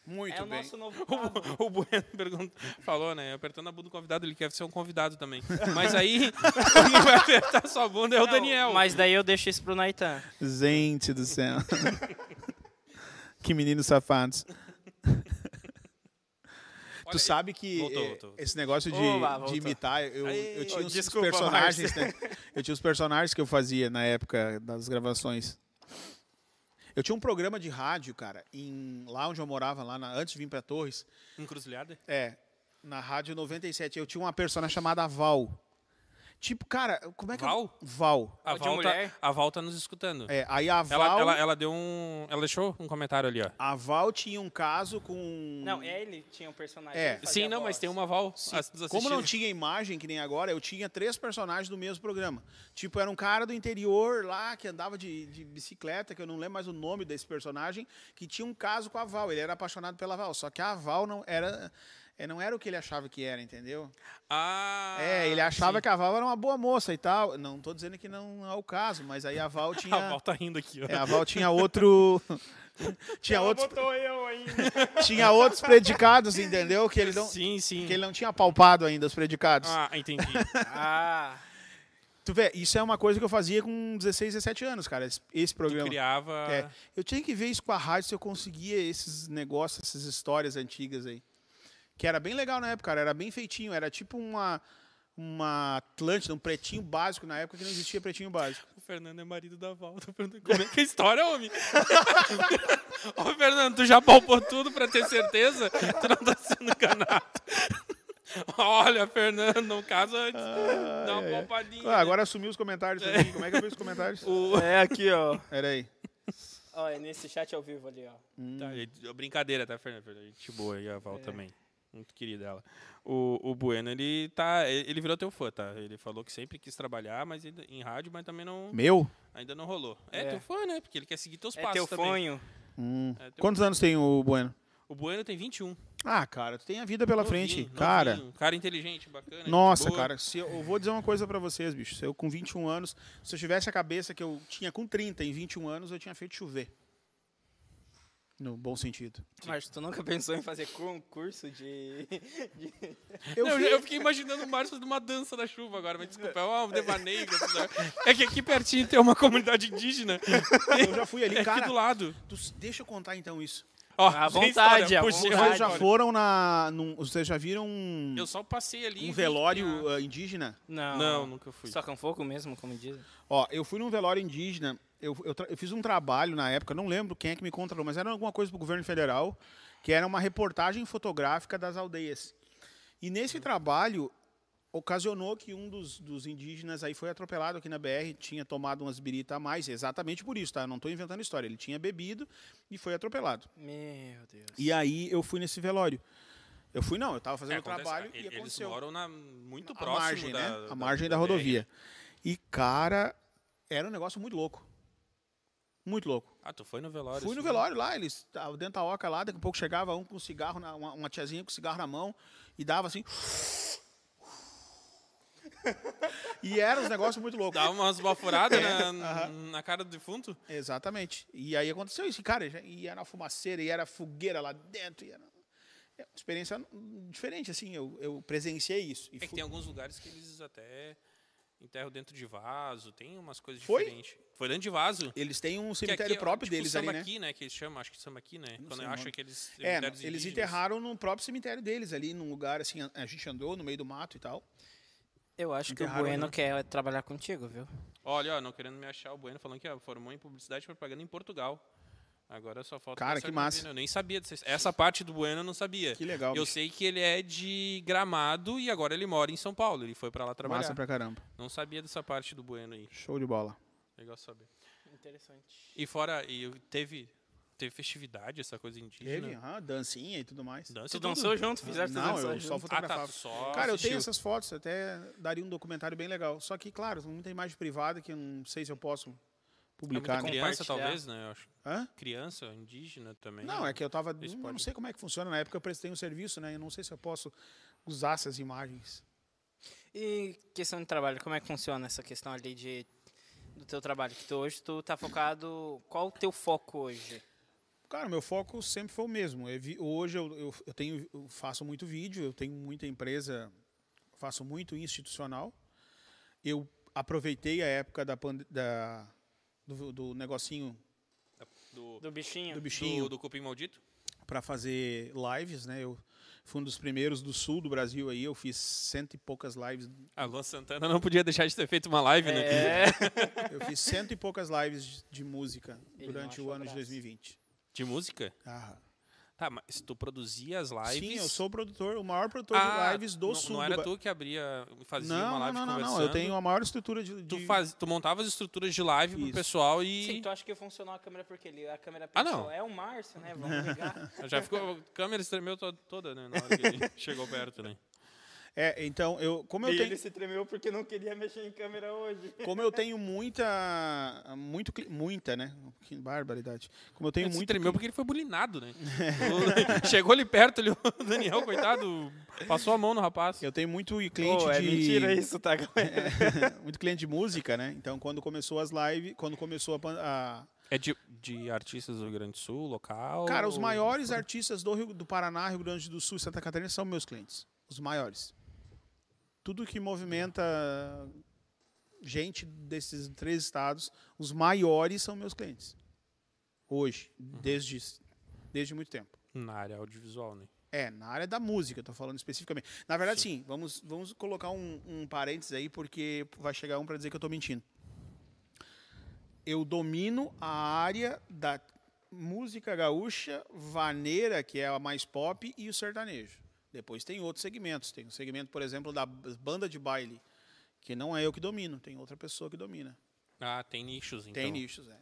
Muito
é o
bem.
nosso novo quadro.
O Bueno pergunta- falou, né? Apertando a bunda do convidado, ele quer ser um convidado também. Mas aí, quem vai apertar sua bunda é o
Não,
Daniel.
Mas daí eu deixo isso pro Naitan.
Gente do céu. que meninos safados. tu sabe que
Voltou,
eh,
voltou.
esse negócio de,
Oba,
de
voltou.
imitar, eu,
Aí,
eu tinha uns
desculpa,
personagens, né? Eu tinha os personagens que eu fazia na época das gravações. Eu tinha um programa de rádio, cara, em, lá onde eu morava, lá na- antes de vir pra Torres,
Um Encruzilhada?
é, na Rádio 97, eu tinha uma personagem chamada Val. Tipo, cara, como é que
Val?
eu... Val?
A
Ou de
Val,
mulher.
tá, a Val tá nos escutando.
É, aí a
Ela,
Val...
ela- ela deu um. Ela deixou um comentário ali, ó.
A Val tinha um caso com.
Não, ele tinha um personagem.
É.
ele fazia
Hum. Sim,
a
não, mas
voz.
tem uma Val. as- nos
Como não
assistindo.
tinha imagem, que nem agora, eu tinha três personagens do mesmo programa. Tipo, era um cara do interior lá que andava de, de bicicleta, que eu não lembro mais o nome desse personagem, que tinha um caso com a Val. Ele era apaixonado pela Val. Só que a Val não era. é, Não era o que ele achava que era, entendeu?
Ah,
é, ele achava que a Val era uma boa moça e tal. Não tô dizendo que não é o caso, mas aí a Val
sim.
tinha.
A Val tá rindo aqui, ó.
É, a Val tinha outro. tinha, outros,
Botou eu ainda.
tinha outros predicados, entendeu? Que ele não,
Sim, sim.
Porque ele não tinha palpado ainda os predicados.
Ah, entendi.
Ah,
Tu vê, isso é uma coisa que eu fazia com 16, 17 anos, cara, esse, esse
Tu
programa.
criava.
É, eu tinha que ver isso com a rádio se eu conseguia esses negócios, essas histórias antigas aí. Que era bem legal na época, cara, era bem feitinho, era tipo uma uma Atlântida, um pretinho básico na época que não existia pretinho básico.
O Fernando é marido da Val. Tô perguntando como é que é a história, homem. Ô, Fernando, tu já palpou tudo pra ter certeza? Tu não tá sendo enganado. Olha, Fernando, não casa antes. Dá uma
Ai, ai.
palpadinha.
Ah, agora assumiu os comentários também. Como é que eu vi os comentários?
é aqui, ó.
Pera aí.
Ó, é nesse chat ao vivo ali, ó. É Hum.
Tá, gente, brincadeira, tá, Fernando? Fernando, Gente boa e a Val também. Muito querida ela. O, o Bueno, ele tá. Ele ele virou teu fã, tá? Ele falou que sempre quis trabalhar, mas ainda- em rádio, mas também não.
Meu?
Ainda não rolou. É,
É.
teu fã, né? Porque ele quer seguir teus
É
passos
teu
também.
sonho.
Hum.
É teu-
Quantos anos tem o Bueno?
O Bueno tem 21.
Ah, cara, tu tem a vida pela frente,
Novinho,
cara.
novinho. cara inteligente, bacana.
Nossa,
gente né? boa.
cara, se eu, eu vou dizer uma coisa pra vocês, bicho. Se eu com 21 anos, se eu tivesse a cabeça que eu tinha com 30 em 21 anos, eu tinha feito chover. No bom sentido.
Mas tu nunca pensou em fazer concurso de. de-
Eu
Não, Eu,
fiz-
eu fiquei imaginando o Márcio numa dança na chuva agora, mas desculpa, é um devaneio. que eu fiz agora. É que aqui pertinho tem uma comunidade indígena.
eu já fui
É
ali,
aqui
cara.
do lado.
tu- deixa eu contar então isso.
Ó,
À
tem
vontade,
história,
à
puxei a
vontade.
Vocês
Verdade,
já
história.
foram na. num- vocês já viram um,
Eu só passei ali. e
um
vi que
velório
tinha-
ah, tá indígena?
Não.
Não, nunca fui.
Só canfoco mesmo, como dizem.
Ó, eu fui num velório indígena, eu, eu, tra- eu fiz um trabalho na época, não lembro quem é que me contratou, mas era alguma coisa pro governo federal, que era uma reportagem fotográfica das aldeias. E nesse trabalho, ocasionou que um dos, dos indígenas aí foi atropelado aqui na BR, tinha tomado umas birita a mais, exatamente por isso, tá? Eu não tô inventando história, ele tinha bebido e foi atropelado.
Meu Deus.
E aí eu fui nesse velório. Eu fui não, eu tava fazendo
É,
o
acontece-
trabalho
e-
e
Eles
aconteceu
moram na, muito
a
próximo
margem,
da,
né? A margem da,
BR.
rodovia. E, cara, era um negócio muito louco. Muito louco.
Ah, tu foi no velório?
Fui no
sim.
velório lá, eles estavam dentro da oca lá, daqui a pouco chegava um com cigarro, na, uma, uma tiazinha com cigarro na mão e dava assim. e era um negócio muito louco.
Dá umas bafuradas
É,
na,
aham.
na cara do defunto?
Exatamente. E aí aconteceu isso, e, cara, já- e era fumaceira, e era fogueira lá dentro, e era é uma experiência hum, diferente, assim, eu, eu presenciei isso. E
É que
fui-
tem alguns lugares que eles até enterram dentro de vaso, tem umas coisas
Foi?
diferentes. Foi dentro de vaso?
Eles têm um
Que
cemitério
aqui é,
próprio
tipo,
deles ali, né?
Samaqui, né? Que eles chamam, acho que Samaqui, né?
não
Quando
sei
eu
o
acho
nome.
aqueles
É,
cemitérios
não, eles
indígenas.
enterraram no próprio cemitério deles ali, num lugar assim, a- a gente andou no meio do mato e tal.
Eu acho que o
Enterraram,
Bueno
né?
quer trabalhar contigo, viu?
Olha, ó, não querendo me achar o Bueno falando que ó, formou em publicidade e propaganda em Portugal. Agora só falta
Cara,
passar
que
com a
massa.
Vina, Eu nem sabia dessa his- Essa parte do Bueno eu não sabia.
Que legal.
Eu
bicho.
sei que ele é de Gramado e agora ele mora em São Paulo. Ele foi pra lá trabalhar.
Massa pra caramba.
Não sabia dessa parte do Bueno aí.
Show de bola.
Legal saber.
Interessante.
E fora, e eu- teve, teve festividade, essa coisa indígena?
Teve, aham, dancinha e tudo mais.
Dança
Tu
tudo?
dançou junto, fizeste
Não,
dançar
eu só
junto.
Ah, tá,
fotografava.
tu só
Cara, eu
assistiu.
tenho essas fotos, até daria um documentário bem legal. Só que, claro, muita imagem privada que eu não sei se eu
É
posso
muita
publicar. né?
criança,
Compartilhar.
talvez, né? Eu acho.
Hã?
Criança, indígena também.
Não, é que eu tava.
Isso
eu não
pode.
sei como é que funciona. Na época eu prestei um serviço, né? Eu não sei se eu posso usar essas imagens.
E questão de trabalho, como é que funciona essa questão ali de do teu trabalho? Que tu, hoje tu tá focado. Qual o teu foco hoje?
Cara, meu foco sempre foi o mesmo. Eu vi- hoje eu, eu, eu tenho, eu faço muito vídeo, eu tenho muita empresa, faço muito institucional. Eu aproveitei a época da, pande- da do, do negocinho
Do,
Do bichinho.
do é bichinho
do, do cupim maldito?
para fazer lives, né? Eu fui um dos primeiros do sul do Brasil aí, eu fiz cento e poucas lives
Alô, Santana não podia deixar de ter feito uma live, né?
É.
Eu fiz cento e poucas lives de- de música
Ele não
durante
achou
o ano de
graça.
2020.
De música?
Ah,
Tá, mas tu produzia as lives? Ah,
Sim, eu sou o produtor, o maior produtor de lives do
não,
sul.
Não
do
era
Ba-
tu que abria, fazia
não,
uma live
não, não, não,
conversando?
não. Eu tenho a maior estrutura de.
Tu,
de-
faz, tu montava as estruturas de live
Isso.
pro pessoal e...
Sim, tu acha que funcionou a câmera porque ele, a câmera
Ah,
pensou,
não.
é o Márcio, né? Vamos ligar.
então.
Já ficou. A câmera tremeu to- toda, né? Na hora que ele chegou perto, né?
É, então, eu, como, eu
e
tenho,
ele se tremeu porque não queria mexer em câmera hoje.
como eu tenho muita. Muito, cli- muita, né? Que barbaridade. Como eu tenho
Ele É, se
muito.
tremeu porque ele foi bulinado, né? chegou ali perto, ali, o Daniel, coitado, passou a mão no rapaz.
Eu tenho muito cliente
é
de. é,
mentira isso, tá?
muito cliente de música, né? Então, quando começou as lives, quando começou a pan- a,
É de, de artistas do Rio Grande do Sul, local.
Cara, os maiores artistas do, Rio, do Paraná, Rio Grande do Sul e Santa Catarina são meus clientes. Os maiores. Tudo que movimenta gente desses três estados, os maiores são meus clientes. Hoje, desde, desde muito tempo.
Na área audiovisual, né?
É, na área da música, eu tô falando especificamente. Na verdade, sim, vamos, vamos colocar um, um parênteses aí, porque vai chegar um para dizer que eu tô mentindo. Eu domino a área da música gaúcha, vaneira, que é a mais pop, e o sertanejo. Depois tem outros segmentos. Tem o segmento, por exemplo, da b- banda de baile, que não é eu que domino, tem outra pessoa que domina.
Ah, tem nichos, então.
Tem nichos, é.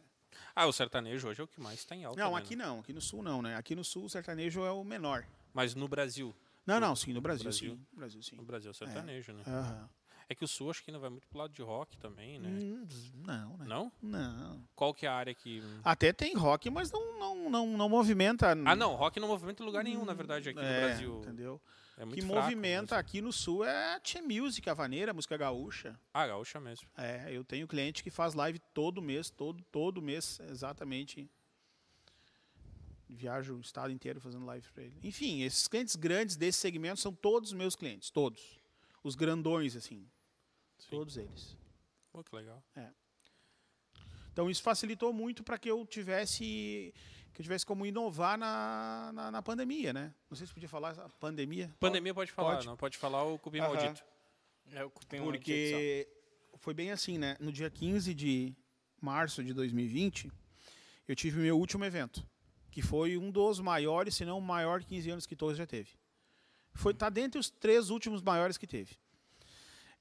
Ah, o sertanejo hoje é o que mais tem alta.
Não,
né?
aqui não, aqui no sul não, né? Aqui no sul o sertanejo é o menor.
Mas no Brasil.
Não, não, sim, no Brasil,
Brasil.
sim. No Brasil,
No
sim.
Brasil, é o sertanejo, né?
Aham.
É que o sul acho que ainda vai muito pro lado de rock também, né?
Hum, Não, né?
Não?
Não.
Qual que é a área que.
Até tem rock, mas não, não, não, não movimenta.
Ah, não, rock não movimenta em lugar nenhum, na verdade, aqui no
É,
Brasil.
Entendeu?
É muito
que
fraco,
movimenta
mas-
aqui no sul é tchê music, a vaneira, música gaúcha.
Ah, gaúcha mesmo.
É, eu tenho cliente que faz live todo mês, todo, todo mês, exatamente. Viajo o estado inteiro fazendo live pra ele. Enfim, esses clientes grandes desse segmento são todos meus clientes, todos. Os grandões, assim. Todos eles.
Pô, que legal.
Então isso facilitou muito para que eu tivesse que eu tivesse como inovar na, na, na pandemia, né? Não sei se podia falar essa pandemia.
Pandemia pode falar,
Pode.
não pode falar o cupim
Aham.
maldito.
Eu ocupei um momento
Porque foi bem assim, né? No dia 15 de março de 2020, eu tive meu último evento, que foi um dos maiores, se não o maior 15 anos que Torres já teve. Foi tá dentre os três últimos maiores que teve.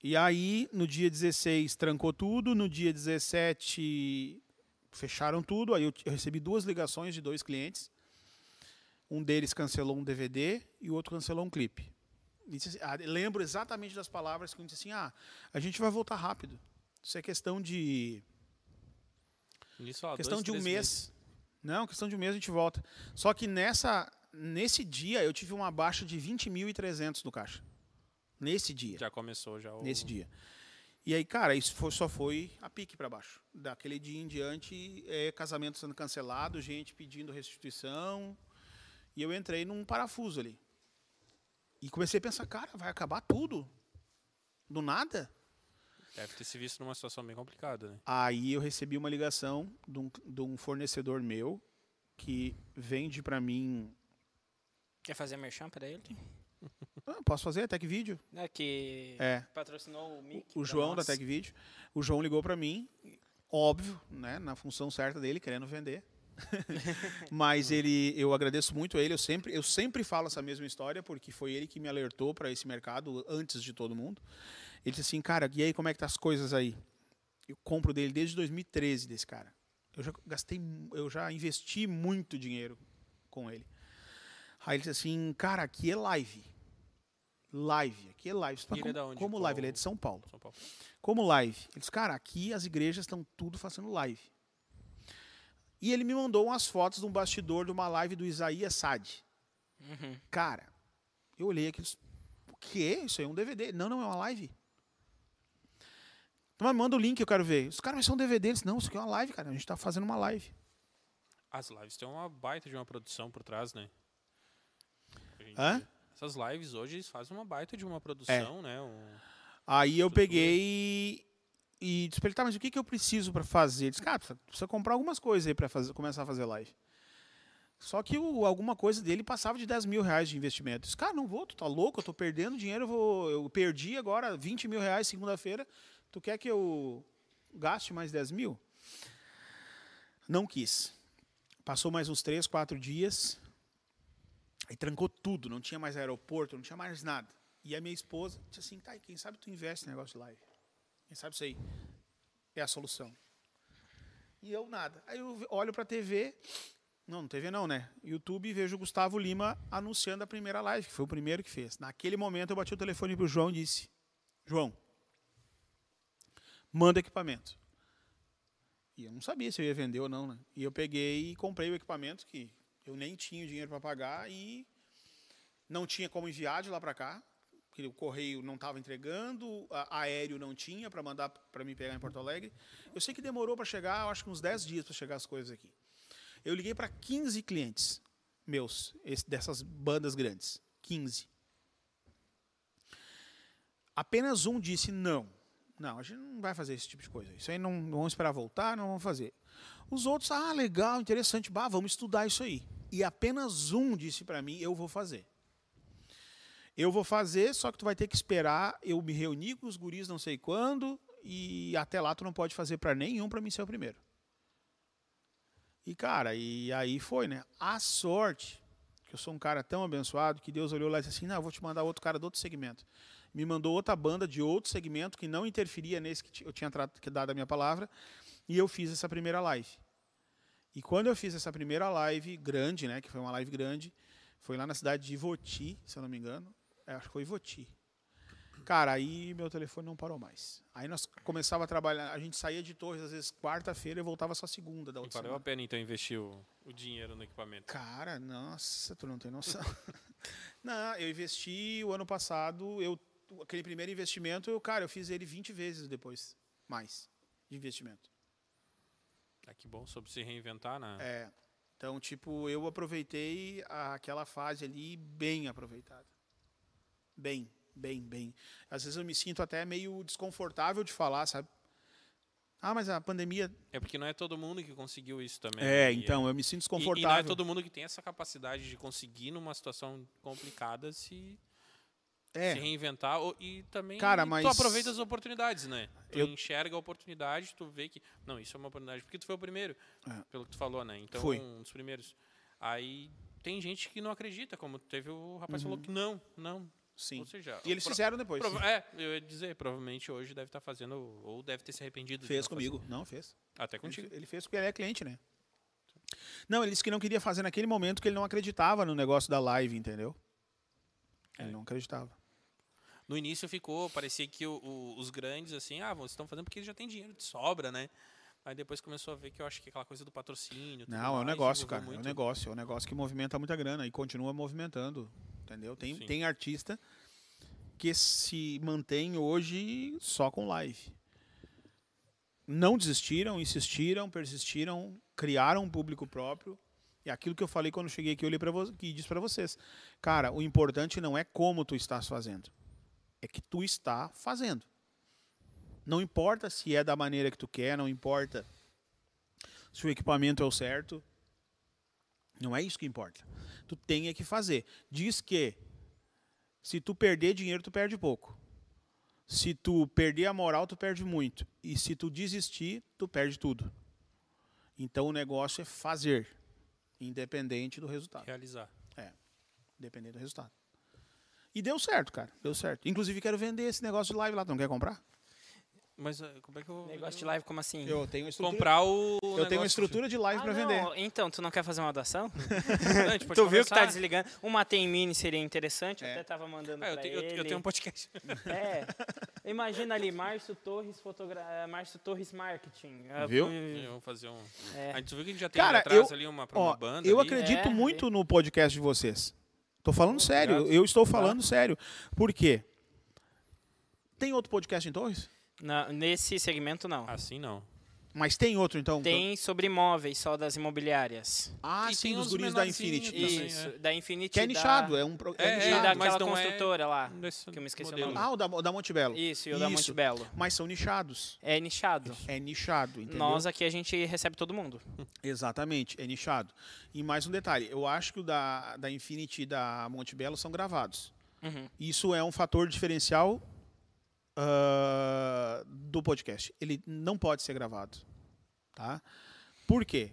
E aí, no dia 16, trancou tudo, no dia 17, fecharam tudo. Aí eu, eu recebi duas ligações de dois clientes. Um deles cancelou um DVD e o outro cancelou um clipe. E disse assim- ah, lembro exatamente das palavras que eu disse assim: ah, a gente vai voltar rápido. Isso é questão de.
Nisso, ó,
questão
dois,
de um
três
mês.
meses.
Não, questão de um mês a gente volta. Só que nessa, nesse dia eu tive uma baixa de 20.300 no caixa. Nesse dia.
Já começou já o...
Nesse dia. E aí, cara, isso foi- só foi a pique para baixo. Daquele dia em diante, é, casamento sendo cancelado, gente pedindo restituição. E eu entrei num parafuso ali. E comecei a pensar, cara, vai acabar tudo? Do nada?
Deve ter se visto numa situação bem complicada, né?
Aí eu recebi uma ligação de um, de um fornecedor meu que vende para mim.
só. Quer fazer merchan pra ele?
Ah, posso fazer? Tech Video?
É, que
É.
patrocinou o Mickey.
O
pra
João
nós.
da Tech Video. O João ligou para mim, óbvio, né, na função certa dele, querendo vender. Mas ele, eu agradeço muito a ele. Eu sempre, eu sempre falo essa mesma história porque foi ele que me alertou para esse mercado antes de todo mundo. Ele disse assim, cara, e aí como é que tá as coisas aí? Eu compro dele desde 2013 desse cara. Eu já gastei, mu- eu já investi muito dinheiro com ele. Aí ele disse assim, cara, aqui é live. Live, aqui é live.
E ele é
Como-
da onde?
Como
Qual-
live? Ele é de São Paulo
São Paulo.
como live. Ele disse, cara, aqui as igrejas estão tudo fazendo live. E ele me mandou umas fotos de um bastidor de uma live do Isaías Sade. Cara, eu olhei aquilo. e disse, O quê? Isso aí é um DVD. Não, não, é uma live. um é Então, mas manda o link, eu quero ver. Os caras, mas são DVD. Eles, não, isso aqui é uma live, cara. A gente tá fazendo uma live.
As lives têm uma baita de uma produção por trás, né? Hoje em
Hã?
dia. Essas lives hoje eles fazem uma baita de uma
É.
produção, né? Um-
Aí eu peguei e disse pra ele, tá, mas o que, que eu preciso pra fazer? Ele disse, cara, precisa, precisa comprar algumas coisas aí pra fazer, começar a fazer live. Só que o- alguma coisa dele passava de 10 mil reais de investimento. Eu disse, cara, não vou, tu tá louco, eu tô perdendo dinheiro, eu, vou, eu perdi agora 20 mil reais segunda-feira, tu quer que eu gaste mais 10 mil? Não quis. Passou mais uns 3, 4 dias, aí trancou tudo, não tinha mais aeroporto, não tinha mais nada. E a minha esposa disse assim, tá, e quem sabe tu investe no negócio de live. Quem sabe isso aí é a solução. E eu nada. Aí eu olho pra TV, não, não TV não, né? YouTube e vejo o Gustavo Lima anunciando a primeira live, que foi o primeiro que fez. Naquele momento eu bati o telefone pro João e disse, João, manda equipamento. E eu não sabia se eu ia vender ou não, né? E eu peguei e comprei o equipamento que eu nem tinha o dinheiro para pagar e não tinha como enviar de lá para cá, porque o correio não estava entregando, a- aéreo não tinha para mandar para mim pegar em Porto Alegre. Eu sei que demorou para chegar, eu acho que uns 10 dias para chegar as coisas aqui. Eu liguei para 15 clientes meus, esse- dessas bandas grandes. 15. Apenas um disse não. Não, a gente não vai fazer esse tipo de coisa. Isso aí não, não vamos esperar voltar, não vamos fazer. Os outros, ah, legal, interessante, bah, vamos estudar isso aí. E apenas um disse para mim, eu vou fazer. Eu vou fazer, só que tu vai ter que esperar eu me reunir com os guris não sei quando e até lá tu não pode fazer para nenhum para mim ser o primeiro. E cara, e aí foi, né? A sorte que eu sou um cara tão abençoado que Deus olhou lá e disse assim: "Não, eu vou te mandar outro cara de outro segmento". Me mandou outra banda de outro segmento que não interferia nesse que ti- eu tinha trat- que dado a minha palavra, e eu fiz essa primeira live. E quando eu fiz essa primeira live grande, né, que foi uma live grande, foi lá na cidade de Ivoti, se eu não me engano, é, acho que foi Ivoti. Cara, aí meu telefone não parou mais. Aí nós começava a trabalhar, a gente saía de Torres às vezes quarta-feira e voltava só segunda da
E
outra
valeu
semana.
a pena então investir o, o dinheiro no equipamento.
Cara, nossa, tu não tem noção. não, eu investi o ano passado, eu aquele primeiro investimento, eu, cara, eu fiz ele 20 vezes depois, mais de investimento.
Ah, que bom, soube se reinventar, né?
É. Então, tipo, eu aproveitei a- aquela fase ali bem aproveitada. Bem, bem, bem. Às vezes eu me sinto até meio desconfortável de falar, sabe? Ah, mas a pandemia.
É. porque não é todo mundo que conseguiu isso também. né?
É,
E
então, eu me sinto
E-
desconfortável.
E, não é todo mundo que tem essa capacidade de conseguir, numa situação complicada, se,
É.
se reinventar. ou- E também
Cara,
tu
mas-
aproveita as oportunidades, né? Tu
Eu-
enxerga a oportunidade, tu vê que. Não, isso é uma oportunidade, porque tu foi o primeiro,
É.
pelo que tu falou, né? Então,
Fui.
um dos primeiros. Aí tem gente que não acredita, como teve o rapaz que
Uhum.
falou que não, não.
Sim.
Ou seja,
E eles
pro-
fizeram depois.
prova- É, eu ia dizer, provavelmente hoje deve estar fazendo, ou deve ter se arrependido. de
Fez
não
comigo. Não, fez.
fazer. Até
Ele,
contigo.
fe- ele fez porque ele é cliente, né? Não, ele disse que não queria fazer naquele momento que ele não acreditava no negócio da live, entendeu? Ele não acreditava.
No início ficou, parecia que o- o- os grandes, assim, ah, vocês estão fazendo porque eles já tem dinheiro de sobra, né? Aí depois começou a ver que eu acho que aquela coisa do patrocínio. tudo
Não, é um
mais,
negócio,
envolveu
cara. É um
muito.
negócio. É um negócio que movimenta muita grana e continua movimentando, entendeu? Tem,
Sim.
tem artista que se mantém hoje só com live. Não desistiram, insistiram, persistiram, criaram um público próprio. E aquilo que eu falei quando eu cheguei aqui, eu olhei para você e disse para vocês. Cara, o importante não é como tu estás fazendo. É que tu está fazendo. Não importa se é da maneira que tu quer, não importa se o equipamento é o certo. Não é isso que importa. Tu tem é que fazer. Diz que se tu perder dinheiro, tu perde pouco. Se tu perder a moral, tu perde muito. E se tu desistir, tu perde tudo. Então o negócio é fazer, independente do resultado.
Realizar.
É. Dependendo do resultado. E deu certo, cara. Deu certo. Inclusive, quero vender esse negócio de live lá. Tu não quer comprar?
Mas ah, como é que eu vou
Negócio de live, como assim?
Eu tenho uma estrutura,
comprar um o.
eu tenho uma estrutura de live
Ah,
pra
não,
vender.
Então, tu não quer fazer uma doação?
Estruturação,
tu viu que tá desligando? Uma tem mini seria interessante, eu
É.
até tava mandando
eu,
pra
tenho- eu-
ele.
eu tenho um podcast.
É. Imagina ali, Márcio Torres fotogra... ah, Márcio Torres Marketing. Ah,
Viu?
hum,
Vamos fazer um.
É.
A gente viu que a gente já tem
Cara,
ali atrás
eu-
ali uma, pra
Ó,
uma banda.
eu
ali.
acredito
É,
muito no podcast de vocês. Tô falando sério. Eu estou falando sério. Por quê? Tem outro podcast em Torres?
na- nesse segmento, não.
Assim Ah, não.
Mas tem outro, Ah, então?
Tem sobre imóveis, só das imobiliárias.
Ah,
E
sim,
tem
dos
os
guris da
menorzinhos
Infinity. também.
também,
Isso,
é.
da Infinity.
Que é
da-
nichado, é um... pro-
É,
É,
E
é,
nichado.
daquela
mas não é
construtora lá.
Desse
Ah, Que eu me esqueci
modelo.
o nome.
Ah, o da, o da Montebello.
Isso, e o da
Isso.
Monte Belo.
Mas são nichados.
É nichado.
É nichado, entendeu?
Nós aqui a gente recebe todo mundo.
Exatamente, é nichado. E mais um detalhe, eu acho que o da, da Infinity e da Montebello são gravados.
Uhum.
Isso é um fator diferencial ah, do podcast. Ele não pode ser gravado, tá? Por quê?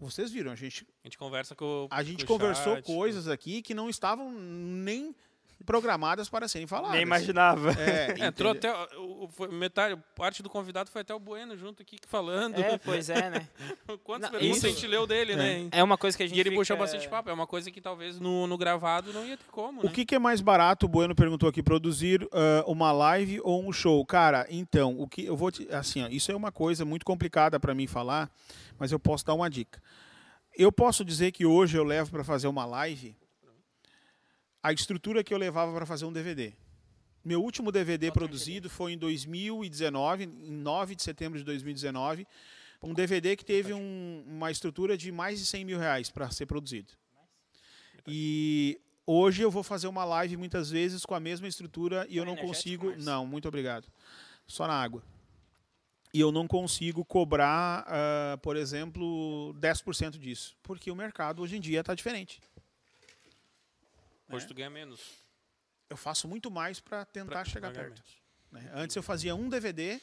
Vocês viram, a gente,
A gente conversa com
a gente
com o
conversou
chat,
coisas aqui que não estavam nem programadas para serem faladas.
Nem imaginava.
É,
É, entrou
entendeu?
até o- o- foi metade, parte do convidado foi até o Bueno junto aqui que falando.
É, pois é, né?
Quantas
Não,
perguntas
isso-
a gente leu dele, né?
É uma coisa que a gente
E ele puxou
fica-
bastante papo. É uma coisa que talvez no, no gravado não ia ter como,
O
né?
que, que é mais barato, o Bueno perguntou aqui, produzir ah, uma live ou um show? Cara, então, o que eu vou te, assim, ó, isso é uma coisa muito complicada para mim falar, mas eu posso dar uma dica. Eu posso dizer que hoje eu levo para fazer uma live a estrutura que eu levava para fazer um DVD. Meu último DVD produzido foi em 2019, em 9 de setembro de 2019, um DVD que teve um- uma estrutura de mais de 100 mil reais para ser produzido. E hoje eu vou fazer uma live muitas vezes com a mesma estrutura e eu
Um
não
energético,
consigo.
Márcio?
Não, muito obrigado. Só na água. E eu não consigo cobrar, ah, por exemplo, 10% disso. Porque o mercado hoje em dia está diferente.
Hoje tu ganha menos.
Eu faço muito mais para tentar
pra-
chegar
pagamento.
perto. né? Antes eu fazia um DVD,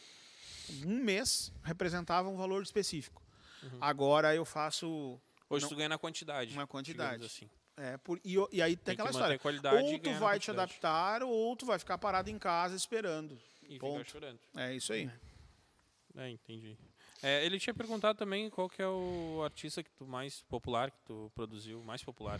um mês representava um valor específico.
Uhum.
Agora eu faço
Hoje
Não-
tu ganha na quantidade.
Uma quantidade.
digamos Assim.
É, por- e, o- e aí
Tem
tem,
que
aquela
manter
história.
a qualidade e
ou tu
ganhar na
vai te
quantidade.
adaptar, ou tu vai ficar parado em casa esperando.
E fica
Ponto.
chorando.
É isso aí.
Né? É, entendi. É, ele tinha perguntado também qual que é o artista que tu mais popular, que tu produziu, mais popular.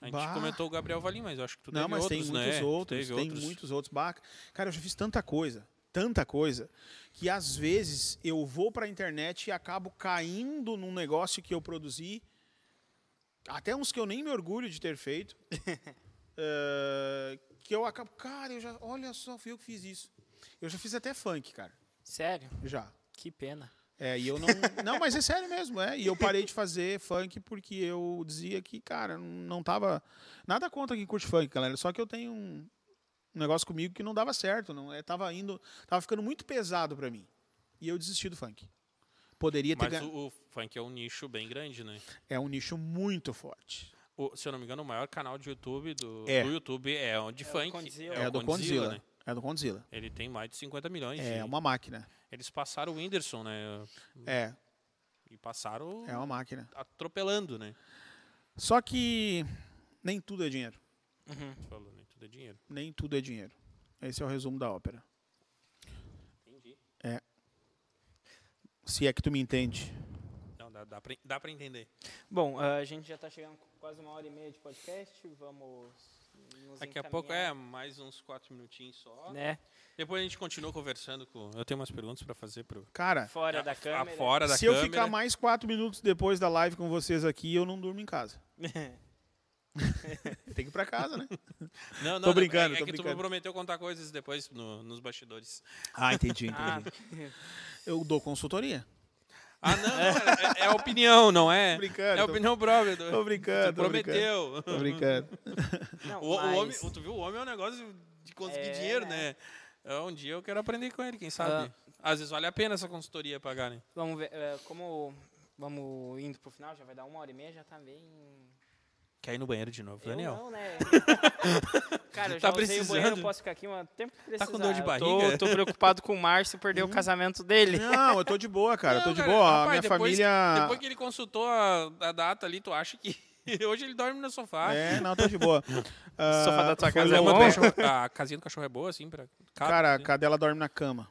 A gente
Bah.
comentou o Gabriel Valim, mas eu acho que tu
Não,
teve
mas
outros,
tem
né?
muitos
Tu
outros,
teve
tem
outros.
muitos outros. Bah, cara, eu já fiz tanta coisa, tanta coisa, que às vezes eu vou pra internet e acabo caindo num negócio que eu produzi, até uns que eu nem me orgulho de ter feito, eh, que eu acabo, cara, eu já, olha só, fui eu que fiz isso. Eu já fiz até funk, cara,
Sério?
já.
Que pena.
É, e eu não. Não, mas é sério mesmo, é. E eu parei de fazer funk porque eu dizia que, cara, não tava. Nada contra quem curte funk, galera. Só que eu tenho um um negócio comigo que não dava certo. Não, é, tava indo. Tava ficando muito pesado pra mim. E eu desisti do funk. Poderia ter
Mas
ganho.
o, o funk é um nicho bem grande, né?
É um nicho muito forte.
O- se eu não me engano, o maior canal de YouTube do,
É.
do YouTube é o de
o
funk.
Condzilla.
É,
É
a
o
do
Condzilla,
Condzilla.
né?
É a do Condzilla.
Ele tem mais de 50 milhões.
É
de-
uma máquina.
Eles passaram o Whindersson, né?
É,
E passaram
é uma máquina.
atropelando, né?
Só que nem tudo é dinheiro.
Você falou, né? Tudo é dinheiro.
Nem tudo é dinheiro. Esse é o resumo da ópera.
Entendi.
Se é que tu me entende.
Não, dá, dá, pra, dá pra entender.
Bom, a gente já tá chegando com quase uma hora e meia de podcast. Vamos. Nos
Daqui a pouco é mais uns 4 minutinhos só.
Né?
Depois a gente continua conversando com. Eu tenho umas perguntas pra fazer pro.
Cara,
Fora da
É, a-
câmera.
a- Fora da
Se eu
câmera.
ficar mais quatro minutos depois da live com vocês aqui, eu não durmo em casa. Tem que ir pra casa, né?
Não, não,
Tô
não,
brincando,
é, é
tô
que
brincando.
tu prometeu contar coisas depois no- nos bastidores.
Ah, entendi,
Ah,
Eu dou consultoria.
Ah, não, não, é, é opinião, não é?
Tô brincando,
É
tô-
opinião própria. Tu,
Tô brincando,
tu
tô
prometeu.
brincando. Tô brincando.
não,
O, o
mas,
homem, tu viu, o homem é um negócio de conseguir
É,
dinheiro,
né?
né? Ah. É, Um dia eu quero aprender com ele, quem sabe? Às vezes vale a pena essa consultoria pagar, né?
Vamos ver. eh, como vamos indo pro final, já vai dar uma hora e meia, já tá bem.
Quer ir no banheiro de novo,
Eu
Daniel?
não, né? Cara, eu já
Tá
usei o banheiro,
precisando?
eu posso ficar aqui um tempo que precisar.
Tá com dor de
Eu
barriga? Uhum.
Tô, tô preocupado com o Márcio perder o casamento dele.
Não, eu tô de boa, cara. eu tô
Não,
de
cara,
boa.
rapaz,
a minha
depois-
família.
Depois que ele consultou a, a data ali, tu acha que hoje ele dorme no sofá?
É, não, tô de boa. Ah,
Sofá da tua
foi
casa é
longo,
bom?
né?
Cachorro- a casinha do cachorro é boa, assim, pra... cabe,
Cara, a
né?
cadela dorme na cama.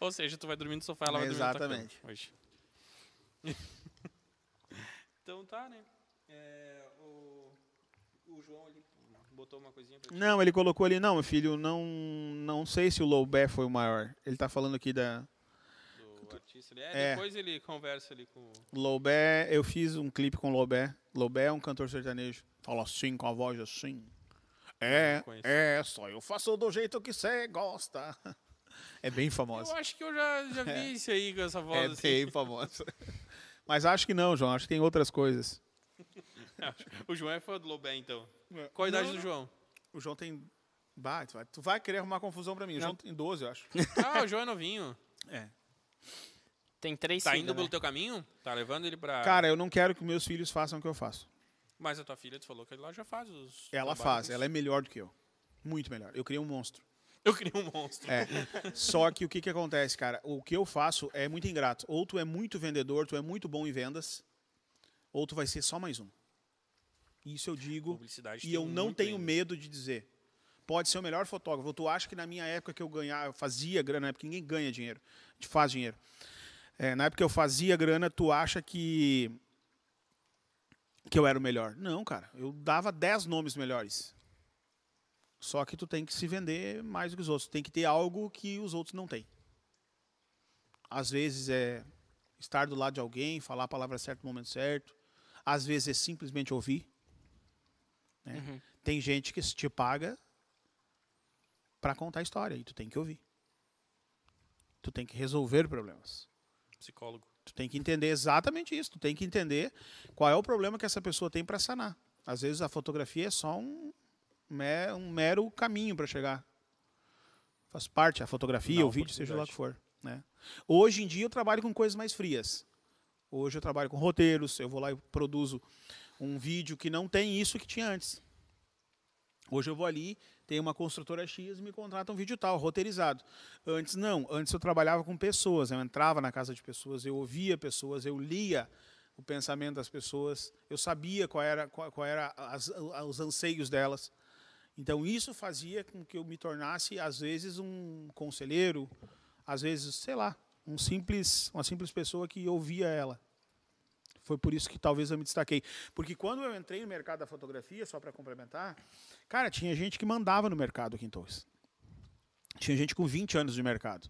Ou seja, tu vai dormir no sofá, ela vai dormir na tua
Exatamente.
cama hoje. então tá, né? É, o, o João ali botou uma coisinha pra ti.
Não, ele colocou ali, não, meu filho, não, não sei se o Loubé foi o maior. Ele tá falando aqui da,
do artista ali. É,
É.
depois ele conversa ali com...
Lobé, eu fiz um clipe com Lobé. Lobé é um cantor sertanejo. Fala assim, com a voz assim. É,
Não conheço.
é, só eu faço do jeito que você gosta. É bem
Eu
famosa.
acho que eu já, já vi isso aí com essa voz.
É
assim.
bem famosa. Mas acho que não, João. Acho que tem outras coisas.
O João é fã do Lobé, então. Qual a idade
Não,
do João?
O João tem... Bah, tu, vai, tu vai querer arrumar confusão pra mim. O João tem 12, eu acho.
Ah, o João é novinho.
É.
Tem três
Tá
siglas,
indo pelo
né?
teu caminho? Tá levando ele pra...
Cara, eu não quero que meus filhos façam o que eu faço.
Mas a tua filha, tu falou que ela já faz os...
Ela faz. Ela é melhor do que eu. Muito melhor. Eu criei um monstro.
Eu criei um monstro.
É. Só que o que, que acontece, cara? O que eu faço é muito ingrato. Ou tu é muito vendedor, tu é muito bom em vendas, ou tu vai ser só mais um. Isso eu digo
Publicidade
e
tem
eu não
muito
tenho
ainda.
medo de dizer. Pode ser o melhor fotógrafo. Tu acha que na minha época que eu ganhava, eu fazia grana, né? porque ninguém ganha dinheiro, a gente faz dinheiro. É, na época que eu fazia grana, tu acha que que eu era o melhor? Não, cara. Eu dava 10 nomes melhores. Só que tu tem que se vender mais do que os outros. Tem que ter algo que os outros não têm. Às vezes é estar do lado de alguém, falar a palavra certa no momento certo. Às vezes é simplesmente ouvir. né? Tem gente que te paga para contar história e tu tem que ouvir. Tu tem que resolver problemas.
Psicólogo.
Tu tem que entender exatamente isso. Tu tem que entender qual é o problema que essa pessoa tem para sanar. Às vezes a fotografia é só um, mé- um mero caminho para chegar. Faz parte a fotografia,
Dá
o vídeo, seja lá o
oportunidade.
que for. Né? Hoje em dia eu trabalho com coisas mais frias. Hoje eu trabalho com roteiros. Eu vou lá e produzo um vídeo que não tem isso que tinha antes. Hoje eu vou ali, tem uma construtora X, me contrata um vídeo tal, roteirizado. Antes não, antes eu trabalhava com pessoas, eu entrava na casa de pessoas, eu ouvia pessoas, eu lia o pensamento das pessoas, eu sabia qual era, qual, qual era as- os anseios delas. Então isso fazia com que eu me tornasse às vezes um conselheiro, às vezes, sei lá, um simples, uma simples pessoa que ouvia ela. Foi por isso que talvez eu me destaquei, porque quando eu entrei no mercado da fotografia, só para complementar, Cara, tinha gente que mandava no mercado aqui em Torres. Tinha gente com 20 anos de mercado.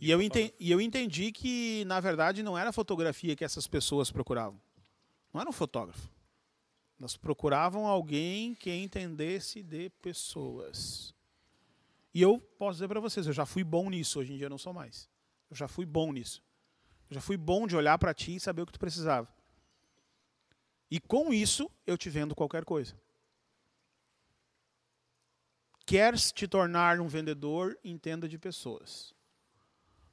E eu, enten- e eu entendi que, na verdade, não era a fotografia que essas pessoas procuravam. Não era um fotógrafo. Elas procuravam alguém que entendesse de pessoas. E eu posso dizer para vocês, eu já fui bom nisso, hoje em dia eu não sou mais. Eu já fui bom nisso. Eu já fui bom de olhar para ti e saber o que tu precisava. E com isso, eu te vendo qualquer coisa queres te tornar um vendedor, entenda de pessoas.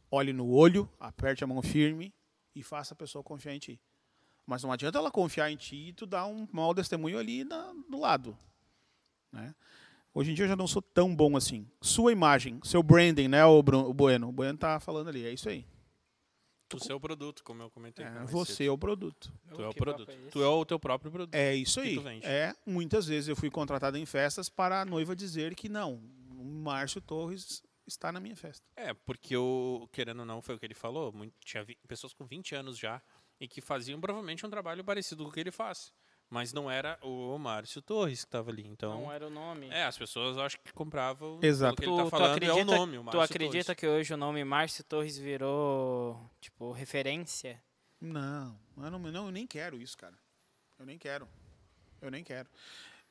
Olhe no olho, aperte a mão firme e faça a pessoa confiar em ti. Mas não adianta ela confiar em ti e tu dar um mau testemunho ali na- do lado. né? Hoje em dia eu já não sou tão bom assim. Sua imagem, seu branding, né, o, Bru- o Bueno? O Bueno tá falando ali, é isso aí.
Tu seu produto, como eu comentei.
É,
mais
você
cedo.
é o produto.
Tu é
Oh,
o
que papo
produto.
é esse?
tu é o teu próprio produto.
É isso aí.
tu vende.
É, muitas vezes eu fui contratado em festas para a noiva dizer que não, o Márcio Torres está na minha festa.
É, porque o querendo ou não, foi o que ele falou. muito- tinha vi- pessoas com 20 anos já e que faziam provavelmente um trabalho parecido com o que ele faz. Mas não era o Márcio Torres que estava ali. Então,
Não era o nome.
é, as pessoas acho que compravam
Exato.
o que ele tá falando é o nome, o
tu
Márcio
acredita
Torres.
que hoje o nome Márcio Torres virou, tipo, referência?
Não, eu não, não, eu nem quero isso, cara. Eu nem quero. Eu nem quero.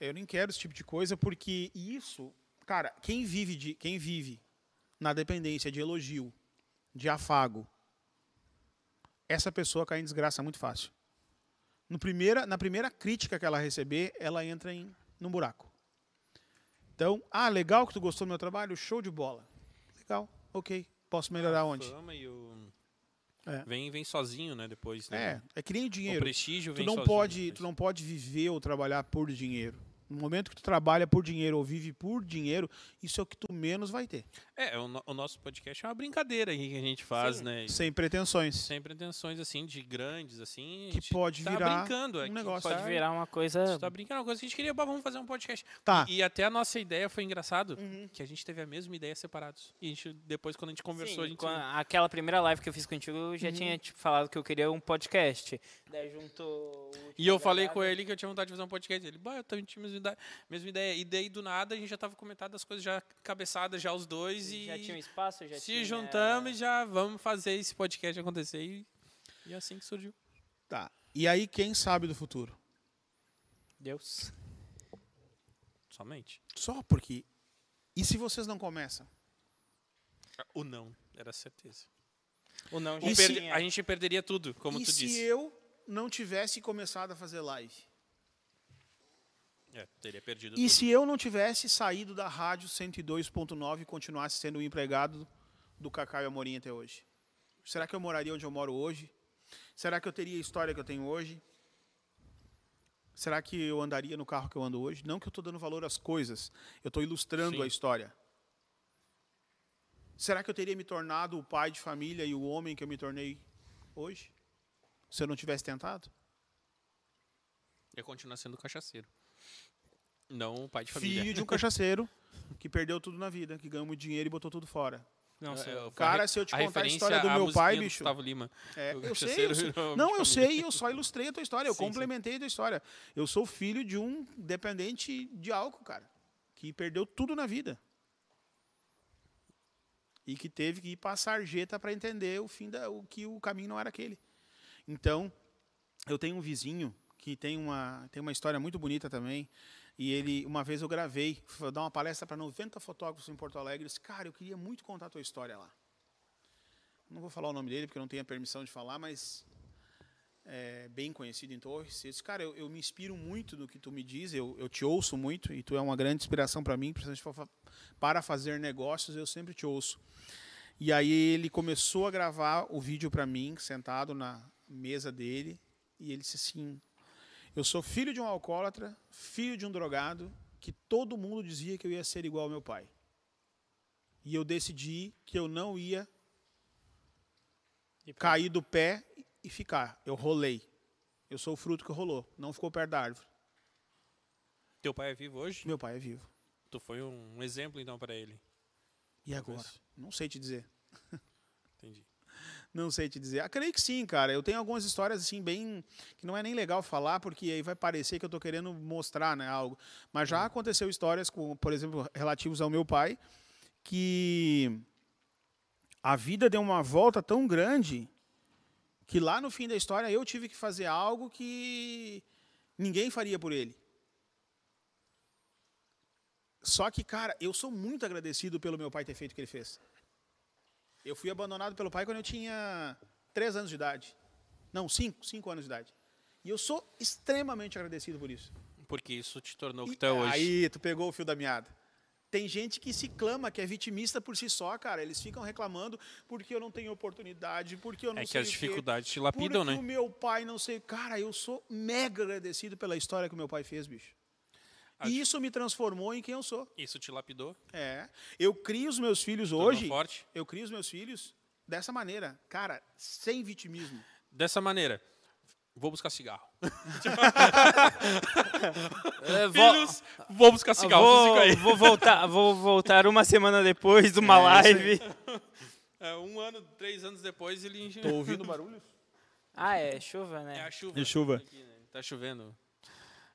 Eu nem quero esse tipo de coisa porque isso, cara, quem vive de, quem vive na dependência de elogio, de afago, essa pessoa cai em desgraça muito fácil. No primeira, na primeira crítica que ela receber, ela entra em num buraco. Então, ah, legal que tu gostou do meu trabalho, show de bola. Legal, ok. Posso melhorar onde?
Fama e o-
É.
Vem, vem sozinho, né? Depois.
É,
né?
é que nem o
O
dinheiro.
prestígio
tu
vem
não
sozinho é né?
pode
depois.
tu não pode viver ou trabalhar por dinheiro no momento que tu trabalha por dinheiro ou vive por dinheiro isso é o que tu menos vai ter
É, o, no- o nosso podcast é uma brincadeira aqui que a gente faz, né? E
sem pretensões
Sem pretensões, assim, de grandes, assim. a
Que
gente
pode
tá
virar
brincando,
um
aqui,
negócio.
tá-
Pode virar uma coisa...
Você tá brincando uma coisa que a gente queria, bah, vamos fazer um podcast.
Tá.
E, e até a nossa ideia foi engraçado,
Uhum.
que a gente teve a mesma ideia separados. E a gente, depois, quando a gente conversou, a
Sim,
gente. Uhum.
quan- aquela primeira live que eu fiz contigo, eu já tinha tipo, falado que eu queria um podcast. Daí juntou... o
E eu
último
falei
agradável.
com ele que eu tinha vontade de fazer um podcast. Ele, bah, eu também tinha a mesma ideia, mesma ideia. E daí, do nada, a gente já tava comentando as coisas já cabeçadas, já os dois. E
Já tinha um espaço, já
se
tinha...
juntamos e já vamos fazer esse podcast acontecer. E, e é assim que surgiu.
tá e aí quem sabe do futuro
Deus.
Somente.
só porque e se vocês não começam
O não, era certeza.
O não
O
já
perde-
tinha.
A gente perderia tudo, como
e
tu
se
disse.
eu não tivesse começado a fazer live?
É, teria perdido
E se eu não tivesse saído da rádio 102.9 e continuasse sendo o empregado do Cacau e Amorim até hoje? Será que eu moraria onde eu moro hoje? Será que eu teria a história que eu tenho hoje? Será que eu andaria no carro que eu ando hoje? Não que eu estou dando valor às coisas, eu estou ilustrando
Sim.
a história. Será que eu teria me tornado o pai de família e o homem que eu me tornei hoje? Se eu não tivesse tentado?
tudo. Ia continuar sendo cachaceiro. Não o pai de família.
Filho de um cachaceiro que perdeu tudo na vida, que ganhou muito dinheiro e botou tudo fora.
Não,
É,
sei.
é, foi
Cara,
re-
se eu te contar a
referência
história do
à
meu pai,
musiquinha do
bicho.
Gustavo Lima.
É,
O
eu sei, eu
cachaceiro
sei.
virou
Não,
homem
eu
de
sei, eu só ilustrei a tua história, eu
Tipo, Sim, sim.
complementei a tua história. Eu sou filho de um dependente de álcool, cara, que perdeu tudo na vida. E que teve que ir para a sarjeta para entender o fim da, o que o caminho não era aquele. Então, eu tenho um vizinho que tem uma, tem uma história muito bonita também. E ele, uma vez eu gravei, fui dar uma palestra para 90 fotógrafos em Porto Alegre. Eu disse, cara, eu queria muito contar a tua história lá. Não vou falar o nome dele, porque eu não tenho a permissão de falar, mas é bem conhecido em Torres. Ele disse, cara, eu, eu me inspiro muito no que tu me diz, eu, eu te ouço muito, e tu é uma grande inspiração para mim, principalmente pra fa- para fazer negócios, eu sempre te ouço. E aí ele começou a gravar o vídeo para mim, sentado na mesa dele, e ele disse assim: Eu sou filho de um alcoólatra, filho de um drogado, que todo mundo dizia que eu ia ser igual ao meu pai. E eu decidi que eu não ia cair do pé e ficar. Eu rolei. Eu sou o fruto que rolou, não ficou perto da árvore.
Teu pai é vivo hoje?
Meu pai é vivo.
Tu foi um exemplo, então, para ele.
E agora? Não sei te dizer.
Entendi.
Não sei te dizer. Ah, creio que sim, cara. Eu tenho algumas histórias assim bem que não é nem legal falar porque aí vai parecer que eu tô querendo mostrar, né, algo. Mas já aconteceu histórias com, por exemplo, relativos ao meu pai que a vida deu uma volta tão grande que lá no fim da história eu tive que fazer algo que ninguém faria por ele. Só que, cara, eu sou muito agradecido pelo meu pai ter feito o que ele fez. Eu fui abandonado pelo pai quando eu tinha três anos de idade. Não, cinco, cinco anos de idade. E eu sou extremamente agradecido por isso.
Porque isso te tornou o que
E
tu é hoje.
Aí, tu pegou o fio da meada. Tem gente que se clama, que é vitimista por si só, cara. Eles ficam reclamando porque eu não tenho oportunidade, porque eu não
é que
sei
as
o quê,
dificuldades te
porque
lapidam,
o
né?
meu pai não sei... Cara, eu sou mega agradecido pela história que o meu pai fez, bicho.
Acho-
E isso me transformou em quem eu sou.
Isso te lapidou.
É. Eu crio os meus filhos
tornou
hoje...
Forte.
Eu crio os meus filhos dessa maneira, cara, sem vitimismo.
Dessa maneira. Vou buscar cigarro.
É, vou-
Filhos, vou buscar
Ah,
cigarro.
vou,
vocês ficam aí.
vou voltar, vou voltar uma semana depois de uma live.
É, um ano, três anos depois, ele...
Tô ouvindo barulho?
Ah, é chuva, né?
É a chuva.
De chuva.
Tá chovendo.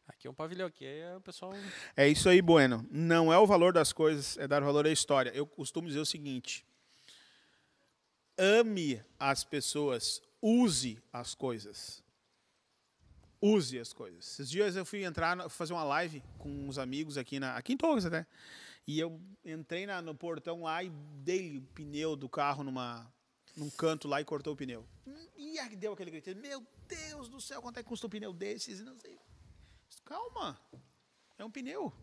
Aqui é um pavilhão, aqui é o pessoal...
É isso aí, Bueno. Não é o valor das coisas, é dar valor à história. Eu costumo dizer o seguinte: ame as pessoas, use as coisas. Use as coisas. Esses dias eu fui entrar, na- fazer uma live com uns amigos aqui, na, aqui em Torres até. E eu entrei na- no portão lá e dei o pneu do carro numa, num canto lá e cortou o pneu. E aí deu aquele grito: Meu Deus do céu, quanto é que custa um pneu desses? E Não sei. Calma. É um pneu.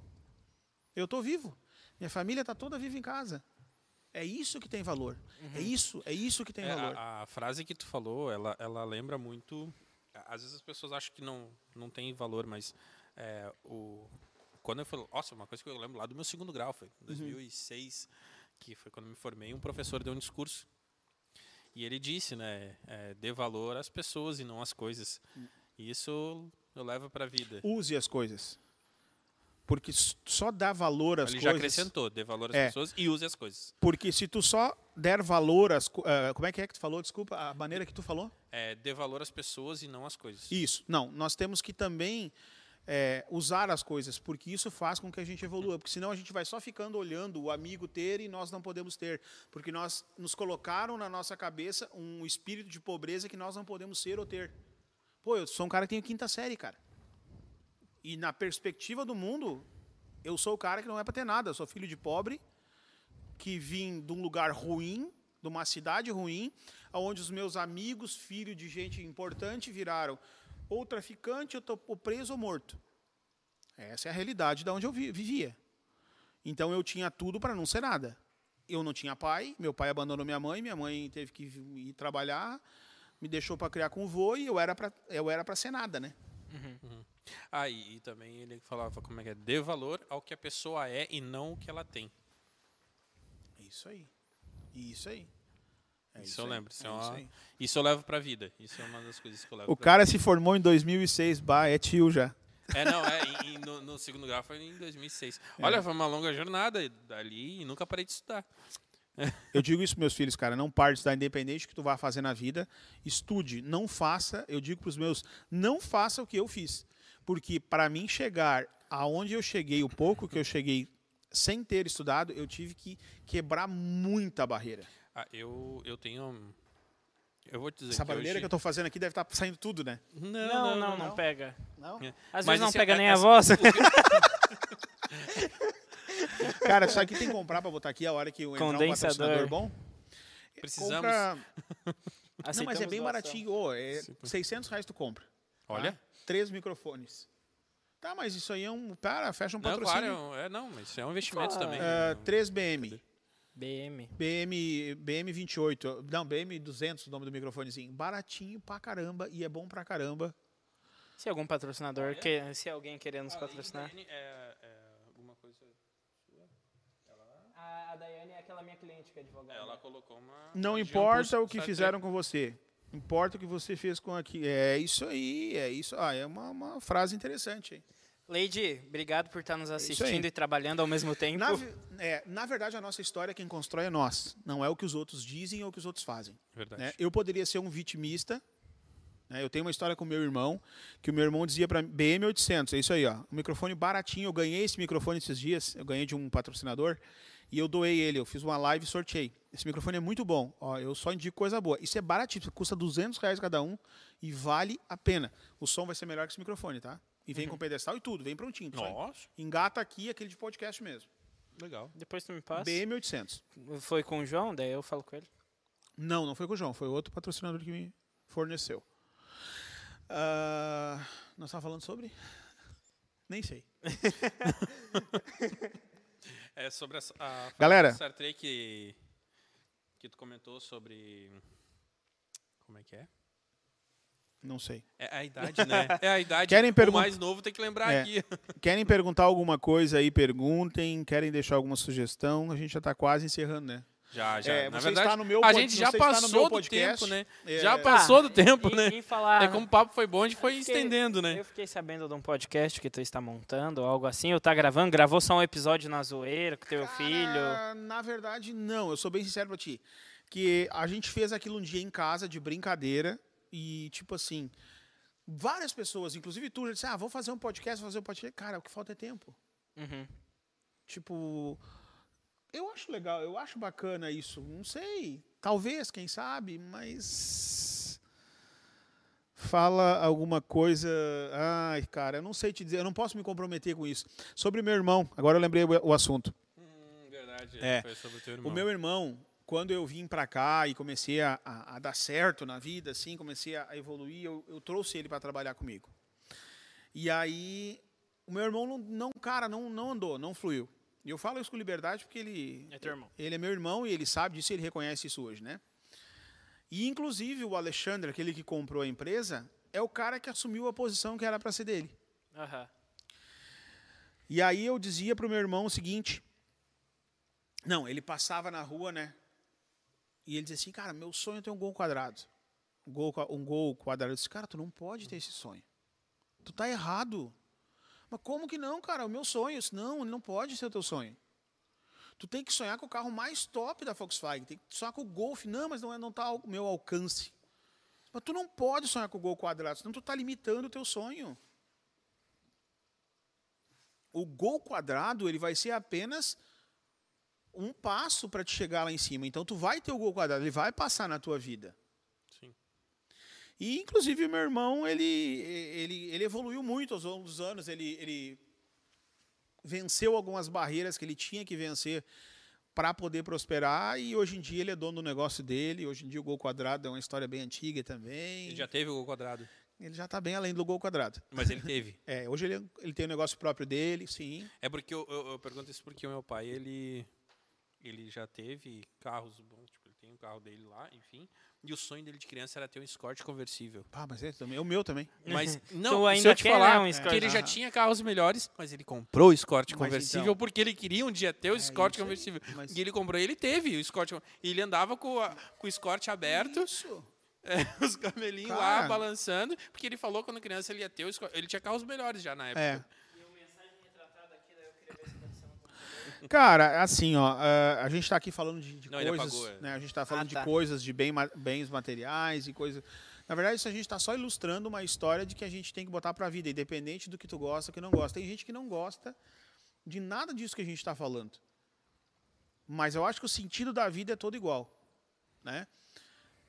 Eu tô vivo. Minha família tá toda viva em casa. É isso que tem valor. É isso, é isso que tem
Uhum. É,
valor.
a, a frase que tu falou, ela, ela lembra muito. a- Às vezes as pessoas acham que não, não tem valor, mas é, o, quando eu falo. Nossa, uma coisa que eu lembro lá do meu segundo grau, foi
Uhum.
em 2006, que foi quando eu me formei, um professor deu um discurso. E ele disse, né? É, dê valor às pessoas e não às coisas.
Hum.
E isso eu levo pra vida.
Use as coisas. Porque s- só dá valor às
ele já
coisas.
acrescentou, dê valor às
É.
pessoas e use as coisas.
Porque se tu só der valor às. co- ah, como é que é que tu falou? Desculpa, a maneira que tu falou?
É, dê valor às pessoas e não às coisas.
Isso. Não, nós temos que também é, usar as coisas, porque isso faz com que a gente evolua. Porque senão a gente vai só ficando olhando o amigo ter e nós não podemos ter. Porque nós nos colocaram na nossa cabeça um espírito de pobreza que nós não podemos ser ou ter. Pô, eu sou um cara que tenho quinta série, cara. E na perspectiva do mundo, eu sou o cara que não é para ter nada. Eu sou filho de pobre, que vim de um lugar ruim, de uma cidade ruim, onde os meus amigos, filho de gente importante, viraram ou traficante, ou tô- ou preso ou morto. Essa é a realidade de onde eu vi- vivia. Então eu tinha tudo para não ser nada. Eu não tinha pai, meu pai abandonou minha mãe, minha mãe teve que ir trabalhar, me deixou para criar com o vô e eu era para eu era para ser nada, né?
Ah, e, e também ele falava como é que é, dê valor ao que a pessoa é e não o que ela tem.
É Isso aí. Isso aí. É
isso, eu
aí.
lembro. Isso, é
É
uma-
isso aí.
isso eu levo pra vida. Isso é uma das coisas que eu levo
O
pra
cara se formou em 2006, bah, é tio já.
É, não, é, e- e no, no segundo grau foi em 2006.
É.
Olha, foi uma longa jornada e dali e nunca parei de estudar.
Eu digo isso pros meus filhos, cara, não pare de estudar independente do que tu vai fazer na vida, estude, não faça, eu digo pros meus, não faça o que eu fiz. Porque para mim chegar aonde eu cheguei, o pouco que eu cheguei sem ter estudado, eu tive que quebrar muita barreira.
Ah, eu, eu tenho. um, Eu vou te dizer.
Essa
é
que
barreira
hoje...
que eu tô fazendo aqui deve estar saindo tudo, né?
Não,
Não, não, não, pega.
Não.
Às
Mas
vezes não
esse-
pega
é-
nem
é-
a voz.
Cara, isso aqui tem que comprar para botar aqui a hora que eu entrar um
Condensador.
patrocinador bom.
Precisamos.
Compra- Não,
Aceitamos
mas é bem
doação.
baratinho. Ô, é 600 reais tu compra. tá?
Olha.
Três microfones. Tá, mas isso aí é um... Cara, fecha um
Não, claro, é
patrocínio.
um- é, não, mas isso é um investimento também.
Ah, 3BM.
BM.
BM, BM28. Não, BM200 o nome do microfonezinho. Baratinho pra caramba e é bom pra caramba.
Se algum patrocinador, que, se alguém querer nos patrocinar.
Ah, É, é, alguma coisa.
A, Daiane é aquela minha cliente que é advogada.
Ela colocou uma.
né? Não importa o que fizeram com você. Importa o que você fez com aqui. É isso aí, é isso. Ah, é uma, uma frase interessante, hein?
Lady, obrigado por estar nos
É isso
assistindo
aí.
e trabalhando ao mesmo tempo.
Na, ve- é, na verdade, a nossa história, quem constrói é nós. Não é o que os outros dizem ou o que os outros fazem.
Verdade.
né? Eu poderia ser um vitimista. né? Eu tenho uma história com meu irmão, que o meu irmão dizia para BM 800, é isso aí, ó, um microfone baratinho. Eu ganhei esse microfone esses dias, eu ganhei de um patrocinador e eu doei ele. Eu fiz uma live e sorteei. Esse microfone é muito bom. Ó, eu só indico coisa boa. Isso é baratinho, custa 200 reais cada um e vale a pena. O som vai ser melhor que esse microfone, tá? E vem com pedestal e tudo, vem prontinho. tu só
Nossa,
Engata aqui aquele de podcast mesmo.
legal.
Depois tu me passa.
BM 800.
Foi com o João, daí eu falo com ele.
Não, não foi com o João, foi outro patrocinador que me forneceu. Ah, nós estávamos falando sobre? Nem sei.
É sobre essa- a, a
Galera.
Star Trek que, que tu comentou sobre. Como é que é?
Não sei.
É a idade, né? É a idade.
Querem
o
pergun-
mais novo tem que lembrar
É.
aqui.
Querem perguntar alguma coisa aí? Perguntem. Querem deixar alguma sugestão? A gente já está quase encerrando, né?
Já, já.
É,
Na
você
verdade,
está no meu
a
pod-
gente já
você está no meu
passou do
podcast.
tempo, né?
É.
Já passou do tempo,
E-
né?
e falar-
É como o papo foi bom, a gente foi
Fiquei-
estendendo, né?
Eu fiquei sabendo de um podcast que tu está montando, algo assim, ou tá gravando, gravou só um episódio na zoeira com teu filho.
Cara, Na verdade, não. Eu sou bem sincero pra ti. Que a gente fez aquilo um dia em casa, de brincadeira, e tipo assim, várias pessoas, inclusive tu, já disse, ah, vou fazer um podcast, vou fazer um podcast. Cara, o que falta é tempo.
Uhum.
Tipo, eu acho legal, eu acho bacana isso. Não sei, talvez, quem sabe, mas. Fala alguma coisa. Ai, cara, eu não sei te dizer, eu não posso me comprometer com isso. Sobre meu irmão, agora eu lembrei o- o assunto.
Hum, verdade,
É.
foi sobre o teu irmão.
O meu irmão, quando eu vim pra cá e comecei a, a- a dar certo na vida, assim, comecei a evoluir, eu, eu trouxe ele pra trabalhar comigo. E aí, o meu irmão não, não, cara, não, não andou, não fluiu. E eu falo isso com liberdade porque ele
É teu irmão.
ele é meu irmão e ele sabe disso, e ele reconhece isso hoje, né? E inclusive o Alexandre, aquele que comprou a empresa, é o cara que assumiu a posição que era pra ser dele.
Aham.
E aí eu dizia pro meu irmão o seguinte: Não, ele passava na rua, né? E ele dizia assim: Cara, meu sonho é ter um gol quadrado. Um gol, qua- um gol quadrado. Eu disse: Cara, tu não pode ter esse sonho. Tu tá errado. Mas como que não, cara? É O meu sonho. Eu disse, não, ele não pode ser o teu sonho. Tu tem que sonhar com o carro mais top da Volkswagen. Tem que sonhar com o Golf. Não, mas não é não tá ao meu alcance. Mas tu não pode sonhar com o gol quadrado, senão tu tá limitando o teu sonho o gol quadrado ele vai ser apenas um passo para te chegar lá em cima. Então tu vai ter o gol quadrado, ele vai passar na tua vida.
Sim.
E inclusive o meu irmão ele ele, ele evoluiu muito aos longos dos anos. Ele ele venceu algumas barreiras que ele tinha que vencer para poder prosperar. E hoje em dia ele é dono do negócio dele. Hoje em dia o gol quadrado é uma história bem antiga também.
Ele já teve o gol quadrado,
Ele já está bem além do gol quadrado.
mas ele teve.
É, hoje ele, ele tem um negócio próprio dele, sim.
É porque eu, eu- eu pergunto isso porque o meu pai, ele ele já teve carros bons, tipo, ele tem um carro dele lá, enfim. E o sonho dele de criança era ter um Escort conversível.
Ah, mas é, também, é o meu também.
Mas
Tu
não, se
ainda
eu te
quer,
falar
né, um
que
Escort.
ele já
Aham.
tinha carros melhores, mas ele comprou o Escort
Mas
conversível
então- É
porque ele queria um dia ter o Escort
isso aí,
conversível.
mas-
E ele comprou, e ele teve o Escort. con- E ele andava com, a- com o Escort aberto,
Isso.
é, os camelinhos lá
Cara.
balançando, porque ele falou quando criança ele ia ter o Escort. Ele tinha carros melhores já na época.
É.
mensagem retratada aqui, daí eu queria ver se um aconteceu alguma coisa.
Cara, assim, ó, ah, a gente tá aqui falando de, de
Não, ele
coisas,
apagou, é.
né? A gente tá falando
Ah, tá.
de coisas, de bem ma- bens materiais e coisas. Na verdade, isso a gente tá só ilustrando uma história de que a gente tem que botar pra vida, independente do que tu gosta, que não gosta. Tem gente que não gosta de nada disso que a gente tá falando. Mas eu acho que o sentido da vida é todo igual, né?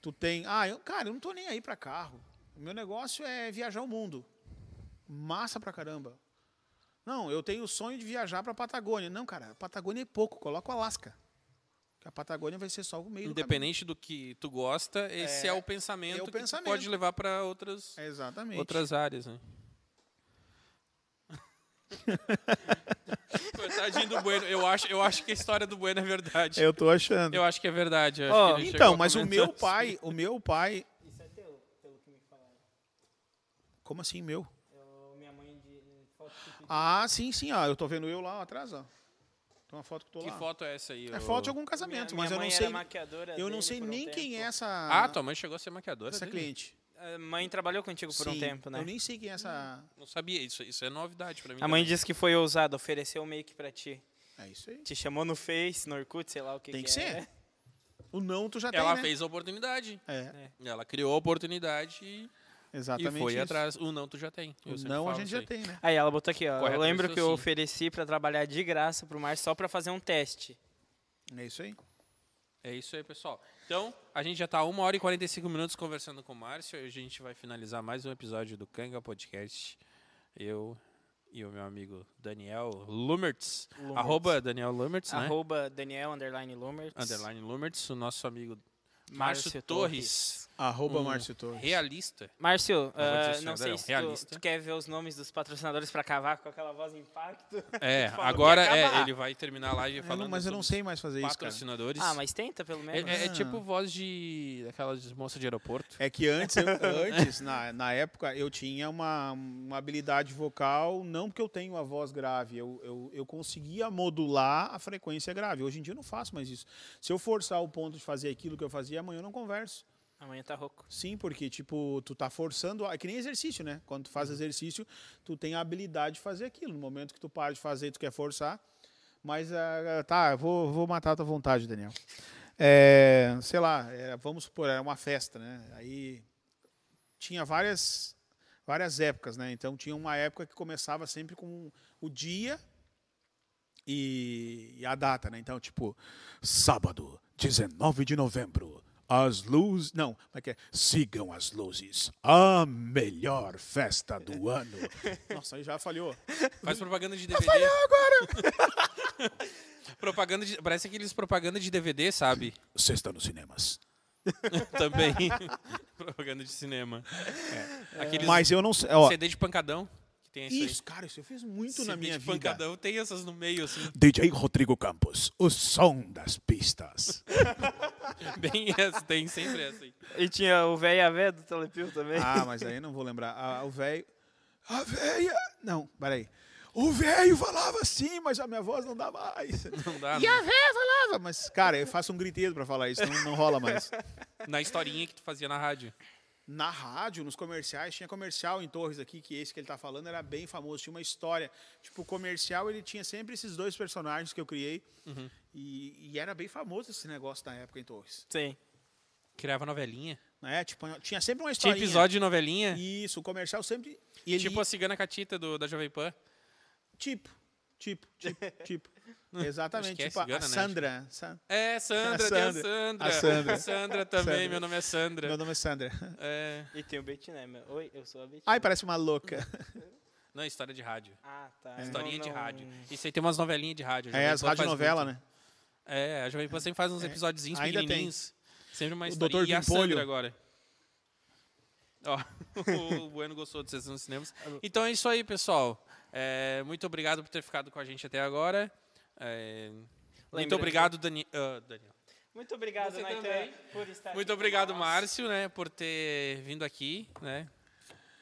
Tu tem, ah, eu, cara, eu não tô nem aí pra carro. O meu negócio é viajar o mundo. Massa pra caramba. Não, eu tenho o sonho de viajar para Patagônia. Não, cara, Patagônia é pouco, coloca o Alasca. Que a Patagônia vai ser só o meio
Independente do que tu gosta, esse é, o pensamento
é o
que tu
pensamento.
pode levar para outras,
do caminho. Exatamente.
outras áreas, né? Coitadinho do Bueno. Eu acho, eu acho que a história do Bueno é verdade. Eu,
Eu tô achando.
acho que é verdade. eu
Ó,
acho que ele chegou
então,
a
mas o
comentar
meu
isso.
pai, o meu pai,
Isso é teu, pelo que me falaram.
como assim meu?
Eu, minha mãe de foto que pediu.
Ah, sim, sim, ó, eu tô vendo eu lá atrás, ó. Tem uma foto que eu tô
Que
lá.
foto é essa aí?
É
ô?
foto de algum casamento,
minha,
mas eu
minha mãe
não
era
sei,
maquiadora
eu não
dele
sei
por um
nem quem é
tempo.
essa
Ah, tua mãe chegou a ser maquiadora?
essa
dele?
cliente.
A mãe trabalhou contigo por um
Sim,
tempo, né?
Eu nem sei quem é essa.
Não sabia, isso, isso é novidade pra mim.
A mãe
também.
disse que foi ousada, ofereceu o make pra ti.
É isso aí.
Te chamou no Face, no Orkut, sei lá o que
Tem que
é.
ser. O não tu já
Ela
tem, né?
fez a oportunidade.
É,
Ela criou a oportunidade e, e
exatamente.
foi
isso.
atrás. O não, tu já tem. Eu sempre
Não, a
falo
gente
isso
já
aí.
tem, né?
Aí ela botou aqui, ó.
Correto,
eu lembro
isso
que eu
sim.
ofereci pra trabalhar de graça pro Mar só pra fazer um teste.
É isso aí.
É isso aí, pessoal. Então, a gente já está 1 hora e 45 minutos conversando com o Márcio. A gente vai finalizar mais um episódio do Canga Podcast. Eu e o meu amigo Daniel Lumertz.
Lumertz.
Arroba Daniel Lumertz, né?
Arroba Daniel underline Lumertz.
Underline Lumertz. O nosso amigo
Márcio
Márcio Torres.
Arroba
Um
Márcio Torres.
Realista.
Márcio,
vou dizer
ah,
isso
não
agora,
sei
não.
se tu,
Realista.
tu quer ver os nomes dos patrocinadores pra cavar com aquela voz impacto.
É,
falou que
agora
ia
é,
acabar.
ele vai terminar a live
Eu não-
falando
mas eu não
sobre
sei mais fazer isso, cara.
patrocinadores.
Ah, mas tenta pelo
É,
menos.
é- é
Ah.
tipo voz de daquelas moças de aeroporto.
É que antes, eu- antes na, na época, eu tinha uma, uma habilidade vocal, não porque eu tenho a voz grave, eu, eu, eu conseguia modular a frequência grave. Hoje em dia eu não faço mais isso. Se eu forçar o ponto de fazer aquilo que eu fazia, amanhã eu não converso.
é.
Amanhã tá rouco.
Sim, porque, tipo, tu tá forçando. É que nem exercício, né? Quando tu faz exercício, tu tem a habilidade de fazer aquilo. No momento que tu para de fazer, tu quer forçar. Mas, ah, tá, eu vou, vou matar a tua vontade, Daniel. É, sei lá, é, vamos supor, era uma festa, né? Aí tinha várias, várias épocas, né? Então tinha uma época que começava sempre com o dia e, e a data, né? Então, tipo, sábado, 19 de novembro, as luzes. Não, como é que é? Sigam as luzes. A melhor festa do ano. Nossa, aí já falhou.
Faz propaganda de DVD. agora! propaganda de, parece aqueles propaganda de DVD, sabe?
Sexta nos cinemas.
Também. propaganda de cinema. É. Aqueles
Mas eu não sei. Ó,
CD de pancadão que tem isso,
isso, cara, isso eu fiz muito
aí.
na
CD
minha
de
vida.
pancadão tem essas no meio, assim,
DJ Rodrigo Campos, o som das pistas.
bem essa, tem sempre essa aí.
E tinha o véi e a véia do Telepil também.
Ah, mas aí não vou lembrar. Ah, o velho. A véia. Não, peraí. O velho falava assim, mas a minha voz não dá mais.
Não dá,
E
né?
a véia falava, mas, cara, eu faço um griteiro pra falar isso, não, não rola mais.
Na historinha que tu fazia na rádio.
Na rádio, nos comerciais, tinha comercial em Torres aqui, que esse que ele tá falando era bem famoso, tinha uma história. Tipo, o comercial, ele tinha sempre esses dois personagens que eu criei.
Uhum.
E, e era bem famoso esse negócio na época em Torres.
Sim.
Criava novelinha.
Né? Tipo, tinha sempre uma
Tinha
história.
episódio de novelinha.
Isso, o comercial sempre. e ele-
Tipo a cigana catita do, da Jovem Pan.
Tipo, tipo, tipo, tipo. Exatamente.
Acho que é
tipo, a-
cigana,
a
né?
Sandra. Sa-
É, Sandra, tem a
Sandra.
Sandra.
A Sandra.
Sandra também,
Sandra.
meu nome é Sandra.
Meu nome é Sandra.
É.
E tem o Betinho, né? Oi, eu sou a Betinho.
Ai, parece uma louca.
Não, história de rádio.
Ah, tá.
É.
Não,
Historinha de
não-
rádio. Isso aí tem umas novelinhas de rádio.
É as
radionovelas,
radionovelas, né?
É, a Jovem Pan sempre faz uns episódiozinhos
Ainda tem.
pequenininhos. Sempre uma
O
história.
Dr.
E a
Pimpolho.
Sandra agora. Ó, o Bueno gostou de vocês nos cinemas. Então é isso aí, pessoal. É, muito obrigado por ter ficado com a gente até agora. É, muito
Lembrando-
obrigado, Dani, ah, Daniel.
Muito obrigado,
Você
Naitan,
também.
por estar
Muito
aqui
obrigado,
conosco.
Márcio, né, por ter vindo aqui, né?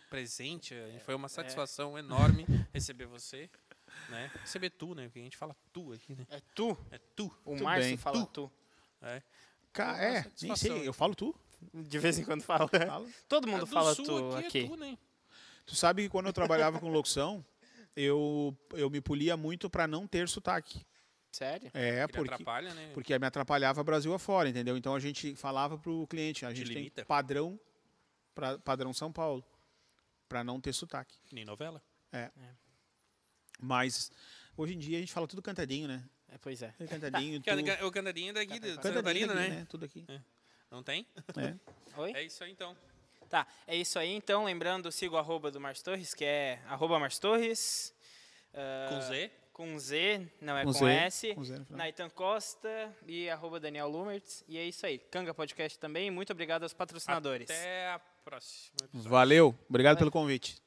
Presente, foi uma satisfação enorme receber você, né? Receber tu, né? Porque a gente fala tu aqui, né?
É tu?
É tu.
O Márcio
bem.
fala tu.
É.
Ca-
Uma
é, nem
satisfação. É.
sei, eu falo tu.
De vez em quando fala.
Fala.
Todo mundo
Do
fala
sul
tu aqui.
É tu, né?
Tu sabe que quando eu trabalhava com locução, eu, eu me polia muito pra não ter sotaque.
Sério?
É,
Ele
porque,
atrapalha, né?
porque me atrapalhava Brasil afora, entendeu? Então a gente falava pro cliente, a gente tem
limita.
padrão, pra- padrão São Paulo, pra não ter sotaque.
Que Nem novela.
Mas hoje em dia a gente fala tudo cantadinho, né?
É, pois é.
Tudo Cantadinho,
Can-
tudo.
can- O Canarinha daqui, de Santa
Cantadinho
Catarina,
daqui,
né?
Tudo aqui.
Não tem?
É.
Oi?
É isso aí, então.
Tá, é isso aí. Então, lembrando, siga o arroba do Márcio Torres, que é arroba Márcio Torres. ah,
Com Z.
Com Z, não é
Com
com,
Z,
S.
com Z no final.
Naitan Costa e arroba Daniel Lumertz. E é isso aí. Canga Podcast também. Muito obrigado aos patrocinadores.
Até a próxima. episódio.
É. Valeu, obrigado pelo convite.